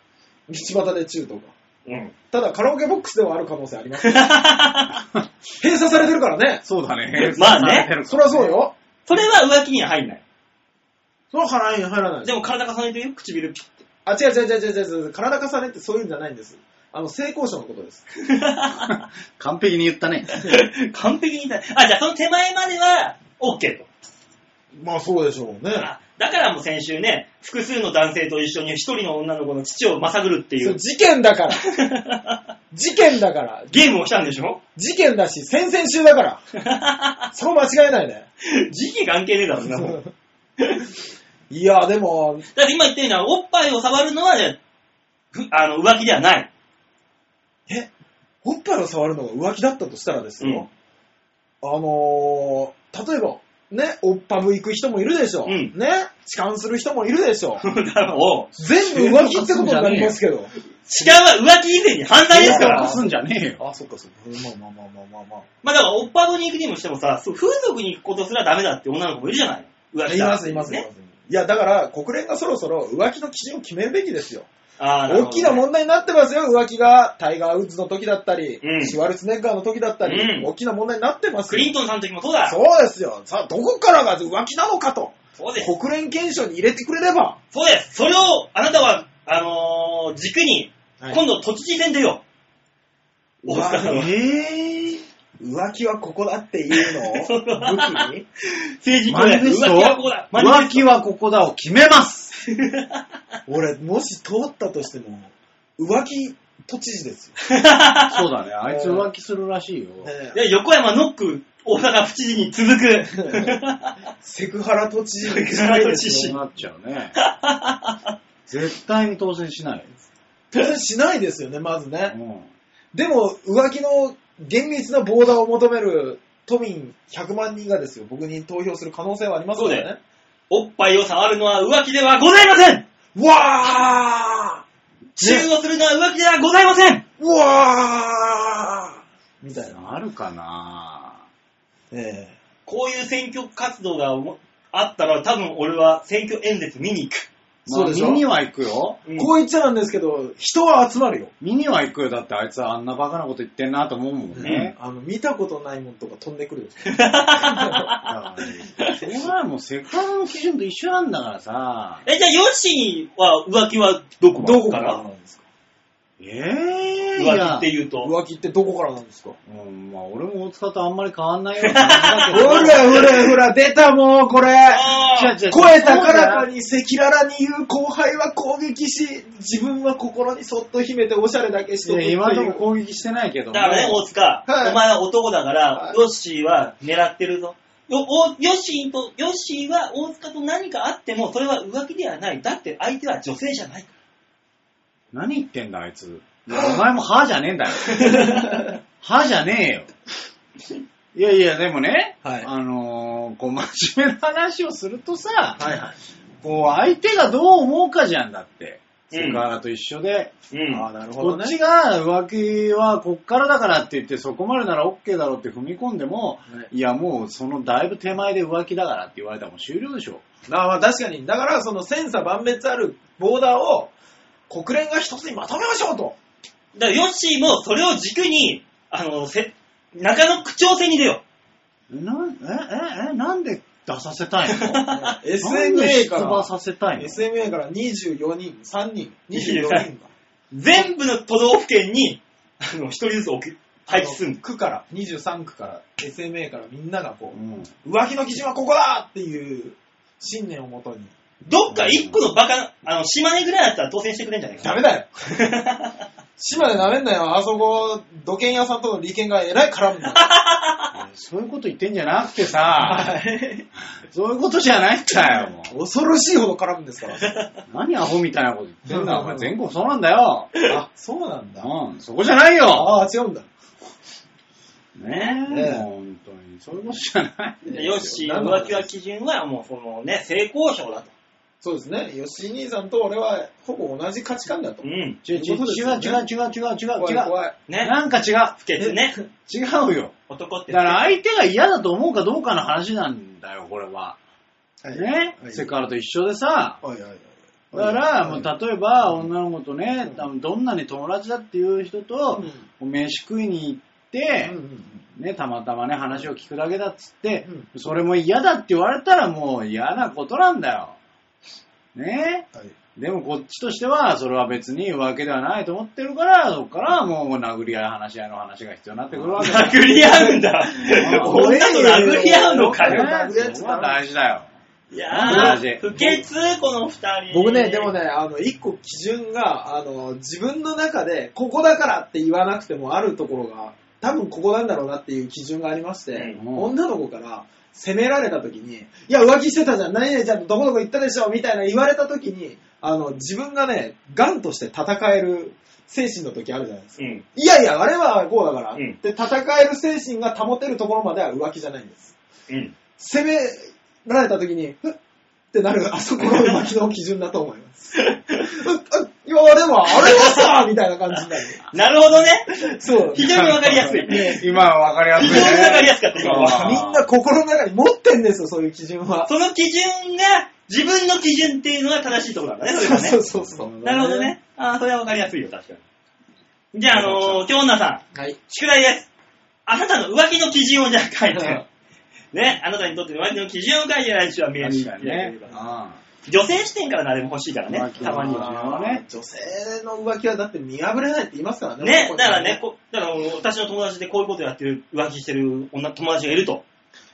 Speaker 3: 道端で中とか。
Speaker 2: うん。
Speaker 3: ただ、カラオケボックスではある可能性ありますよ。閉鎖されてるからね。
Speaker 1: そうだね。
Speaker 2: まあね
Speaker 3: そりゃそう。よ。
Speaker 2: それは浮気には入んない。
Speaker 3: それは腹に入らない
Speaker 2: で。も体重ねてるよ、唇ピッて。
Speaker 3: あ、違う違う違う違う違う。体重ねってそういうんじゃないんです。あの、性交渉のことです。
Speaker 1: 完璧に言ったね。
Speaker 2: 完璧にだ。あ、じゃあその手前までは、OK と。
Speaker 3: まあ、そうでしょうね。
Speaker 2: あだからもう先週ね、複数の男性と一緒に一人の女の子の父をまさぐるってい
Speaker 3: そう
Speaker 2: う、
Speaker 3: 事件だから。 事件だから。
Speaker 2: ゲームをしたんでし ょ
Speaker 3: 事件だし、先々週だ から。そこ間違えないね。
Speaker 2: 時期関係ねえだろうな、もう
Speaker 3: いや、でも、
Speaker 2: だって今言ってるのは、おっぱいを触るのはね、ふあの、浮気ではない。
Speaker 3: え、おっぱいを触るのが浮気だったとしたらですよ、あのー、例えば、ね、おっぱぶ行く人もいるでしょ。
Speaker 2: うん
Speaker 3: ね、痴漢する人もいるでしょ。
Speaker 2: だからもう、
Speaker 3: 全部浮気ってことになりますけど。
Speaker 2: 痴漢は浮気以前に犯罪ですか
Speaker 3: いや
Speaker 2: ら
Speaker 1: 出。すんじゃねえよ。
Speaker 3: あ、そっかそっか。まあまあまあまあまあま
Speaker 2: まあだから、おっぱぶに行くにもしてもさ、そう風俗に行くことすらダメだって女の子もいるじゃない。浮
Speaker 3: あ。
Speaker 2: 気
Speaker 3: い
Speaker 2: だ
Speaker 3: ますいますいま
Speaker 2: ね。
Speaker 3: す。いいや、だから、国連がそろそろ浮気の基準を決めるべきですよ。
Speaker 2: あーるほど
Speaker 3: 大きな問題になってますよ、浮気が。タイガー・ウッズの時だったり、
Speaker 2: うん
Speaker 3: シュワルツェネッガーの時だったり、
Speaker 2: うん
Speaker 3: 大きな問題になってます
Speaker 2: ク
Speaker 3: よ
Speaker 2: リントンさんの時もそうだ。
Speaker 3: そうですよ。さあ、どこからが浮気なのかと、
Speaker 2: そうです。
Speaker 3: 国連憲章に入れてくれれば、
Speaker 2: そうです。それを、あなたは、あのー軸に、
Speaker 3: はい
Speaker 2: 今度都知事選出よう。
Speaker 3: うわ
Speaker 2: 大塚さんは
Speaker 1: えぇ、
Speaker 3: 浮気はここだっていうのを武 器に、
Speaker 2: 政治
Speaker 1: マニフェスト
Speaker 2: 浮気はこうだ。
Speaker 1: 浮気はここだを決めます
Speaker 3: 俺、もし通ったとしても、浮気都知事ですよ。
Speaker 1: そうだね、あいつ浮気するらしいよ。
Speaker 2: いや横山ノック、大阪府知事に続く。
Speaker 3: セクハラ都知事に
Speaker 2: セクハラ都知事
Speaker 1: そうなっちゃうね。 絶対に当選しない。
Speaker 3: 当然しないですよね、まずね。
Speaker 1: うん
Speaker 3: でも、浮気の厳密なボーダーを求める都民100万人がですよ、僕に投票する可能性はありますか
Speaker 2: そうだ
Speaker 3: ら
Speaker 2: よ
Speaker 3: ね。
Speaker 2: おっぱいを触るのは浮気ではございません
Speaker 3: わ
Speaker 2: チューをするのは浮気ではございません、
Speaker 3: ーわーみたいな。
Speaker 1: あるかな
Speaker 3: ええ
Speaker 2: こういう選挙活動があったら多分俺は選挙演説見に行く。
Speaker 1: ま
Speaker 3: そ
Speaker 1: あ
Speaker 3: うでしょ
Speaker 1: 見には行くよ。
Speaker 2: うん
Speaker 3: こう言っちゃなんですけど、人は集まるよ。
Speaker 1: 見には行くよ。だってあいつはあんなバカなこと言ってんなと思うもんね。
Speaker 3: あの、見たことないもんとか飛んでくるよ。
Speaker 1: だからしょうがないもん、セクハラの基準と一緒なんだからさ。
Speaker 2: え、じゃあヨッシーは浮気はどこ
Speaker 3: どこ
Speaker 2: か
Speaker 3: からな
Speaker 2: ら
Speaker 3: んですか
Speaker 1: ええー、
Speaker 2: 浮
Speaker 1: い
Speaker 2: 気
Speaker 1: や
Speaker 2: っ。ていうと。
Speaker 3: 浮気ってどこからなんですか
Speaker 1: うん、まあ俺も大塚とあんまり変わんないような感じだけど。
Speaker 3: ほらほら、出たもう、これ
Speaker 2: あー
Speaker 1: 違う違う
Speaker 3: 声高らかに赤裸々に言う後輩は攻撃し、自分は心にそっと秘めておしゃれだけしとくって
Speaker 1: い
Speaker 3: い
Speaker 1: や
Speaker 3: う。
Speaker 1: 今のところ攻撃してないけども
Speaker 2: だからね、大塚、
Speaker 3: はい
Speaker 2: お前は男だから、
Speaker 3: はい
Speaker 2: ヨッシーは狙ってるぞ。よ、おヨッシーと、ヨッシーは大塚と何かあっても、それは浮気ではない。だって相手は女性じゃない。
Speaker 1: 何言ってんだあいつ。いやお前も歯じゃねえんだよ。 歯じゃねえよ。いやいや、でもね、
Speaker 3: はい
Speaker 1: あのーこう真面目な話をするとさ、
Speaker 3: はいはい。
Speaker 1: こう相手がどう思うかじゃんだって。セクハラと一緒で、
Speaker 2: うん。
Speaker 3: あーなるほ
Speaker 1: こ
Speaker 3: どね。
Speaker 1: っちが浮気はこっからだからって言ってそこまでなら OK だろうって踏み込んでも、いやもうそのだいぶ手前で浮気だからって言われたらもう終了でしょ。
Speaker 3: あまあ確かに、だからその千差万別あるボーダーを国連が一つにまとめましょうと。
Speaker 2: だからヨッシーもそれを軸に、あの、せ、中野区長選に出よ
Speaker 1: えなんえ、え、え、なんで出させたいの なんで
Speaker 3: SMA
Speaker 1: 出
Speaker 3: か
Speaker 1: 馬
Speaker 3: ら、
Speaker 1: させたいの
Speaker 3: SMA から24人、3人、24人が。
Speaker 2: う。全部の都道府県に、あの、一人ずつ置く、配置す
Speaker 3: あ
Speaker 2: ん
Speaker 3: の
Speaker 2: の。
Speaker 3: 区から、23区から、SMA からみんながこ
Speaker 1: うん
Speaker 3: う、浮気の基準はここだっていう信念をもとに。
Speaker 2: どっか一個のバカな、あの、島根ぐらいだったら当選してくれんじゃないか
Speaker 3: ダ
Speaker 2: な。
Speaker 3: メだよ島でダメんなよ。あそこ、土建屋さんとの利権がえらい絡むんだよ。
Speaker 1: そういうこと言ってんじゃなくてさ、そういうことじゃないんだよ、も
Speaker 3: 恐ろしいほど絡むんですから。
Speaker 1: う。何アホみたいなこと言ってんだ、お前。全国そうなんだよ。
Speaker 3: あ、そうなんだ。
Speaker 1: うん、そこじゃないよ。
Speaker 3: ああ、違うんだ。
Speaker 1: ねえ、
Speaker 3: ねえ
Speaker 1: もう本当に。そういうことじゃな い。
Speaker 2: ヨッシーの浮気は基準はもうそのね、性交渉だと。
Speaker 3: そうですね。吉井兄さんと俺はほぼ同じ価値観だと。
Speaker 2: うん。
Speaker 1: 違う違う違う違う違う違う
Speaker 3: 怖
Speaker 1: 違。
Speaker 3: いう怖い。
Speaker 2: ね。
Speaker 1: なんか違う。
Speaker 2: 不潔ね。
Speaker 1: 違うよ。
Speaker 2: 男って。
Speaker 1: だから相手が嫌だと思うかどうかの話なんだよ、これは。
Speaker 3: はい
Speaker 1: ね、
Speaker 3: はい
Speaker 1: セクハラと一緒でさ。
Speaker 3: はいはいはい。
Speaker 1: だから、も
Speaker 3: は
Speaker 1: う
Speaker 3: い
Speaker 1: 例えば、女の子とね、
Speaker 3: うん
Speaker 1: 多分どんなに友達だっていう人と、飯食いに行って、
Speaker 3: うんうんうん
Speaker 1: ね、たまたまね、話を聞くだけだっつって、
Speaker 3: うん
Speaker 1: それも嫌だって言われたらもう嫌なことなんだよ。ね
Speaker 3: はい
Speaker 1: でもこっちとしては、それは別にわけではないと思ってるから、そっからもう殴り合い話し合いの話が必要になってくるわけだよ。
Speaker 2: 殴り合うんだ。
Speaker 1: 俺
Speaker 2: 女と殴り合うのかよ。
Speaker 3: よ
Speaker 1: ねそこは大事だよ。
Speaker 2: いや
Speaker 1: 同じ
Speaker 2: ー、不潔、この二人。
Speaker 3: 僕ね、でもね、あの、一個基準が、あの、自分の中で、ここだからって言わなくてもあるところが、多分ここなんだろうなっていう基準がありまして、
Speaker 1: うん
Speaker 3: 女の子から責められた時に、いや、浮気してたじゃん、何々ちゃんとどこどこ行ったでしょ、みたいな言われた時に、あの、自分がね、ガンとして戦える精神の時あるじゃないですか。
Speaker 2: うん。
Speaker 3: いやいや、あれはこうだから、
Speaker 2: うん
Speaker 3: で、戦える精神が保てるところまでは浮気じゃないんです。
Speaker 2: うん。
Speaker 3: 責められた時に、ふっってなる、あそこの浮気の基準だと思います。うっあいや、でも、あれは さ、みたいな感じになる。
Speaker 2: なるほどね。
Speaker 3: そう。
Speaker 2: 非常にわかりやすい。非
Speaker 1: 今はわかりやすい、ね。
Speaker 2: 常にわかりやすかった、今
Speaker 1: あー
Speaker 2: は。
Speaker 3: みんな心の中に持ってんですよ、そういう基準は。
Speaker 2: その基準が自分の基準っていうのが正しいところなんだね、それはね。
Speaker 3: そうそうそう。
Speaker 2: なるほどね。ああ、それはわかりやすいよ、確かに。じゃあ、あのー、京女さん、
Speaker 3: はい。
Speaker 2: 宿題です。あなたの浮気の基準をじゃあ書いて。ね、あなたにとっての浮気の基準を書いてない人は名刺
Speaker 1: 確
Speaker 2: が
Speaker 1: かにね。あ
Speaker 2: 女性視点から誰も欲しいからね
Speaker 1: 浮、気の
Speaker 2: たまには。
Speaker 1: はね
Speaker 3: 女性の浮気はだって見破れないって言いますからね。
Speaker 2: ね、
Speaker 3: 男
Speaker 2: だ
Speaker 3: に
Speaker 2: か
Speaker 3: は
Speaker 2: らね、。こだから私の友達でこういうことやってる、浮気してる女友達がいると。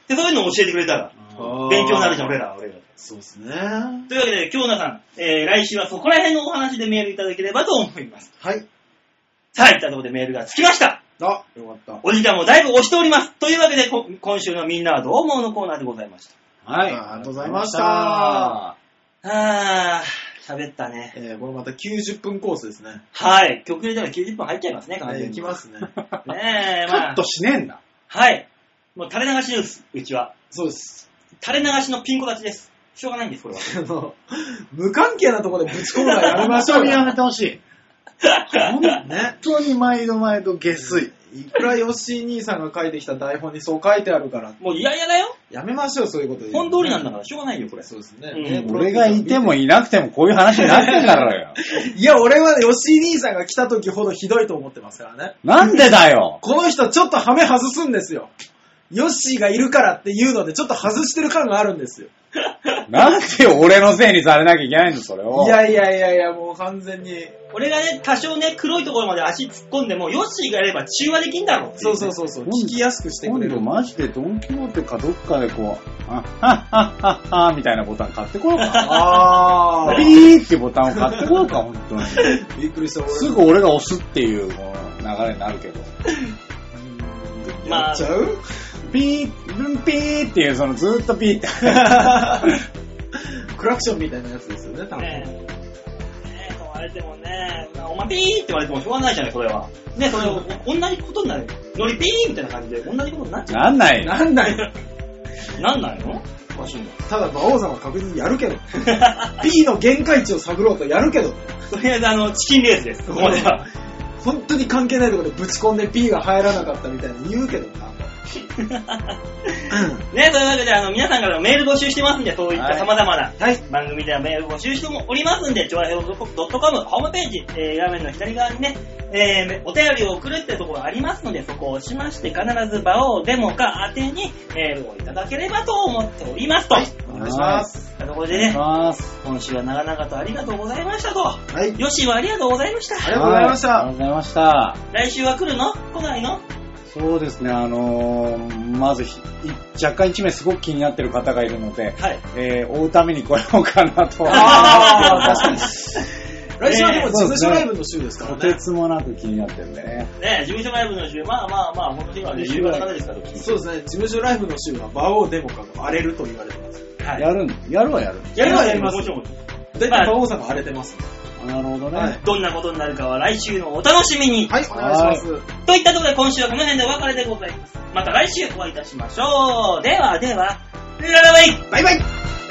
Speaker 2: で、そういうのを教えてくれたら、
Speaker 1: あ
Speaker 2: 勉強になるじゃん、俺
Speaker 3: ら。
Speaker 2: らは、俺ら。
Speaker 3: そうですね。は
Speaker 2: というわけで、京奈さん、えー、来週はそこら辺のお話でメールいただければと思います。
Speaker 3: い。
Speaker 2: さあ、いったところでメールがつきました。
Speaker 3: あ、よかった。
Speaker 2: お時間もだいぶ押しております。というわけで、こ今週のみんなはどう思うのコーナーでございました。
Speaker 1: はい。
Speaker 3: ありがとうございました。
Speaker 2: あー、喋ったね。
Speaker 3: えー、これまた90分コースですね。
Speaker 2: はい、曲入れたら90分入っちゃいますね、完
Speaker 3: え
Speaker 2: 全
Speaker 3: ー、
Speaker 2: に。
Speaker 3: きますね。
Speaker 2: ねえ、
Speaker 1: カ
Speaker 2: ま
Speaker 1: ッ
Speaker 2: あ
Speaker 1: ト、しねえんだ。
Speaker 2: はい。もう垂れ流しです、うちは。
Speaker 3: そうです。
Speaker 2: 垂れ流しのピンコ立ちです。しょうがないんです、これは。
Speaker 3: あの、無関係なところでぶち込むのはやめましょ
Speaker 1: 本
Speaker 3: う
Speaker 1: 当にや
Speaker 3: よ。
Speaker 1: めてほしい。
Speaker 3: ね。
Speaker 1: 本当に毎度毎度下水。
Speaker 3: いくらヨッシー兄さんが書いてきた台本にそう書いてあるから、
Speaker 2: もう嫌々だよ。
Speaker 3: やめましょう、そういうことで。
Speaker 2: 本通りなんだから、しょうがないよ、これ。
Speaker 3: そうですね。
Speaker 2: うん
Speaker 3: ね
Speaker 1: 俺がいてもいなくてもこういう話になってんだから よ。
Speaker 3: いや、俺は吉井兄さんが来た時ほどひどいと思ってますからね。
Speaker 1: なんでだよ。
Speaker 3: この人ちょっとハメ外すんですよ。ヨッシーがいるからっていうので、ちょっと外してる感があるんですよ。
Speaker 1: なんで俺のせいにされなきゃいけないの、それを。
Speaker 3: いやいやいやいや、もう完全に。
Speaker 2: 俺がね、多少ね、黒いところまで足突っ込んでも、ヨッシーがやれば中和できんだろってい
Speaker 3: そう
Speaker 2: ね
Speaker 3: そうそうそう、
Speaker 1: うん
Speaker 3: 聞きやすくしてく
Speaker 1: 今
Speaker 3: れ
Speaker 1: 度
Speaker 3: る。
Speaker 1: マジでドンキホーテかどっかでこう、あ、はっはっはっは、みたいなボタン買ってこようか。
Speaker 3: あー。
Speaker 1: ピーってボタンを買ってこようか、本当に。
Speaker 3: びっくりした、俺。
Speaker 1: すぐ俺が押すっていうこの流れになるけど。
Speaker 3: うん
Speaker 2: まあ
Speaker 3: やっちゃう、
Speaker 1: ピー、ブンピーっていう、そのずーっとピー って。
Speaker 3: クラクションみたいなやつですよね、多分。
Speaker 2: ねえ、ねえそう言われてもね、お前ピーって言われてもしょうがないじゃない、それは。ね、それを、ね、同じことになる。ノリピーみたいな感じで、同じことになっちゃ
Speaker 1: なんないよ。
Speaker 3: なんだよ。
Speaker 2: う。なんないのマシンが。
Speaker 3: ただ、馬王さんは確実にやるけ ど。P の限界値を探ろうとやるけど。
Speaker 2: とりあえず、あの、チキンレースです、ここまでは。
Speaker 3: 本当に関係ないところでぶち込んで P が入らなかったみたいに言うけどな。
Speaker 2: ね、というわけで、あの、皆さんからのメール募集してますんで、そういっ
Speaker 1: は
Speaker 2: た
Speaker 1: い
Speaker 2: 様々な
Speaker 3: はい。
Speaker 2: 番組ではメール募集しておりますんで、ちょあへお .com ホームページ、えー画面の左側にね、えーお便りを送るってところありますので、そこを押しまして、必ず場をデモか宛てにメールをいただければと思っておりますと。とい
Speaker 3: お願いします。
Speaker 2: うところで
Speaker 1: お願い
Speaker 2: ね
Speaker 1: し、ます。
Speaker 2: 今週は長々とありがとうございましたと。
Speaker 3: はい。
Speaker 2: よしはありがとうございまし
Speaker 3: あり
Speaker 2: た。
Speaker 3: がとうございまし
Speaker 1: はあ
Speaker 3: た。
Speaker 1: りがとうございました。
Speaker 2: 来週は来るの来ないの
Speaker 1: そうですね、あのーまずひ、い若干一名すごく気になってる方がいるので、
Speaker 2: はい。
Speaker 1: えー、追うために来ようかなと。
Speaker 3: あ ー確かに。来週はでも事務所ライブの週ですか
Speaker 1: と
Speaker 3: ら
Speaker 1: て
Speaker 3: ね。
Speaker 1: つもなく気になってるんでね。
Speaker 2: ね、事務所ライブの週、まあまあまあ、この日はね、夕方からですから、
Speaker 3: そうですね。事務所ライブの週は馬王デモカが荒れると言われてます。
Speaker 2: はい。
Speaker 1: やるん、やるはやる。
Speaker 2: やるはやります。
Speaker 3: や
Speaker 2: もち
Speaker 3: る
Speaker 2: ろんもちろん。
Speaker 3: だいたい馬王さんが荒れてます。
Speaker 1: なるほどね。
Speaker 3: はい
Speaker 2: どんなことになるかは来週のお楽しみに。
Speaker 3: はい、お願いします。
Speaker 2: といったところで今週はこの辺でお別れでございます。また来週お会いいたしましょう。ではでは、ララバイ
Speaker 3: バイバイ